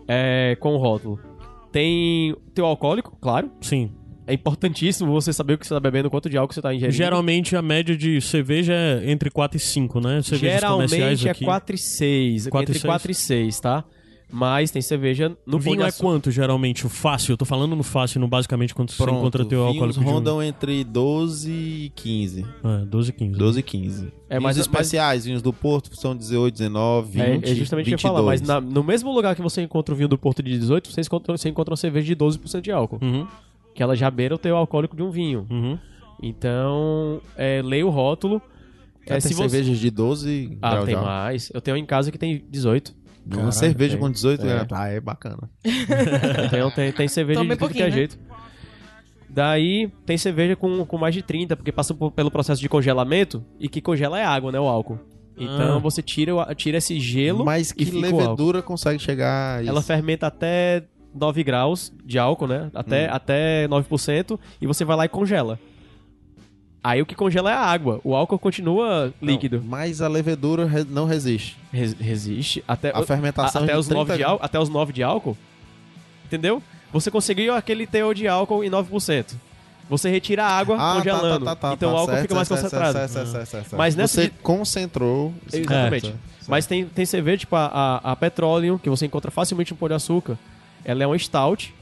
Speaker 3: é, com o rótulo. Tem, tem o alcoólico, claro.
Speaker 4: Sim.
Speaker 3: É importantíssimo você saber o que você tá bebendo, quanto de álcool você
Speaker 4: é
Speaker 3: tá ingerindo.
Speaker 4: Geralmente a média de cerveja é entre 4 e 5, né? Cervejas comerciais
Speaker 3: Geralmente é
Speaker 4: aqui.
Speaker 3: 4 e 6.
Speaker 4: Quatro e
Speaker 3: Entre
Speaker 4: seis?
Speaker 3: 4 e 6, tá? Mas tem cerveja no
Speaker 4: O
Speaker 3: pão
Speaker 4: vinho
Speaker 3: de
Speaker 4: é
Speaker 3: açúcar.
Speaker 4: quanto, geralmente? O fácil? Eu tô falando no fácil, no basicamente quando você
Speaker 1: Pronto,
Speaker 4: encontra teu
Speaker 1: vinhos
Speaker 4: alcoólico de um.
Speaker 1: rondam entre 12 e 15.
Speaker 4: É, 12 e 15.
Speaker 1: 12 e 15.
Speaker 3: É,
Speaker 1: vinhos
Speaker 3: mas-
Speaker 1: especiais, vinhos do Porto são 18, 19, 20,
Speaker 3: É, é justamente o que eu ia falar, mas na- no mesmo lugar que você encontra o vinho do Porto de 18, você encontra, você encontra uma cerveja de 12% de álcool.
Speaker 4: Uhum,
Speaker 3: Que ela já beira o teu alcoólico de um vinho.
Speaker 4: uhum.
Speaker 3: Então, é, leia o rótulo. É,
Speaker 1: tem
Speaker 3: se você-
Speaker 1: cervejas de 12
Speaker 3: Ah,
Speaker 1: graus
Speaker 3: tem
Speaker 1: de álcool.
Speaker 3: mais. Eu tenho em casa que tem 18.
Speaker 1: Uma
Speaker 3: Caralho,
Speaker 1: cerveja
Speaker 3: tem.
Speaker 1: com 18
Speaker 3: É.
Speaker 1: graus. Ah, é bacana.
Speaker 3: Então tem, tem cerveja
Speaker 2: Toma
Speaker 3: de
Speaker 2: um
Speaker 3: tudo que é
Speaker 2: pouquinho, né?
Speaker 3: jeito. Daí tem cerveja com, com mais de 30, porque passa por- pelo processo de congelamento e que congela é água, né? O álcool. Então
Speaker 4: Ah.
Speaker 3: você tira, o- tira esse gelo.
Speaker 1: Mas que
Speaker 3: fica o
Speaker 1: levedura consegue chegar a isso?
Speaker 3: Ela fermenta até 9 graus de álcool, né? Até, até 9%. E você vai lá e congela. Aí o que congela é a água. O álcool continua
Speaker 1: Não,
Speaker 3: líquido.
Speaker 1: Mas a levedura re- não resiste.
Speaker 3: Res- resiste. Até,
Speaker 1: A
Speaker 3: É, a-
Speaker 1: fermentação é
Speaker 3: até,
Speaker 1: de
Speaker 3: os 9 de, álcool- até os 9 de álcool. Entendeu? Você conseguiu aquele teor de álcool em 9%. Você retira a
Speaker 1: Ah, tá,
Speaker 3: água congelando. então o álcool fica mais concentrado. Mas
Speaker 1: Mas
Speaker 3: nessa
Speaker 1: Você
Speaker 3: de-
Speaker 1: concentrou.
Speaker 3: Exatamente.
Speaker 1: Certo,
Speaker 3: Mas tem, tem cerveja, tipo a, a, a Petroleum, que você encontra facilmente no Pão de Açúcar. Ela é uma stout.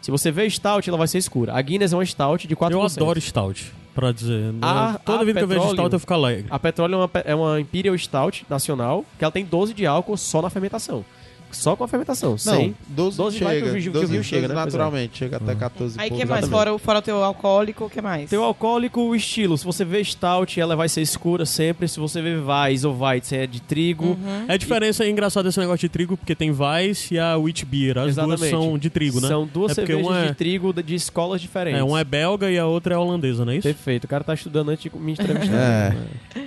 Speaker 3: Se você vê stout, ela vai ser escura. A Guinness é uma stout de 4%.
Speaker 4: Eu adoro stout, pra dizer.
Speaker 3: A-
Speaker 4: Toda
Speaker 3: a
Speaker 4: vida que eu vejo
Speaker 3: Ah, petróleo-
Speaker 4: stout eu fico alegre.
Speaker 3: A Petroleum é uma, pe- é uma Imperial Stout nacional, que ela tem 12 de álcool só na fermentação. Só com a fermentação,
Speaker 1: Não,
Speaker 3: sem...
Speaker 1: 12,
Speaker 3: 12 vai que
Speaker 1: chega.
Speaker 3: o vinho- que o
Speaker 1: 12,
Speaker 3: vinho chega, né? Pois é.
Speaker 1: Naturalmente, chega até 14
Speaker 2: Aí
Speaker 1: e
Speaker 2: que
Speaker 1: pouco,
Speaker 2: mais?
Speaker 1: exatamente.
Speaker 2: Fora, o- fora o teu alcoólico, o que mais?
Speaker 3: Teu alcoólico, o estilo. Se você vê stout, ela vai ser escura sempre. Se você vê Weiss ou Weizen, é de trigo.
Speaker 4: É a diferença é engraçada esse negócio de trigo, porque tem Weiss e a Wheat Beer. As duas
Speaker 3: Exatamente.
Speaker 4: são de trigo, né?
Speaker 3: São duas
Speaker 4: É porque
Speaker 3: cervejas
Speaker 4: uma é-
Speaker 3: de trigo de- de escolas diferentes.
Speaker 4: É, uma é belga e a outra é holandesa, não é isso?
Speaker 3: Perfeito. O cara tá estudando antes de me entrevistar.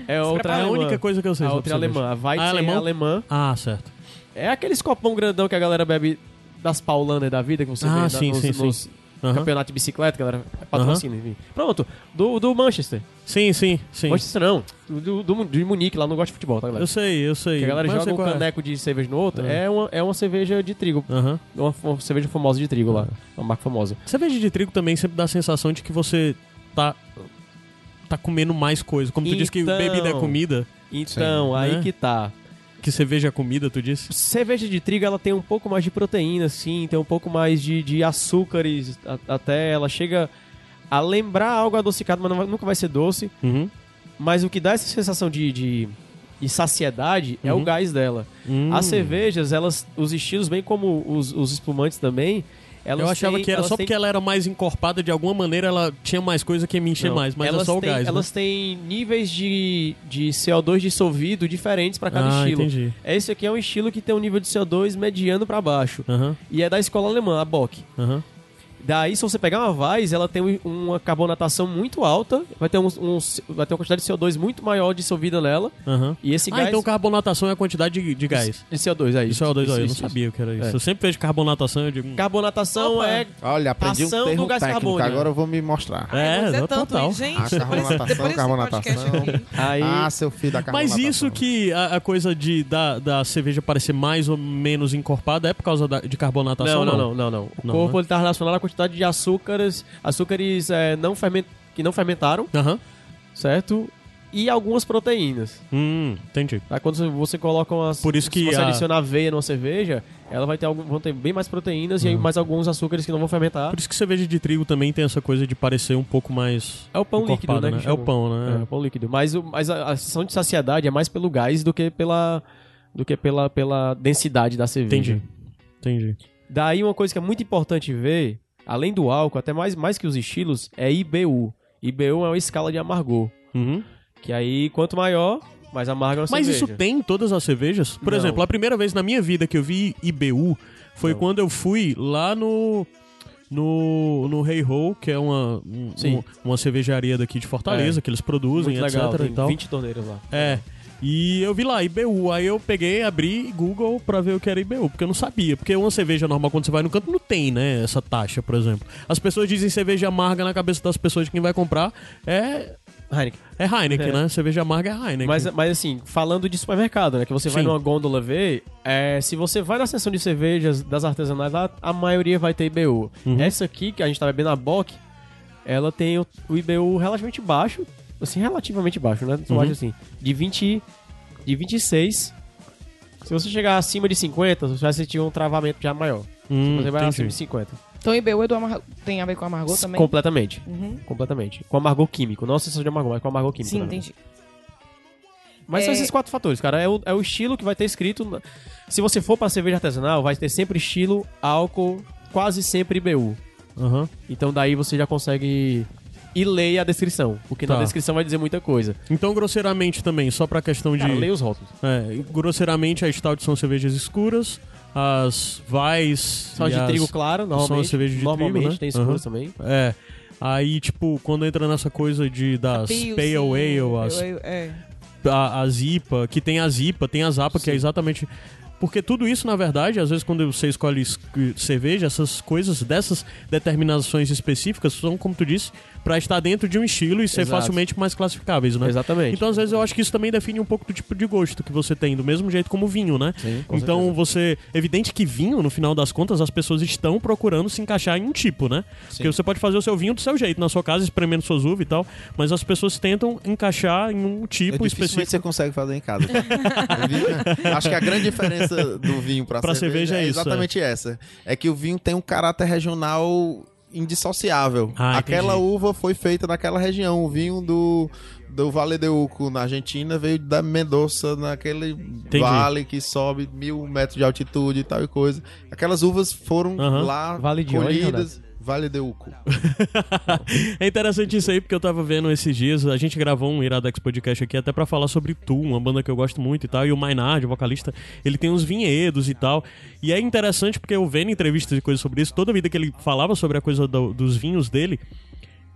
Speaker 1: É.
Speaker 3: É, outra
Speaker 4: é a
Speaker 3: alemã.
Speaker 4: única coisa que eu sei.
Speaker 3: A
Speaker 4: sobre
Speaker 3: outra é
Speaker 4: cerveja.
Speaker 3: alemã. A Weizen
Speaker 4: Ah, alemão?
Speaker 3: é alemã.
Speaker 4: Ah, certo.
Speaker 3: É aqueles copão grandão que a galera bebe das paulanas da vida, que você
Speaker 4: Ah,
Speaker 3: vê na-
Speaker 4: sim,
Speaker 3: nos,
Speaker 4: sim, sim.
Speaker 3: nos
Speaker 4: Aham.
Speaker 3: campeonatos de bicicleta, que a galera patrocina, enfim. Pronto, do, do Manchester.
Speaker 4: Sim, sim, sim.
Speaker 3: Manchester não, do, do, de Munique, lá não gosta de futebol, tá, galera?
Speaker 4: Eu sei, eu sei.
Speaker 3: Que a galera
Speaker 4: Mas eu
Speaker 3: joga
Speaker 4: sei
Speaker 3: um
Speaker 4: qual é.
Speaker 3: caneco de cerveja no outro,
Speaker 4: É.
Speaker 3: é. uma, é uma cerveja de trigo.
Speaker 4: Aham.
Speaker 3: Uma, uma cerveja famosa de trigo lá. Uma marca famosa.
Speaker 4: Cerveja de trigo também sempre dá a sensação de que você tá tá comendo mais coisa. Como tu disse que
Speaker 3: Então.
Speaker 4: bebida é comida,
Speaker 3: Então, aí
Speaker 4: Né?
Speaker 3: que tá.
Speaker 4: que cerveja é comida, tu disse?
Speaker 3: Cerveja de trigo, ela tem um pouco mais de proteína, sim, tem um pouco mais de, de açúcares, a- até ela chega a lembrar algo adocicado, mas não vai- nunca vai ser doce.
Speaker 4: Uhum.
Speaker 3: Mas o que dá essa sensação de, de, de saciedade é o
Speaker 4: Uhum.
Speaker 3: gás dela.
Speaker 4: Hum.
Speaker 3: As cervejas, elas, os estilos, bem como os, os espumantes também, elas
Speaker 4: Eu achava
Speaker 3: têm-
Speaker 4: que era
Speaker 3: elas
Speaker 4: só
Speaker 3: têm-
Speaker 4: porque ela era mais encorpada, de alguma maneira ela tinha mais coisa que me encher
Speaker 3: Não,
Speaker 4: mais, mas
Speaker 3: elas
Speaker 4: é só o
Speaker 3: têm,
Speaker 4: gás. né?
Speaker 3: Elas têm níveis de, de CO2 dissolvido diferentes para cada
Speaker 4: ah,
Speaker 3: estilo.
Speaker 4: entendi.
Speaker 3: Esse aqui é um estilo que tem um nível de CO2 mediano para baixo.
Speaker 4: Aham,
Speaker 3: E é da escola alemã, a Bock.
Speaker 4: aham.
Speaker 3: Daí, se você pegar uma Weiss, ela tem um- uma carbonatação muito alta, vai ter, um, um- vai ter uma quantidade de CO2 muito maior dissolvida nela.
Speaker 4: aham.
Speaker 3: E esse
Speaker 4: Ah,
Speaker 3: gás...
Speaker 4: então carbonatação é a quantidade de, de gás.
Speaker 3: De CO2, aí.
Speaker 4: Isso é o dois,
Speaker 3: Isso,
Speaker 4: eu não
Speaker 3: isso,
Speaker 4: sabia o que era isso.
Speaker 3: É.
Speaker 4: Eu sempre vejo carbonatação, eu digo. hum.
Speaker 3: Carbonatação
Speaker 2: Opa.
Speaker 3: é...
Speaker 1: Olha, aprendi
Speaker 3: Ação
Speaker 1: um
Speaker 3: do
Speaker 1: termo
Speaker 3: gás
Speaker 1: técnico,
Speaker 3: carbônico. Ah,
Speaker 1: agora eu vou me mostrar.
Speaker 4: É,
Speaker 2: Pois
Speaker 4: não, total.
Speaker 2: hein, gente.
Speaker 1: Ah, carbonatação,
Speaker 2: depois desse podcast
Speaker 1: carbonatação.
Speaker 2: aqui.
Speaker 3: Aí...
Speaker 1: Ah, seu filho da
Speaker 4: Mas
Speaker 1: carbonatação.
Speaker 4: isso que a, a coisa de, da, da cerveja parecer mais ou menos encorpada é por causa da- de
Speaker 3: não,
Speaker 4: carbonatação?
Speaker 3: não, não, não, não. O
Speaker 4: Não,
Speaker 3: corpo
Speaker 4: né?
Speaker 3: ele tá relacionado à quantidade de açúcares, açúcares é, não ferment... que não fermentaram,
Speaker 4: Aham.
Speaker 3: certo? E algumas proteínas.
Speaker 4: Hum, entendi.
Speaker 3: Tá? Quando você coloca umas...
Speaker 4: Por isso que
Speaker 3: Se você
Speaker 4: a-
Speaker 3: adicionar aveia numa cerveja, ela vai ter, algum... vão ter bem mais proteínas e aí mais alguns açúcares que não vão fermentar.
Speaker 4: Uhum. Por isso que cerveja de trigo também tem essa coisa de parecer um pouco mais.
Speaker 3: É o pão líquido,
Speaker 4: encorpada,
Speaker 3: né? que
Speaker 4: É o
Speaker 3: chama.
Speaker 4: pão, né?
Speaker 3: É, pão líquido. Mas, o- mas a, a sensação de saciedade é mais pelo gás do que pela, do que pela, pela densidade da cerveja.
Speaker 4: Entendi. Entendi.
Speaker 3: Daí uma coisa que é muito importante ver, além do álcool, até mais, mais que os estilos, é IBU. IBU é uma escala de amargor.
Speaker 4: Uhum.
Speaker 3: Que aí, quanto maior, mais amarga é uma
Speaker 4: Mas
Speaker 3: cerveja.
Speaker 4: isso tem em todas as cervejas? Por
Speaker 3: Não.
Speaker 4: exemplo, a primeira vez na minha vida que eu vi IBU foi
Speaker 3: Não.
Speaker 4: quando eu fui lá no. no, no Hey Ho, que é uma, um-
Speaker 3: Sim. É.
Speaker 4: um- uma cervejaria daqui de Fortaleza, que eles produzem,
Speaker 3: Muito
Speaker 4: etc.
Speaker 3: legal,
Speaker 4: e
Speaker 3: tem
Speaker 4: tal.
Speaker 3: 20 torneiras lá.
Speaker 4: É. E eu vi lá, IBU. Aí eu peguei, abri Google pra ver o que era IBU, porque eu não sabia. Porque uma cerveja normal, quando você vai no canto, não tem, né? Essa taxa, por exemplo. As pessoas dizem cerveja amarga na cabeça das pessoas de quem vai comprar. É,
Speaker 3: Heineken.
Speaker 4: é Heineken,
Speaker 3: É.
Speaker 4: né? Cerveja amarga é Heineken.
Speaker 3: Mas, mas assim, falando de supermercado, né? Que você vai
Speaker 4: Sim.
Speaker 3: numa gôndola ver, é, se você vai na seção de cervejas das artesanais lá, a maioria vai ter IBU. Essa aqui, que a gente tá bebendo a Bock, ela tem o, o IBU relativamente baixo, assim, relativamente baixo, né? Eu
Speaker 4: Uhum.
Speaker 3: acho assim, de 20. De 26. Se você chegar acima de 50, você vai sentir um travamento já maior.
Speaker 4: Hum,
Speaker 3: Você vai acima
Speaker 4: entendi.
Speaker 3: de 50.
Speaker 2: Então, IBU é do amargo- tem a ver com amargor também?
Speaker 3: Completamente.
Speaker 2: Uhum.
Speaker 3: Completamente. Com amargor químico. Não a sensação de amargor, mas com amargor químico. né?
Speaker 2: Sim,
Speaker 3: na verdade.
Speaker 2: entendi.
Speaker 3: Mas são
Speaker 2: É-
Speaker 3: esses quatro fatores, cara. É o, é o estilo que vai ter escrito. na- Se você for pra cerveja artesanal, vai ter sempre estilo, álcool, quase sempre IBU.
Speaker 4: Aham.
Speaker 3: Então daí você já consegue ir ler a descrição. Porque
Speaker 4: Tá.
Speaker 3: na descrição vai dizer muita coisa.
Speaker 4: Então, grosseiramente também, só pra questão de.
Speaker 3: Cara, leia os rótulos.
Speaker 4: É, grosseiramente, as stout são cervejas escuras. As vais.
Speaker 3: São as
Speaker 4: e
Speaker 3: de
Speaker 4: as-
Speaker 3: trigo claro, normalmente.
Speaker 4: cerveja de
Speaker 3: normalmente
Speaker 4: trigo, né?
Speaker 3: tem escuras
Speaker 4: Aham.
Speaker 3: também.
Speaker 4: É. Aí, tipo, quando entra nessa coisa de das
Speaker 3: Tá
Speaker 2: Pils,
Speaker 4: Pale
Speaker 2: sim,
Speaker 4: Ale, as
Speaker 2: pale ale, é.
Speaker 4: a, as IPA, que tem as IPA, tem as APA, que é exatamente. Porque tudo isso, na verdade, às vezes quando você escolhe es- cerveja, essas coisas dessas determinações específicas são, como tu disse, pra estar dentro de um estilo e ser
Speaker 3: Exato.
Speaker 4: facilmente mais classificáveis, né?
Speaker 3: Exatamente.
Speaker 4: Então, às vezes, eu acho que isso também define um pouco do tipo de gosto que você tem, do mesmo jeito como o vinho, né?
Speaker 3: Sim, com
Speaker 4: então, você. Evidente que vinho, no final das contas, as pessoas estão procurando se encaixar em um tipo, né? Porque você pode fazer o seu vinho do seu jeito, na sua casa, espremendo suas uvas e tal, mas as pessoas tentam encaixar em um tipo
Speaker 1: Eu
Speaker 4: específico.
Speaker 1: dificilmente É você consegue fazer em casa. O vinho- Acho que a grande diferença do vinho pra,
Speaker 4: Pra cerveja é isso,
Speaker 1: exatamente essa. É que o vinho tem um caráter regional indissociável.
Speaker 4: Ah,
Speaker 1: Aquela
Speaker 4: entendi.
Speaker 1: uva foi feita naquela região. O vinho do, do Vale de Uco, na Argentina, veio da Mendoza, naquele vale que sobe mil metros de altitude e tal e coisa. Aquelas uvas foram
Speaker 4: Aham.
Speaker 1: lá
Speaker 3: Vale de onde,
Speaker 1: colhidas. vale de Uco.
Speaker 4: É interessante isso aí, porque eu tava vendo esses dias, a gente gravou um Iradex Podcast aqui até pra falar sobre Tu, uma banda que eu gosto muito e tal, e o Maynard, o vocalista, ele tem uns vinhedos e tal, e é interessante porque eu vendo entrevistas e coisas sobre isso, toda vida que ele falava sobre a coisa do- dos vinhos dele,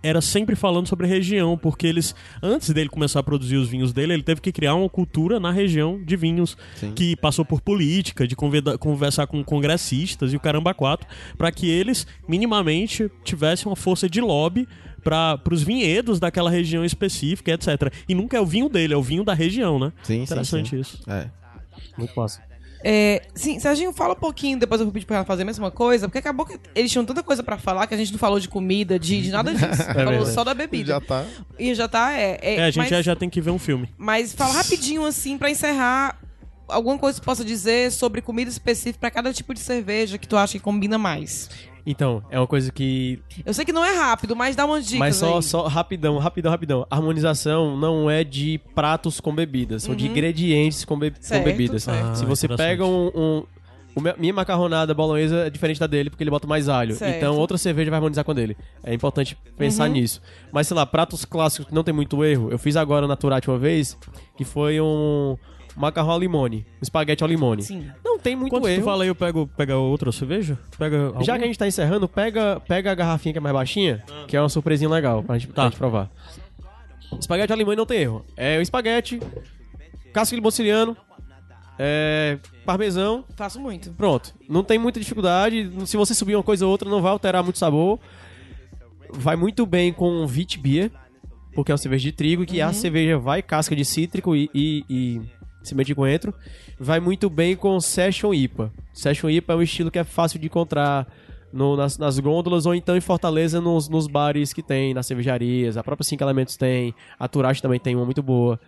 Speaker 4: era sempre falando sobre região, porque eles, antes dele começar a produzir os vinhos dele, ele teve que criar uma cultura na região de vinhos,
Speaker 1: Sim.
Speaker 4: que passou por política, de conveda- conversar com congressistas e o caramba quatro, para que eles minimamente tivessem uma força de lobby para os vinhedos daquela região específica, etc. E nunca é o vinho dele, é o vinho da região, né?
Speaker 1: Sim,
Speaker 4: Interessante isso.
Speaker 1: É.
Speaker 3: Muito massa.
Speaker 2: É, sim, Serginho, fala um pouquinho, depois eu vou pedir pra ela fazer a mesma coisa, porque acabou que eles tinham tanta coisa pra falar que a gente não falou de comida, de, de nada disso. falou
Speaker 3: É verdade.
Speaker 2: só da bebida.
Speaker 1: Já tá.
Speaker 2: E já tá, é. é,
Speaker 4: É, a gente
Speaker 2: mas,
Speaker 4: já, já tem que ver um filme.
Speaker 2: mas fala rapidinho, assim, pra encerrar, alguma coisa que você possa dizer sobre comida específica pra cada tipo de cerveja que tu acha que combina mais.
Speaker 3: Então, é uma coisa que
Speaker 2: Eu sei que não é rápido, mas dá umas dicas.
Speaker 3: Mas só, assim.
Speaker 2: aí.
Speaker 3: só rapidão, rapidão, rapidão. Harmonização não é de pratos com bebidas, são de ingredientes com, be- com
Speaker 2: Uhum. Certo,
Speaker 3: bebidas.
Speaker 2: certo.
Speaker 3: Se
Speaker 4: Ah,
Speaker 3: você
Speaker 4: interessante.
Speaker 3: pega um. um- o meu- minha macarronada bolonhesa é diferente da dele, porque ele bota mais alho.
Speaker 2: Certo. Uhum.
Speaker 3: Então outra cerveja vai harmonizar com a dele. É importante pensar nisso. Mas, sei lá, pratos clássicos que não tem muito erro. Eu fiz agora na Turati uma vez, que foi um macarrão ao limone, um espaguete ao limone.
Speaker 2: Sim.
Speaker 3: Não tem muito
Speaker 4: Enquanto
Speaker 3: erro.
Speaker 4: tu fala aí, eu pego, pega outra cerveja? Pega
Speaker 3: Já
Speaker 4: alguma?
Speaker 3: que a gente tá encerrando, pega, pega a garrafinha que é mais baixinha, que é uma surpresinha legal pra gente, pra gente provar. Espaguete alemão não tem erro. É o espaguete, casco de bociliano, é, parmesão,
Speaker 2: Faço muito.
Speaker 3: pronto. Não tem muita dificuldade. Se você subir uma coisa ou outra, não vai alterar muito o sabor. Vai muito bem com Vit Beer, porque é uma cerveja de trigo, que a cerveja vai casca de cítrico e, e, e semente de coentro. Vai muito bem com Session IPA. Session IPA é um estilo que é fácil de encontrar no- nas, nas gôndolas ou então em Fortaleza nos, nos bares que tem, nas cervejarias. A própria Cinco Elementos tem, a Turache também tem uma muito boa.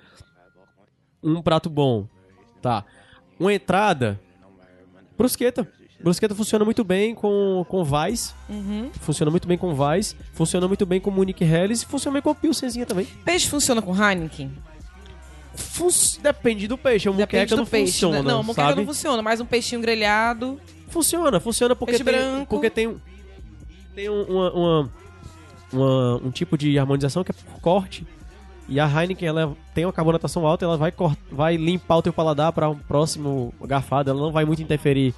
Speaker 3: Um prato bom, tá. Uma entrada, brusqueta. Brusqueta funciona muito bem com, com Vice,
Speaker 2: Uhum.
Speaker 3: Funciona muito bem com Vice, funciona muito bem com Munich Helles e funciona bem com Pilsenzinha também.
Speaker 2: Peixe funciona com Heineken?
Speaker 3: Fun- Depende do peixe, a
Speaker 2: Depende
Speaker 3: muqueca
Speaker 2: do
Speaker 3: não
Speaker 2: peixe.
Speaker 3: funciona,
Speaker 2: né? Não, moqueca
Speaker 3: sabe?
Speaker 2: não funciona, mas um peixinho grelhado.
Speaker 3: Funciona, funciona porque
Speaker 2: Peixe
Speaker 3: tem,
Speaker 2: branco.
Speaker 3: porque tem, um- tem um, uma- uma- uma- um tipo de harmonização que é por corte. E a Heineken, ela tem uma carbonatação alta, ela vai, cor- vai limpar o teu paladar para um próximo garfado, ela não vai muito interferir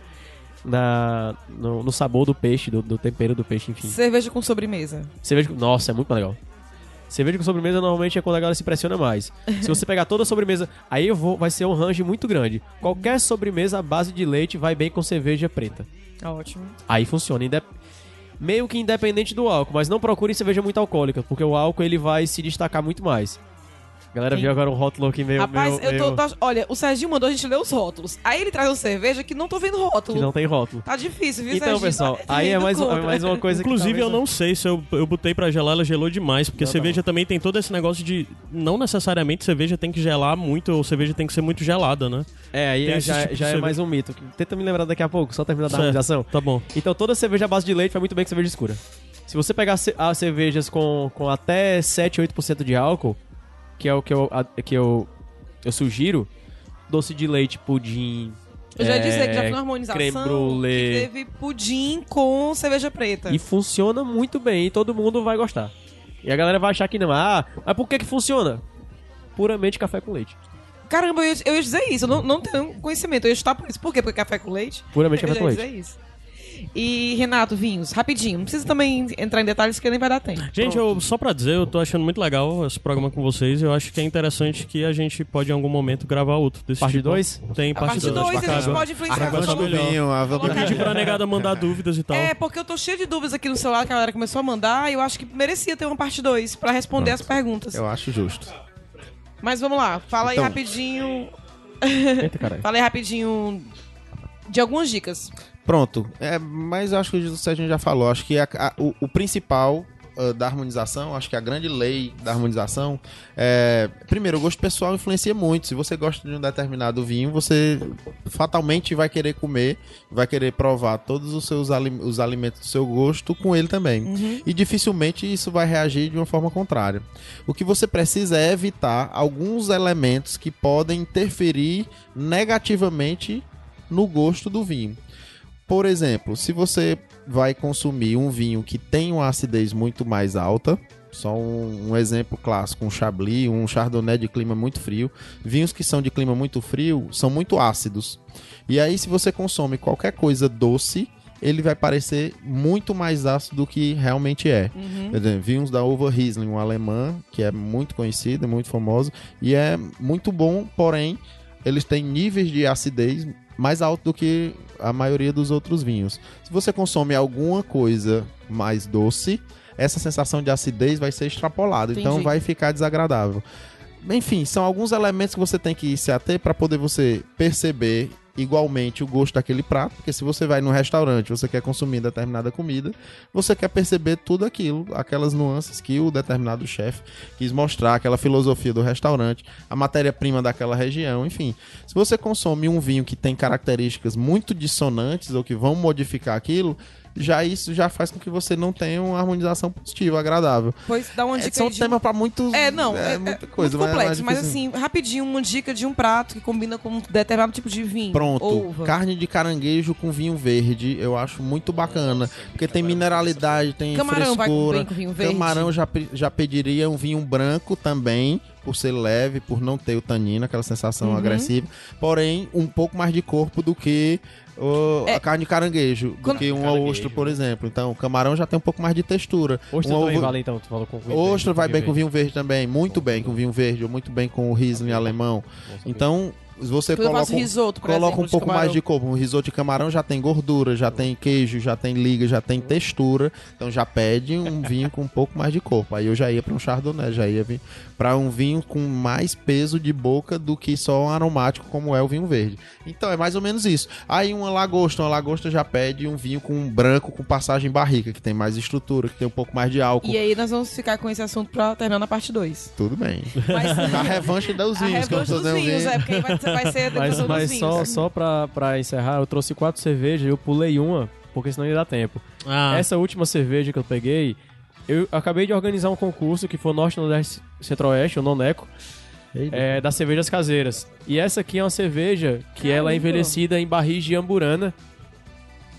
Speaker 3: na, no, no sabor do peixe, do, do tempero do peixe, enfim.
Speaker 2: Cerveja com sobremesa.
Speaker 3: Cerveja com... Nossa, é muito mais legal. Cerveja com sobremesa normalmente é quando a galera se pressiona mais. Se você pegar toda a sobremesa, aí eu vou, vai ser um range muito grande. Qualquer sobremesa à base de leite vai bem com cerveja preta.
Speaker 2: Tá Ótimo.
Speaker 3: Aí funciona. Indep... Meio que independente do álcool, mas não procure cerveja muito alcoólica, porque o álcool ele vai se destacar muito mais. A galera
Speaker 2: Sim.
Speaker 3: viu agora um rótulo aqui meio.
Speaker 2: Rapaz,
Speaker 3: meio-
Speaker 2: eu tô,
Speaker 3: meio-
Speaker 2: tô ach- Olha, o Serginho mandou a gente ler os rótulos. Aí ele traz uma cerveja que não tô vendo rótulo.
Speaker 3: Que não tem rótulo.
Speaker 2: Tá difícil, viu,
Speaker 3: Então,
Speaker 2: Serginho?
Speaker 3: pessoal,
Speaker 2: Tá
Speaker 3: aí é
Speaker 2: indo
Speaker 3: mais,
Speaker 2: contra.
Speaker 3: é mais uma coisa
Speaker 4: Inclusive,
Speaker 3: que.
Speaker 4: eu
Speaker 3: talvez
Speaker 4: não sei se eu, eu botei pra gelar, ela gelou demais, porque
Speaker 3: Então tá
Speaker 4: cerveja também tem todo esse negócio de. Não necessariamente cerveja tem que gelar muito, ou cerveja tem que ser muito gelada, né?
Speaker 3: É,
Speaker 4: Tem
Speaker 3: aí
Speaker 4: esse
Speaker 3: já,
Speaker 4: tipo de
Speaker 3: já é
Speaker 4: cerveja.
Speaker 3: mais um mito. Tenta me lembrar daqui a pouco, só terminar da
Speaker 4: Certo.
Speaker 3: harmonização.
Speaker 4: Tá bom.
Speaker 3: Então toda cerveja à base de leite vai muito bem com cerveja escura. Se você pegar ce- as cervejas com, com até 7, 8% de álcool, que é o que eu, a- que eu, eu sugiro, doce de leite, pudim.
Speaker 2: Eu já
Speaker 3: é,
Speaker 2: disse aí que já foi uma harmonização
Speaker 3: creme brulee.
Speaker 2: que teve pudim com cerveja preta.
Speaker 3: E funciona muito bem, e todo mundo vai gostar. E a galera vai achar que não. Ah, mas por que que funciona? Puramente café com leite.
Speaker 2: Caramba, eu ia, eu ia dizer isso. Eu não, não tenho conhecimento. Eu ia chutar por isso. Por quê? Porque é café com leite?
Speaker 3: Puramente
Speaker 2: Eu
Speaker 3: café
Speaker 2: já
Speaker 3: com
Speaker 2: ia
Speaker 3: leite.
Speaker 2: dizer É, isso. E, Renato, vinhos, rapidinho. Não precisa também entrar em detalhes, que nem vai dar tempo.
Speaker 4: Gente, eu, só pra dizer, eu tô achando muito legal esse programa com vocês. Eu acho que é interessante que a gente pode em algum momento gravar outro desse
Speaker 3: Parte
Speaker 4: tipo.
Speaker 3: dois?
Speaker 4: Tem
Speaker 2: A
Speaker 4: parte
Speaker 2: parte
Speaker 4: 2.
Speaker 2: 2 a gente pode influenciar.
Speaker 4: Agora
Speaker 1: Avante
Speaker 4: só
Speaker 1: do
Speaker 2: Vamos-
Speaker 4: melhor. tá
Speaker 1: vinho, avante
Speaker 4: Eu
Speaker 1: do
Speaker 4: pedi
Speaker 1: vinho.
Speaker 4: pra negada mandar dúvidas e tal.
Speaker 2: É, porque eu tô cheio de dúvidas aqui no celular que a galera começou a mandar e eu acho que merecia ter uma parte 2 pra responder as perguntas.
Speaker 1: Eu acho justo.
Speaker 2: Mas vamos lá, fala
Speaker 1: Então.
Speaker 2: aí rapidinho.
Speaker 3: Eita, caralho.
Speaker 2: Fala aí rapidinho de algumas dicas.
Speaker 1: Pronto. É, mas eu acho que o Sérgio já falou. Acho que a- a- o, o principal ah, da harmonização, acho que a grande lei da harmonização é. Primeiro, o gosto pessoal influencia muito. Se você gosta de um determinado vinho, você fatalmente vai querer comer, vai querer provar todos os seus ali- os alimentos do seu gosto com ele também. E dificilmente isso vai reagir de uma forma contrária. O que você precisa é evitar alguns elementos que podem interferir negativamente no gosto do vinho. Por exemplo, se você vai consumir um vinho que tem uma acidez muito mais alta, só um, um exemplo clássico, um Chablis, um Chardonnay de clima muito frio, vinhos que são de clima muito frio são muito ácidos. E aí, se você consome qualquer coisa doce, ele vai parecer muito mais ácido do que realmente é.
Speaker 2: Uhum.
Speaker 1: Quer dizer, vinhos da uva Riesling, uma alemã, que é muito conhecida, muito famosa, e é muito bom, porém, eles têm níveis de acidez mais alto do que a maioria dos outros vinhos. Se você consome alguma coisa mais doce, essa sensação de acidez vai ser extrapolada, então
Speaker 2: Entendi.
Speaker 1: vai ficar desagradável. Enfim, são alguns elementos que você tem que se ater para poder você perceber igualmente o gosto daquele prato, porque se você vai num restaurante, você quer consumir determinada comida, você quer perceber tudo aquilo, aquelas nuances que o determinado chefe quis mostrar, aquela filosofia do restaurante, a matéria-prima daquela região, enfim. Se você consome um vinho que tem características muito dissonantes ou que vão modificar aquilo, já isso já faz com que você não tenha uma harmonização positiva, agradável.
Speaker 2: Pois dá uma
Speaker 1: É,
Speaker 2: dica
Speaker 1: são
Speaker 2: aí de-
Speaker 1: temas para muitos
Speaker 2: É, não, é, é
Speaker 1: muita coisa,
Speaker 2: muito complexo, mas,
Speaker 1: difícil.
Speaker 2: assim, rapidinho, uma dica de um prato que combina com um determinado tipo de vinho.
Speaker 1: Pronto,
Speaker 2: ou uva.
Speaker 1: carne de caranguejo com vinho verde, eu acho muito bacana, porque tem mineralidade, tem
Speaker 2: Camarão vai com
Speaker 1: frescura.
Speaker 2: bem com vinho verde.
Speaker 1: Camarão já, pe- já pediria um vinho branco também, por ser leve, por não ter o tanino, aquela sensação
Speaker 2: Uhum.
Speaker 1: agressiva. Porém, um pouco mais de corpo do que o-
Speaker 2: É.
Speaker 1: a carne de caranguejo, do
Speaker 2: Quando-
Speaker 1: que um
Speaker 3: Caranguejo.
Speaker 1: ostra, por exemplo. Então, o camarão já tem um pouco mais de textura.
Speaker 3: Ostra
Speaker 1: Uma
Speaker 3: também
Speaker 1: uva-
Speaker 3: vale então, tu falou com vinho verde,
Speaker 1: um Ostra vai bem com
Speaker 3: verde.
Speaker 1: vinho verde também, muito bem com vinho verde, ou muito bem com o Riesling alemão. Então, você
Speaker 2: Quando eu
Speaker 1: coloca
Speaker 2: faço
Speaker 1: um
Speaker 2: risoto, por
Speaker 1: Coloca
Speaker 2: exemplo,
Speaker 1: um pouco mais
Speaker 2: camarão.
Speaker 1: de corpo. Um risoto de camarão já tem gordura, já tem queijo, já tem liga, já tem textura. Então já pede um vinho com um pouco mais de corpo. Aí eu já ia pra um chardonnay, já ia vir pra um vinho com mais peso de boca do que só um aromático como é o vinho verde. Então é mais ou menos isso. Aí uma lagosta, uma lagosta já pede um vinho com um branco com passagem barrica, que tem mais estrutura, que tem um pouco mais de álcool.
Speaker 2: E aí nós vamos ficar com esse assunto pra terminar na parte 2.
Speaker 1: Tudo bem.
Speaker 2: Mas
Speaker 1: A revanche dos
Speaker 2: a
Speaker 1: vinhos, que eu
Speaker 2: revanche
Speaker 1: tô
Speaker 2: dos
Speaker 1: dando
Speaker 2: vinhos,
Speaker 1: vinho.
Speaker 2: Ah, é, porque aí vai, vai ser a
Speaker 3: Mas,
Speaker 2: degustação
Speaker 3: mas
Speaker 2: dos
Speaker 3: só,
Speaker 2: vinhos.
Speaker 3: só pra, pra encerrar, eu trouxe quatro cervejas e eu pulei uma, porque senão ia dar tempo.
Speaker 4: Ah,
Speaker 3: Essa última cerveja que eu peguei, eu acabei de organizar um concurso que foi Norte, Nordeste, Centro-Oeste, o Noneco, é, das cervejas caseiras. E essa aqui é uma cerveja que ela é
Speaker 2: Caramba.
Speaker 3: envelhecida em barris de amburana,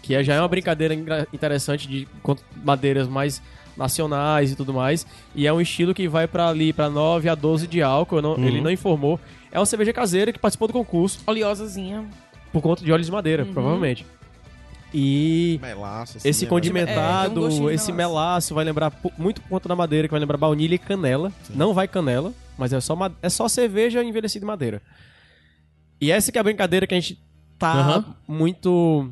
Speaker 3: que é- já é uma brincadeira engra- interessante de con- madeiras mais nacionais e tudo mais. E é um estilo que vai pra ali, pra 9 a 12 de álcool, eu não-
Speaker 4: Uhum.
Speaker 3: ele não informou. É uma cerveja caseira que participou do concurso
Speaker 2: Oleosazinha. Uhum.
Speaker 3: por conta de óleos de madeira, provavelmente. E
Speaker 1: Melaço, assim,
Speaker 3: esse
Speaker 1: é
Speaker 2: É, tem um
Speaker 3: condimentado,
Speaker 2: gostinho de
Speaker 3: esse
Speaker 2: melaço.
Speaker 3: melaço vai lembrar pu- muito por conta da madeira, que vai lembrar baunilha e canela. Não vai canela, mas é só, ma- é só cerveja envelhecida em madeira. E essa que é a brincadeira que a gente tá
Speaker 4: Aham.
Speaker 3: muito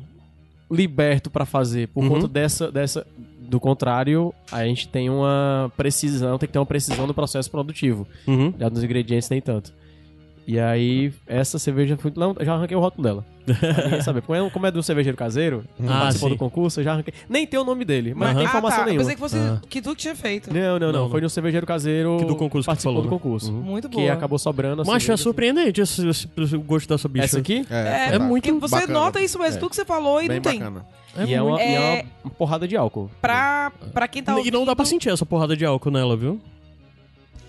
Speaker 3: liberto pra fazer. Por
Speaker 4: Uhum.
Speaker 3: conta dessa, dessa. Do contrário, a gente tem uma precisão, tem que ter uma precisão do processo produtivo.
Speaker 4: Uhum.
Speaker 3: Já dos ingredientes nem tanto. E aí, essa cerveja foi. Não, já arranquei o rótulo dela. Pra ninguém saber. Como é, como é do cervejeiro caseiro, que
Speaker 4: Ah,
Speaker 3: participou
Speaker 4: sim.
Speaker 3: do concurso, eu já arranquei. Nem tem o nome dele, mas
Speaker 4: Aham.
Speaker 3: não tem
Speaker 2: Ah,
Speaker 3: informação
Speaker 2: tá. Eu
Speaker 3: nenhuma.
Speaker 2: Pensei
Speaker 3: Né?
Speaker 2: que fosse
Speaker 4: Ah.
Speaker 2: que tu que tinha feito.
Speaker 3: Não, não, não,
Speaker 4: Não,
Speaker 3: Foi no cervejeiro caseiro.
Speaker 4: Que do concurso que
Speaker 3: participou
Speaker 4: falou,
Speaker 3: do
Speaker 4: né?
Speaker 3: concurso.
Speaker 4: Uhum.
Speaker 2: Muito
Speaker 3: Que
Speaker 2: boa.
Speaker 3: acabou sobrando. a
Speaker 4: Mas é
Speaker 3: cerveja.
Speaker 4: surpreendente esse, esse- esse gosto dessa bicha.
Speaker 3: Essa aqui?
Speaker 2: É,
Speaker 4: É
Speaker 1: fantástico.
Speaker 4: muito
Speaker 2: porque você
Speaker 1: bacana.
Speaker 2: nota isso mesmo,
Speaker 3: É.
Speaker 2: tudo que você falou e
Speaker 1: Bem
Speaker 2: não tem.
Speaker 1: bacana.
Speaker 4: É
Speaker 3: e, é uma,
Speaker 4: muito-
Speaker 3: e é uma porrada de álcool.
Speaker 2: Pra, pra quem
Speaker 3: um
Speaker 2: tá
Speaker 4: E não dá pra sentir essa porrada de álcool nela, viu?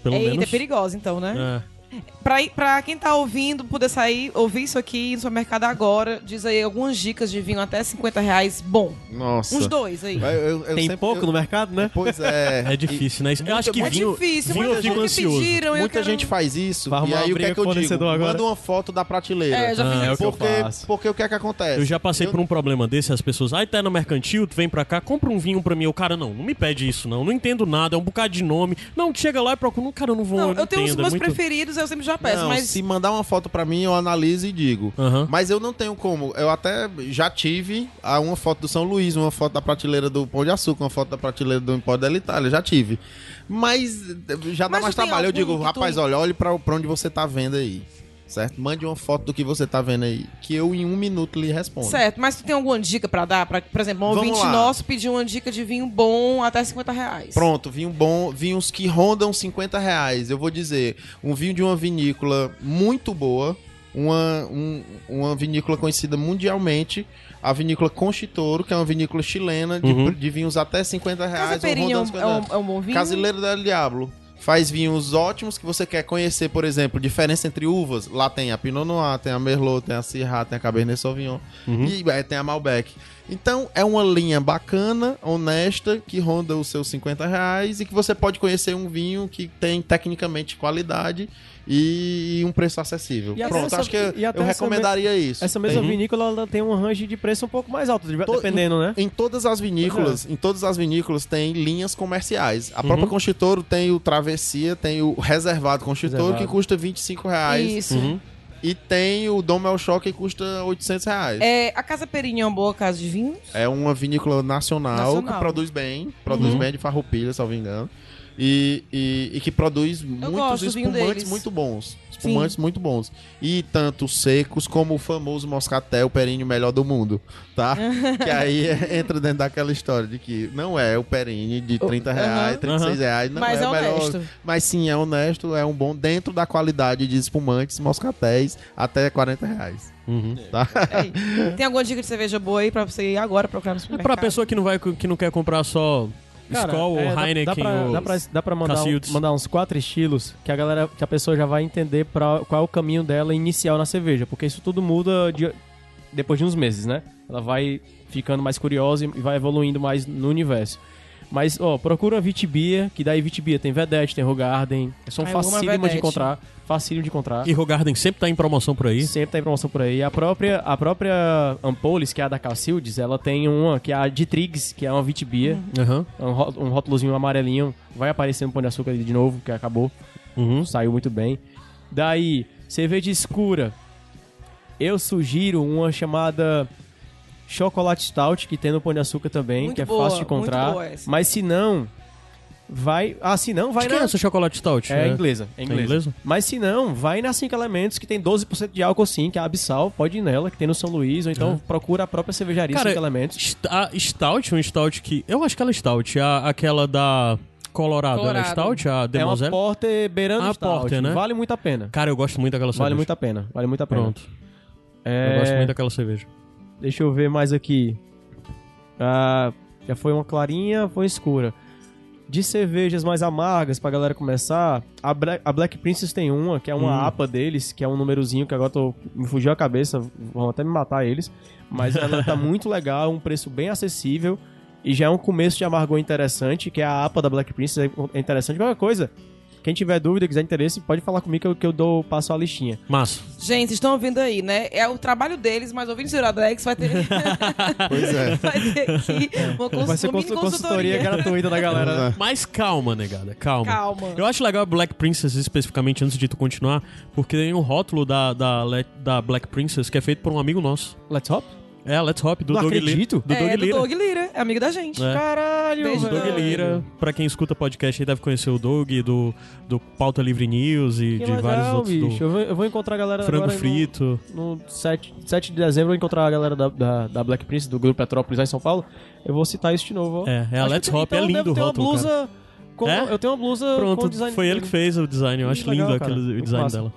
Speaker 4: Pelo
Speaker 2: Eita,
Speaker 4: menos.
Speaker 2: é perigosa então, né?
Speaker 4: É.
Speaker 2: Pra, pra quem tá ouvindo, poder sair, ouvir isso aqui no supermercado agora, diz aí algumas dicas de vinho até 50 reais. Bom,
Speaker 1: Nossa.
Speaker 2: uns dois aí.
Speaker 1: Eu- eu- eu
Speaker 3: Tem
Speaker 1: sempre-
Speaker 3: pouco
Speaker 1: eu-
Speaker 3: no mercado, né?
Speaker 1: Pois é.
Speaker 4: É difícil, né? Eu acho que
Speaker 2: é
Speaker 4: vinho,
Speaker 2: difícil,
Speaker 4: vinho eu
Speaker 2: muita
Speaker 4: fico
Speaker 2: gente
Speaker 4: ansioso.
Speaker 2: pediram.
Speaker 1: E
Speaker 2: eu
Speaker 1: Muita
Speaker 2: quero-
Speaker 1: gente faz isso.
Speaker 3: Vai
Speaker 1: E
Speaker 3: arrumar
Speaker 1: aí o
Speaker 3: uma
Speaker 1: que é
Speaker 3: briga
Speaker 1: que
Speaker 3: com
Speaker 1: eu
Speaker 3: o
Speaker 1: digo?
Speaker 3: fornecedor agora.
Speaker 1: Manda uma foto da prateleira.
Speaker 2: É, eu já
Speaker 3: Ah,
Speaker 2: fiz
Speaker 3: é o
Speaker 2: isso.
Speaker 3: que eu
Speaker 1: porque,
Speaker 3: faço.
Speaker 1: porque o que é que acontece?
Speaker 4: Eu já passei
Speaker 1: Eu-
Speaker 4: por um problema desse, as pessoas, ai, tá no mercantil, tu vem pra cá, compra um vinho pra mim. Eu, cara, não, não me pede isso, não. Não entendo nada, é um bocado de nome. Não, chega lá e procura. Não, Cara, eu não vou.
Speaker 2: Não,
Speaker 4: não
Speaker 2: eu tenho os
Speaker 4: entendo, é
Speaker 2: meus
Speaker 4: muito...
Speaker 2: preferidos, eu sempre já peço,
Speaker 1: Não,
Speaker 2: mas
Speaker 1: se mandar uma foto pra mim, eu analiso e digo.
Speaker 4: Aham.
Speaker 1: Mas eu não tenho como. Eu até já tive ah, uma foto do São Luís, uma foto da prateleira do Pão de Açúcar, uma foto da prateleira do Empório da Itália. Já tive. Mas eh, já dá
Speaker 2: Mas
Speaker 1: mais
Speaker 2: tem
Speaker 1: trabalho. Eu
Speaker 2: algum
Speaker 1: digo,
Speaker 2: que tu-
Speaker 1: rapaz, olha, olhe pra, pra onde você tá vendo aí. Certo? Mande uma foto do que você tá vendo aí. Que eu, em um minuto, lhe respondo.
Speaker 2: Certo, mas tu tem alguma dica pra dar? Pra, por exemplo, um
Speaker 1: Vamos
Speaker 2: ouvinte
Speaker 1: lá.
Speaker 2: nosso pediu uma dica de vinho bom até 50 reais.
Speaker 1: Pronto, vinho bom, vinhos que rondam 50 reais. Eu vou dizer, um vinho de uma vinícola muito boa, uma, um- uma vinícola conhecida mundialmente, a vinícola Conchitoro, que é uma vinícola chilena de,
Speaker 4: Uhum.
Speaker 1: de vinhos até 50
Speaker 2: Casa
Speaker 1: reais. ou
Speaker 2: Perinha é
Speaker 1: rondando
Speaker 2: um,
Speaker 1: 50
Speaker 2: é um- é um bom vinho?
Speaker 1: Casileiro del Diablo. Faz vinhos ótimos que você quer conhecer, por exemplo, diferença entre uvas. Lá tem a Pinot Noir, tem a Merlot, tem a Syrah, tem a Cabernet Sauvignon e é, tem a Malbec. Então, é uma linha bacana, honesta, que ronda os seus 50 reais e que você pode conhecer um vinho que tem tecnicamente qualidade e um preço acessível.
Speaker 3: E até
Speaker 1: Pronto,
Speaker 3: essa-
Speaker 1: acho que eu,
Speaker 3: e até
Speaker 1: eu
Speaker 3: essa
Speaker 1: recomendaria isso.
Speaker 3: Essa mesma
Speaker 4: Uhum.
Speaker 1: Tem-
Speaker 3: vinícola ela tem um range de preço um pouco mais alto, de-
Speaker 1: Tô-
Speaker 3: dependendo, né?
Speaker 1: Em todas as vinícolas, em todas as vinícolas tem linhas comerciais. A própria Conchitoro tem o Travessia, tem o Reservado Conchitoro
Speaker 3: Reservado.
Speaker 1: que custa 25 reais
Speaker 2: Isso.
Speaker 4: Uhum.
Speaker 1: e tem o Dom Melchor que custa 800 reais.
Speaker 2: É, a Casa Perinha é uma boa casa de vinhos?
Speaker 1: É uma vinícola nacional,
Speaker 2: Nacional.
Speaker 1: que produz bem, produz bem de farroupilha, salvo engano. E, e, e que produz muitos
Speaker 2: gosto do vinho
Speaker 1: espumantes
Speaker 2: deles.
Speaker 1: muito bons. Espumantes muito bons. E tanto secos como o famoso moscatel, o períneo melhor do mundo, tá? que aí é- entra dentro daquela história de que não é o períneo de 30 reais,
Speaker 2: aham.
Speaker 1: 36 reais, não
Speaker 2: mas é,
Speaker 1: o melhor.
Speaker 2: honesto.
Speaker 1: Mas sim, é honesto, é um bom dentro da qualidade de espumantes, moscatéis, até 40 reais. tá?
Speaker 4: Uhum.
Speaker 2: É, Ei, tem alguma dica de cerveja boa aí pra você ir agora procurar no
Speaker 4: É
Speaker 2: supermercado?
Speaker 4: pra pessoa que não, vai, que não quer comprar só
Speaker 3: Cara,
Speaker 4: Skol
Speaker 3: é,
Speaker 4: ou
Speaker 3: dá-
Speaker 4: Heineken
Speaker 3: Dá pra,
Speaker 4: ou...
Speaker 3: dá pra, dá pra mandar, um-
Speaker 4: Cassildes.
Speaker 3: mandar uns quatro estilos que a galera, que a pessoa já vai entender pra, qual é o caminho dela inicial na cerveja, porque isso tudo muda de- depois de uns meses, né? Ela vai ficando mais curiosa e vai evoluindo mais no universo. Mas, ó, procura a Vitibia, que daí Vitibia tem Vedete, tem é Rogarden, são
Speaker 2: Ah, eu amo a
Speaker 3: facílimas um de
Speaker 2: Vedete.
Speaker 3: encontrar, facílimo de encontrar.
Speaker 4: E Rogarden sempre tá em promoção por aí.
Speaker 3: Sempre tá em promoção por aí. A própria, a própria Ampolis, que é a da Calcildes, ela tem uma, que é a de Triggs, que é uma Vitibia.
Speaker 4: Aham.
Speaker 3: É um, ró- um rótulozinho amarelinho. Vai aparecer no Pão de Açúcar ali de novo, que acabou.
Speaker 4: Uhum.
Speaker 3: Saiu muito bem. Daí, cerveja escura. Eu sugiro uma chamada Chocolate Stout, que tem no Pão de Açúcar também,
Speaker 2: Muito
Speaker 3: que é
Speaker 2: boa,
Speaker 3: fácil de encontrar.
Speaker 2: muito boa essa.
Speaker 3: Mas se não, vai. Ah, se não, vai
Speaker 4: De quem é
Speaker 3: na.
Speaker 4: essa chocolate stout?
Speaker 3: É inglesa, é inglesa.
Speaker 4: inglesa?
Speaker 3: Mas se não, vai na 5 Elementos, que tem 12% de álcool sim, que é a Abissal, pode ir nela, que tem no São Luís, ou então procura a própria cervejaria
Speaker 4: É. Cara,
Speaker 3: 5 Elementos.
Speaker 4: St- A Stout, um Stout que... Eu acho que ela é Stout. A, aquela da Colorado. Ela é
Speaker 2: Colorado.
Speaker 4: Stout? A
Speaker 3: É uma
Speaker 4: Demoiselle?
Speaker 3: porter beirando
Speaker 4: Ah,
Speaker 3: Stout.
Speaker 4: porter, né?
Speaker 3: Vale muito a pena.
Speaker 4: Cara, eu gosto muito daquela cerveja.
Speaker 3: Vale muito a pena, vale muito a pena.
Speaker 4: Pronto.
Speaker 3: É,
Speaker 4: Eu gosto muito daquela cerveja.
Speaker 3: Deixa eu ver mais aqui. Ah, já foi uma clarinha, foi escura. De cervejas mais amargas pra galera começar, a Bra- a Black Princess tem uma, que é uma
Speaker 4: Hum.
Speaker 3: APA deles, que é um númerozinho que agora tô, me fugiu a cabeça, vão até me matar eles. Mas ela tá muito legal, um preço bem acessível. E já é um começo de amargor interessante, que é a APA da Black Princess. É interessante qualquer coisa. Quem tiver dúvida, quiser interesse, pode falar comigo que eu, que eu dou, passo a listinha.
Speaker 4: Massa.
Speaker 2: Gente, vocês estão ouvindo aí, né? É o trabalho deles, mas ouvindo o Senhor Adex vai ter,
Speaker 1: Pois é.
Speaker 2: vai ter aqui uma, cons...
Speaker 3: Vai ser
Speaker 2: uma mini
Speaker 3: consul- consultoria gratuita da galera. né?
Speaker 4: Mas calma, negada, calma.
Speaker 2: Calma.
Speaker 4: Eu acho legal a Black Princess especificamente, antes de tu continuar, porque tem um rótulo da, da, Le- da Black Princess que é feito por um amigo nosso.
Speaker 3: Let's hop?
Speaker 4: É, a Let's Hop, do
Speaker 3: Não
Speaker 4: Doug Lira.
Speaker 3: acredito.
Speaker 4: Do Doug
Speaker 2: é, do
Speaker 4: Lira.
Speaker 2: Doug Lira, é amigo da gente.
Speaker 4: É.
Speaker 3: Caralho,
Speaker 2: Beijo,
Speaker 3: velho.
Speaker 4: Doug Lira, pra quem escuta podcast aí deve conhecer o Doug, do, do Pauta Livre News e
Speaker 3: Que
Speaker 4: de
Speaker 3: legal,
Speaker 4: vários outros.
Speaker 3: bicho.
Speaker 4: Do
Speaker 3: Eu, vou, eu vou encontrar a galera
Speaker 4: Frango
Speaker 3: agora no-
Speaker 4: Frito.
Speaker 3: no 7, 7 de dezembro eu vou encontrar a galera da, da, da Black Prince, do Grupo Petrópolis lá em São Paulo. Eu vou citar isso de novo. ó.
Speaker 4: É, é a
Speaker 3: Acho que
Speaker 4: Let's
Speaker 3: eu tenho-
Speaker 4: Hop, é
Speaker 3: eu
Speaker 4: lindo
Speaker 3: devo ter
Speaker 4: o
Speaker 3: uma
Speaker 4: rótulo,
Speaker 3: blusa com-
Speaker 4: É?
Speaker 3: Eu tenho uma blusa com o
Speaker 4: Pronto,
Speaker 3: design
Speaker 4: foi ele que fez o design. Eu acho
Speaker 3: Muito legal,
Speaker 4: lindo
Speaker 3: cara.
Speaker 4: aquele
Speaker 3: Muito
Speaker 4: design
Speaker 3: massa.
Speaker 4: dela.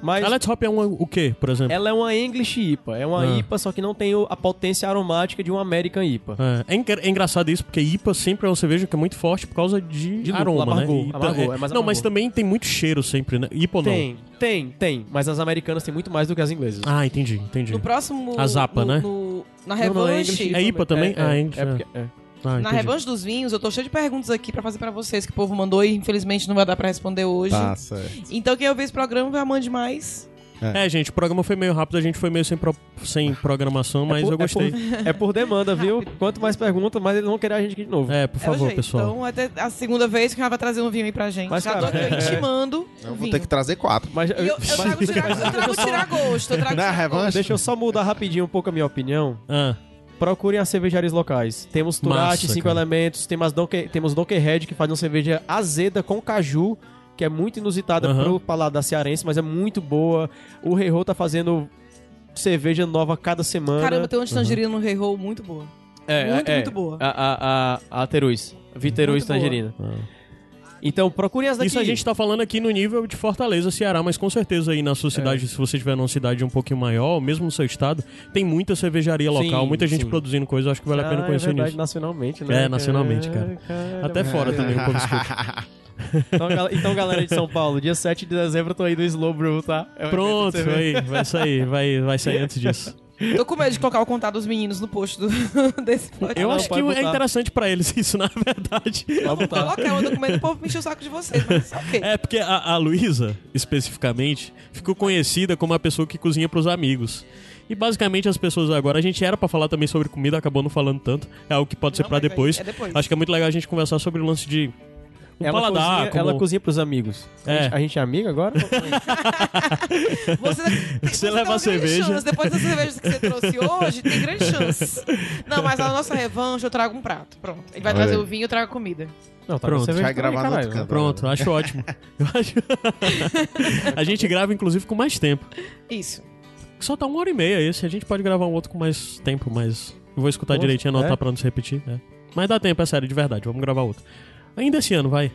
Speaker 3: Mas
Speaker 4: A Let's Hop é uma, o quê, por exemplo?
Speaker 3: ela é uma English IPA. É uma
Speaker 4: Ah.
Speaker 3: IPA, só que não tem o- a potência aromática de uma American IPA.
Speaker 4: É, é engra- é engraçado isso, porque IPA sempre é uma cerveja que é muito forte por causa de,
Speaker 3: De lúpulo,
Speaker 4: aroma,
Speaker 3: amargor,
Speaker 4: né? IPA
Speaker 3: amargor, é mais
Speaker 4: não, mas
Speaker 3: amargor.
Speaker 4: também tem muito cheiro sempre, né? IPA ou não?
Speaker 3: Tem, tem, tem. Mas as americanas têm muito mais do que as inglesas.
Speaker 4: Ah, entendi, entendi.
Speaker 2: No próximo.
Speaker 4: A Zapa,
Speaker 2: no-
Speaker 4: né?
Speaker 2: no- na
Speaker 3: Não, não, é
Speaker 2: revanche.
Speaker 3: English
Speaker 4: É IPA também?
Speaker 3: É,
Speaker 4: Ah,
Speaker 3: é,
Speaker 4: English,
Speaker 3: é porque- é.
Speaker 4: Ah,
Speaker 2: na
Speaker 4: entendi.
Speaker 2: revanche dos vinhos, eu tô cheio de perguntas aqui pra fazer pra vocês que o povo mandou e infelizmente não vai dar pra responder hoje.
Speaker 1: Tá, certo.
Speaker 2: Então quem ouvir esse programa vai amar demais.
Speaker 4: É, gente, o programa foi meio rápido, a gente foi meio sem, pro- sem programação, mas
Speaker 3: por-
Speaker 4: eu gostei.
Speaker 3: É por, é por demanda, viu? Quanto mais pergunta, mais eles vão querer a gente aqui de novo.
Speaker 4: É, por
Speaker 2: É o
Speaker 4: favor,
Speaker 2: jeito.
Speaker 4: pessoal.
Speaker 2: Então até a segunda vez que ela vai trazer um vinho aí pra gente.
Speaker 3: Mas,
Speaker 2: Já tô
Speaker 3: cara,
Speaker 2: aqui
Speaker 3: é-
Speaker 2: intimando. um
Speaker 1: Eu vou
Speaker 2: vinho.
Speaker 1: ter que trazer quatro.
Speaker 3: Mas,
Speaker 2: E eu, eu trago tirar, eu trago tirar gosto. Eu trago
Speaker 1: Na
Speaker 2: tirar
Speaker 1: revanche?
Speaker 3: Deixa eu só mudar rapidinho um pouco a minha opinião.
Speaker 4: Ah,
Speaker 3: Procurem as cervejarias locais. Temos Turate,
Speaker 4: Massa,
Speaker 3: Cinco
Speaker 4: cara.
Speaker 3: Elementos, temos Donkey, temos Donkey Head, que faz uma cerveja azeda com caju, que é muito inusitada
Speaker 4: Aham.
Speaker 3: pro paladar cearense, mas é muito boa. O Reho tá fazendo cerveja nova a cada semana.
Speaker 2: gosto. Caramba,
Speaker 4: Uhum.
Speaker 2: tem uma de tangerina no Rei Roll muito boa.
Speaker 3: é,
Speaker 2: muito,
Speaker 3: é,
Speaker 2: muito boa.
Speaker 3: A, a, a, a Terus. Viterus
Speaker 2: Muito boa.
Speaker 3: Tangerina.
Speaker 4: ah.
Speaker 3: Então, procurem as daqui.
Speaker 4: Isso a gente tá falando aqui no nível de Fortaleza, Ceará, mas com certeza aí na
Speaker 3: É.
Speaker 4: sua cidade, se você tiver numa cidade um pouquinho maior, ou mesmo no seu estado, tem muita cervejaria
Speaker 3: Sim,
Speaker 4: local, muita gente
Speaker 3: sim.
Speaker 4: produzindo coisa, eu acho que vale a pena
Speaker 3: Ah, é
Speaker 4: conhecer
Speaker 3: verdade, é.
Speaker 4: nisso.
Speaker 3: nacionalmente, né?
Speaker 4: É, nacionalmente, cara.
Speaker 3: Caralho,
Speaker 4: Até fora também, o povo escuta.
Speaker 3: Então, gal- então, galera de São Paulo, dia 7 de dezembro eu tô aí no Slow Brew, tá? É um
Speaker 4: Pronto,
Speaker 3: evento de cerveja.
Speaker 4: aí, vai sair, vai, vai sair antes disso.
Speaker 2: Tô com medo de colocar o contato dos meninos no post do, desse podcast.
Speaker 4: Eu
Speaker 3: Não,
Speaker 4: acho que
Speaker 3: pode
Speaker 4: é
Speaker 3: botar.
Speaker 4: interessante pra eles isso, na verdade.
Speaker 3: Pode botar.
Speaker 2: Coloca, eu ando com medo do povo mexer o saco de vocês, mas ok.
Speaker 4: É porque a, a Luísa, especificamente, ficou conhecida como a pessoa que cozinha pros amigos. E basicamente as pessoas agora, a gente era pra falar também sobre comida, acabou não falando tanto. É algo que pode ser
Speaker 2: Não,
Speaker 4: pra
Speaker 2: mas vai-
Speaker 4: depois.
Speaker 2: é depois.
Speaker 4: Acho que é muito legal a gente conversar sobre o lance de o
Speaker 3: Ela,
Speaker 4: paladar,
Speaker 3: É cozinha,
Speaker 4: como-
Speaker 3: ela cozinha pros amigos.
Speaker 4: É.
Speaker 3: A, gente, a gente é amigo agora?
Speaker 2: Você,
Speaker 4: Você leva
Speaker 2: tem
Speaker 4: a
Speaker 2: grande
Speaker 4: cerveja.
Speaker 2: Chance. Depois das cervejas que você trouxe hoje, tem grande chance. Não, mas na nossa revanche eu trago um prato. Pronto. Ele vai
Speaker 1: Olha
Speaker 2: trazer
Speaker 1: aí.
Speaker 2: o vinho e eu trago a comida.
Speaker 3: Não, tá
Speaker 4: Pronto.
Speaker 3: você
Speaker 1: Vai gravar no outro canto.
Speaker 4: Pronto, acho ótimo. Eu acho... a gente grava, inclusive, com mais tempo.
Speaker 2: Isso.
Speaker 4: Só tá uma hora e meia esse, a gente pode gravar um outro com mais tempo, mas eu vou escutar
Speaker 3: Nossa,
Speaker 4: direitinho e anotar
Speaker 3: é?
Speaker 4: pra não se repetir. né? Mas dá tempo, é sério, de verdade, vamos gravar outro. Ainda esse ano, vai.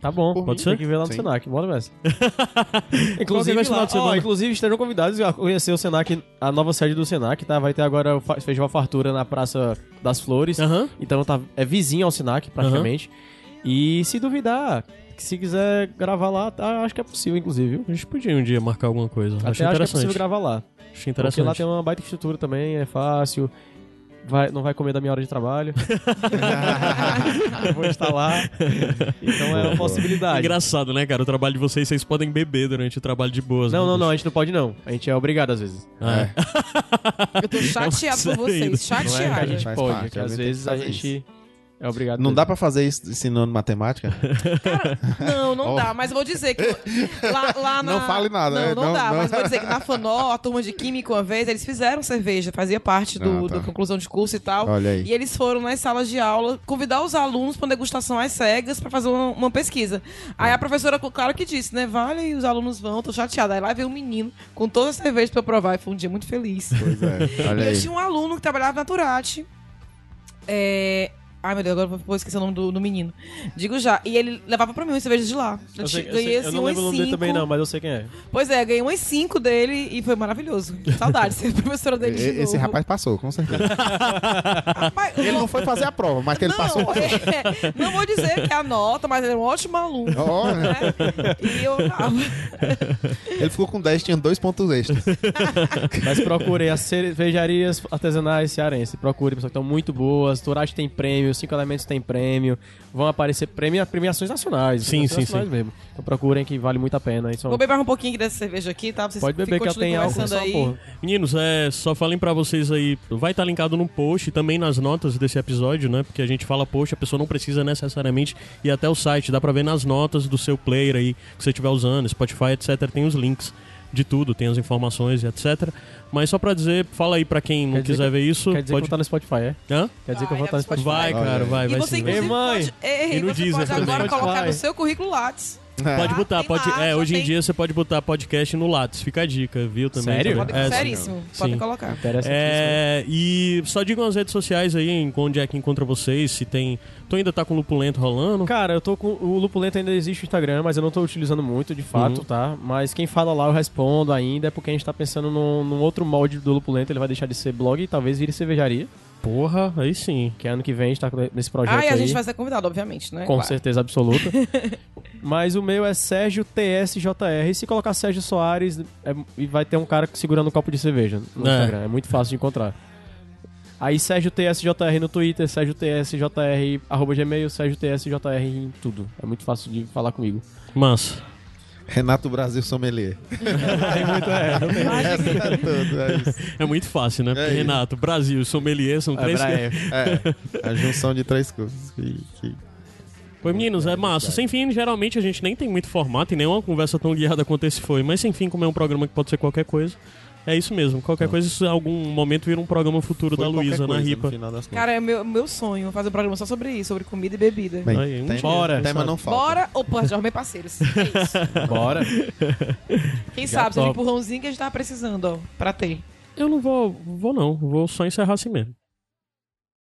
Speaker 3: Tá bom,
Speaker 1: Por
Speaker 3: pode
Speaker 4: mim.
Speaker 3: ser? Tem que ver lá no
Speaker 1: Sim.
Speaker 3: Senac, bora nessa.
Speaker 4: Qual que vai
Speaker 3: inclusive,
Speaker 4: esse final
Speaker 3: lá,
Speaker 4: de
Speaker 3: ó,
Speaker 4: semana?
Speaker 3: inclusive, estarão convidados a conhecer o Senac, a nova sede do Senac, tá? Vai ter agora o fa- Festival Fartura na Praça das Flores.
Speaker 4: Aham.
Speaker 3: Então tá, é vizinho ao Sinac, praticamente. E se duvidar, se quiser gravar lá, tá, acho que é possível, inclusive. viu?
Speaker 4: A gente podia um dia marcar alguma coisa.
Speaker 3: Até
Speaker 4: acho
Speaker 3: acho que é
Speaker 4: interessante.
Speaker 3: possível gravar lá.
Speaker 4: acho
Speaker 3: Porque lá
Speaker 4: interessante.
Speaker 3: tem uma baita estrutura também, é fácil. Vai, não vai comer da minha hora de trabalho. Eu Vou instalar. Então é uma possibilidade.
Speaker 4: Engraçado, né, cara? O trabalho de vocês, vocês podem beber durante o trabalho de boas.
Speaker 3: Não,
Speaker 4: né?
Speaker 3: não, não, a gente não pode não. A gente é obrigado às vezes.
Speaker 4: Ah, é.
Speaker 2: Eu tô chateado por
Speaker 4: sério ainda.
Speaker 2: vocês.
Speaker 3: Não é que a
Speaker 2: Chateado.
Speaker 3: gente
Speaker 1: Faz
Speaker 3: pode,
Speaker 1: parte,
Speaker 3: é que
Speaker 1: a
Speaker 3: às
Speaker 1: gente tem
Speaker 3: vezes
Speaker 1: que
Speaker 3: a
Speaker 1: fazer
Speaker 3: gente é obrigado.
Speaker 1: Não
Speaker 3: mesmo.
Speaker 1: dá pra fazer isso ensinando matemática?
Speaker 2: Não, não
Speaker 1: Ó.
Speaker 2: dá, mas eu vou dizer que eu- lá, lá na...
Speaker 1: Não fale nada,
Speaker 2: Não,
Speaker 1: né?
Speaker 2: não,
Speaker 1: Não,
Speaker 2: dá,
Speaker 1: não.
Speaker 2: mas vou dizer que na Fanó, a turma de Química uma vez, eles fizeram cerveja, fazia parte do,
Speaker 1: Ah, tá.
Speaker 2: da conclusão de curso e tal.
Speaker 1: Olha aí.
Speaker 2: E eles foram nas salas de aula convidar os alunos para degustação às cegas para fazer uma, uma pesquisa. Aí
Speaker 1: É.
Speaker 2: a professora, claro que disse, né? Vale, e os alunos vão, tô chateada. Aí lá veio um menino com toda a cerveja pra eu provar e foi um dia muito feliz.
Speaker 1: Pois é, olha
Speaker 2: E eu
Speaker 1: aí.
Speaker 2: tinha um aluno que trabalhava na Turati. É... Ai, meu Deus, agora eu vou esquecer o nome do, do menino. Digo já. E ele levava pra mim umas cervejas de lá. Eu,
Speaker 3: Eu, sei,
Speaker 2: ti-
Speaker 3: eu,
Speaker 2: ganhei
Speaker 3: sei, eu
Speaker 2: assim,
Speaker 3: não
Speaker 2: umas
Speaker 3: lembro o nome dele
Speaker 1: um
Speaker 2: cinco.
Speaker 3: também, não, mas eu sei quem é.
Speaker 2: Pois é, ganhei umas cinco dele e foi maravilhoso. Saudade de ser professora
Speaker 1: E-
Speaker 2: dele de
Speaker 1: Esse
Speaker 2: novo.
Speaker 1: rapaz passou, com certeza.
Speaker 2: Rapaz,
Speaker 1: Ele
Speaker 2: o-
Speaker 1: não foi fazer a prova, mas que ele
Speaker 2: não,
Speaker 1: passou.
Speaker 2: é, não vou dizer que é a nota, mas ele é um ótimo aluno.
Speaker 1: Ó,
Speaker 2: né? E eu ah,
Speaker 1: Ele ficou com 10, tinha dois pontos extras.
Speaker 3: Mas procurem as cervejarias artesanais cearense. Procurem, pessoal, que estão muito boas. Turati tem prêmio, os cinco elementos têm prêmio. Vão aparecer prêmio, premiações nacionais.
Speaker 4: Sim,
Speaker 3: premiações
Speaker 4: sim,
Speaker 3: nacionais Mesmo. Então procurem que vale muito a pena. Então,
Speaker 2: Vou beber mais um pouquinho aqui dessa cerveja aqui, tá? Vocês
Speaker 3: pode beber que ela
Speaker 2: continuem
Speaker 3: tem álcool
Speaker 2: conversando
Speaker 3: só,
Speaker 2: aí.
Speaker 3: porra.
Speaker 4: Meninos, é, só falem pra vocês aí, vai estar linkado no post e também nas notas desse episódio, né? Porque a gente fala post, a pessoa não precisa necessariamente ir até o site, dá pra ver nas notas do seu player aí que você estiver usando, Spotify, etc, tem os links de tudo, tem as informações e etc. Mas só pra dizer, fala aí pra quem não
Speaker 3: Quer dizer
Speaker 4: quiser ver isso,
Speaker 3: Quer dizer que eu vou
Speaker 4: pode Ah,
Speaker 3: estar no Spotify, é?
Speaker 4: Hã?
Speaker 3: Quer dizer que eu
Speaker 2: Vai,
Speaker 3: vou estar
Speaker 2: deve
Speaker 3: no Spotify.
Speaker 4: Vai,
Speaker 1: Olha
Speaker 4: cara,
Speaker 1: aí.
Speaker 4: vai,
Speaker 2: E
Speaker 4: vai
Speaker 2: você,
Speaker 4: sim.
Speaker 2: inclusive,
Speaker 3: Ei, mãe.
Speaker 2: pode, Ei,
Speaker 4: E no
Speaker 2: você
Speaker 4: Deezer
Speaker 2: pode agora
Speaker 4: também.
Speaker 2: colocar
Speaker 3: Spotify.
Speaker 2: no seu currículo Lattes.
Speaker 4: Pode
Speaker 2: Ah,
Speaker 4: botar,
Speaker 2: tem
Speaker 4: pode.
Speaker 2: lá,
Speaker 4: é,
Speaker 2: já
Speaker 4: hoje em
Speaker 2: tem.
Speaker 4: dia você pode botar podcast no Lattes, fica a dica, viu? Também,
Speaker 3: Sério?
Speaker 4: Também.
Speaker 2: Pode,
Speaker 4: É,
Speaker 2: seríssimo.
Speaker 4: sim.
Speaker 2: Podem colocar.
Speaker 3: Interessantíssimo.
Speaker 4: É, e só digam as redes sociais aí, em onde é que encontra vocês, se tem. Tu ainda tá com lupulento rolando?
Speaker 3: Cara, eu tô com. O Lupulento ainda existe no Instagram, mas eu não tô utilizando muito, de fato,
Speaker 4: Uhum.
Speaker 3: tá? Mas quem fala lá eu respondo ainda, é porque a gente tá pensando num, num outro molde do Lupulento, ele vai deixar de ser blog e talvez vire cervejaria.
Speaker 4: Porra, aí sim.
Speaker 3: Que ano que vem a gente tá com- nesse projeto.
Speaker 2: Ah, e a
Speaker 3: aí,
Speaker 2: gente vai ser convidado, obviamente, né?
Speaker 3: Com
Speaker 2: Claro.
Speaker 3: certeza absoluta. mas o meu é Sérgio TSJR. E se colocar Sérgio Soares, é- e vai ter um cara segurando um copo de cerveja no
Speaker 4: É.
Speaker 3: Instagram. É muito fácil de encontrar. Aí Sérgio TSJR no Twitter, Sérgio TSJR, arroba Gmail, Sérgio TSJR em tudo. É muito fácil de falar comigo.
Speaker 4: Massa.
Speaker 1: Renato Brasil Sommelier. Essa tá tudo, é isso.
Speaker 4: É muito fácil, né? Porque,
Speaker 1: É isso.
Speaker 4: Renato, Brasil, sommelier, são três.
Speaker 3: Braia.
Speaker 1: É, a junção de três coisas. que- que-
Speaker 4: Pô, meninos, é massa. Sem fim, geralmente a gente nem tem muito formato e nenhuma conversa tão guiada quanto esse foi. Mas sem fim, como é um programa que pode ser qualquer coisa. É isso mesmo. Qualquer coisa, isso em algum momento vira um programa futuro
Speaker 1: Foi
Speaker 4: da
Speaker 1: qualquer
Speaker 4: Luísa na
Speaker 1: coisa, no
Speaker 4: Ripa.
Speaker 1: final das contas.
Speaker 2: Cara, é meu, meu sonho fazer um programa só sobre isso, sobre comida e bebida.
Speaker 1: Bem,
Speaker 4: Aí, um
Speaker 1: tema-
Speaker 4: bora,
Speaker 1: tema
Speaker 4: sabe?
Speaker 1: não falta.
Speaker 2: Bora, opa, já arrumei parceiros. É isso.
Speaker 3: Bora.
Speaker 2: Quem
Speaker 3: Já
Speaker 2: sabe, seja um
Speaker 3: topo.
Speaker 2: empurrãozinho que a gente tava precisando, ó, pra ter.
Speaker 4: Eu não vou, vou não. Vou só encerrar assim mesmo.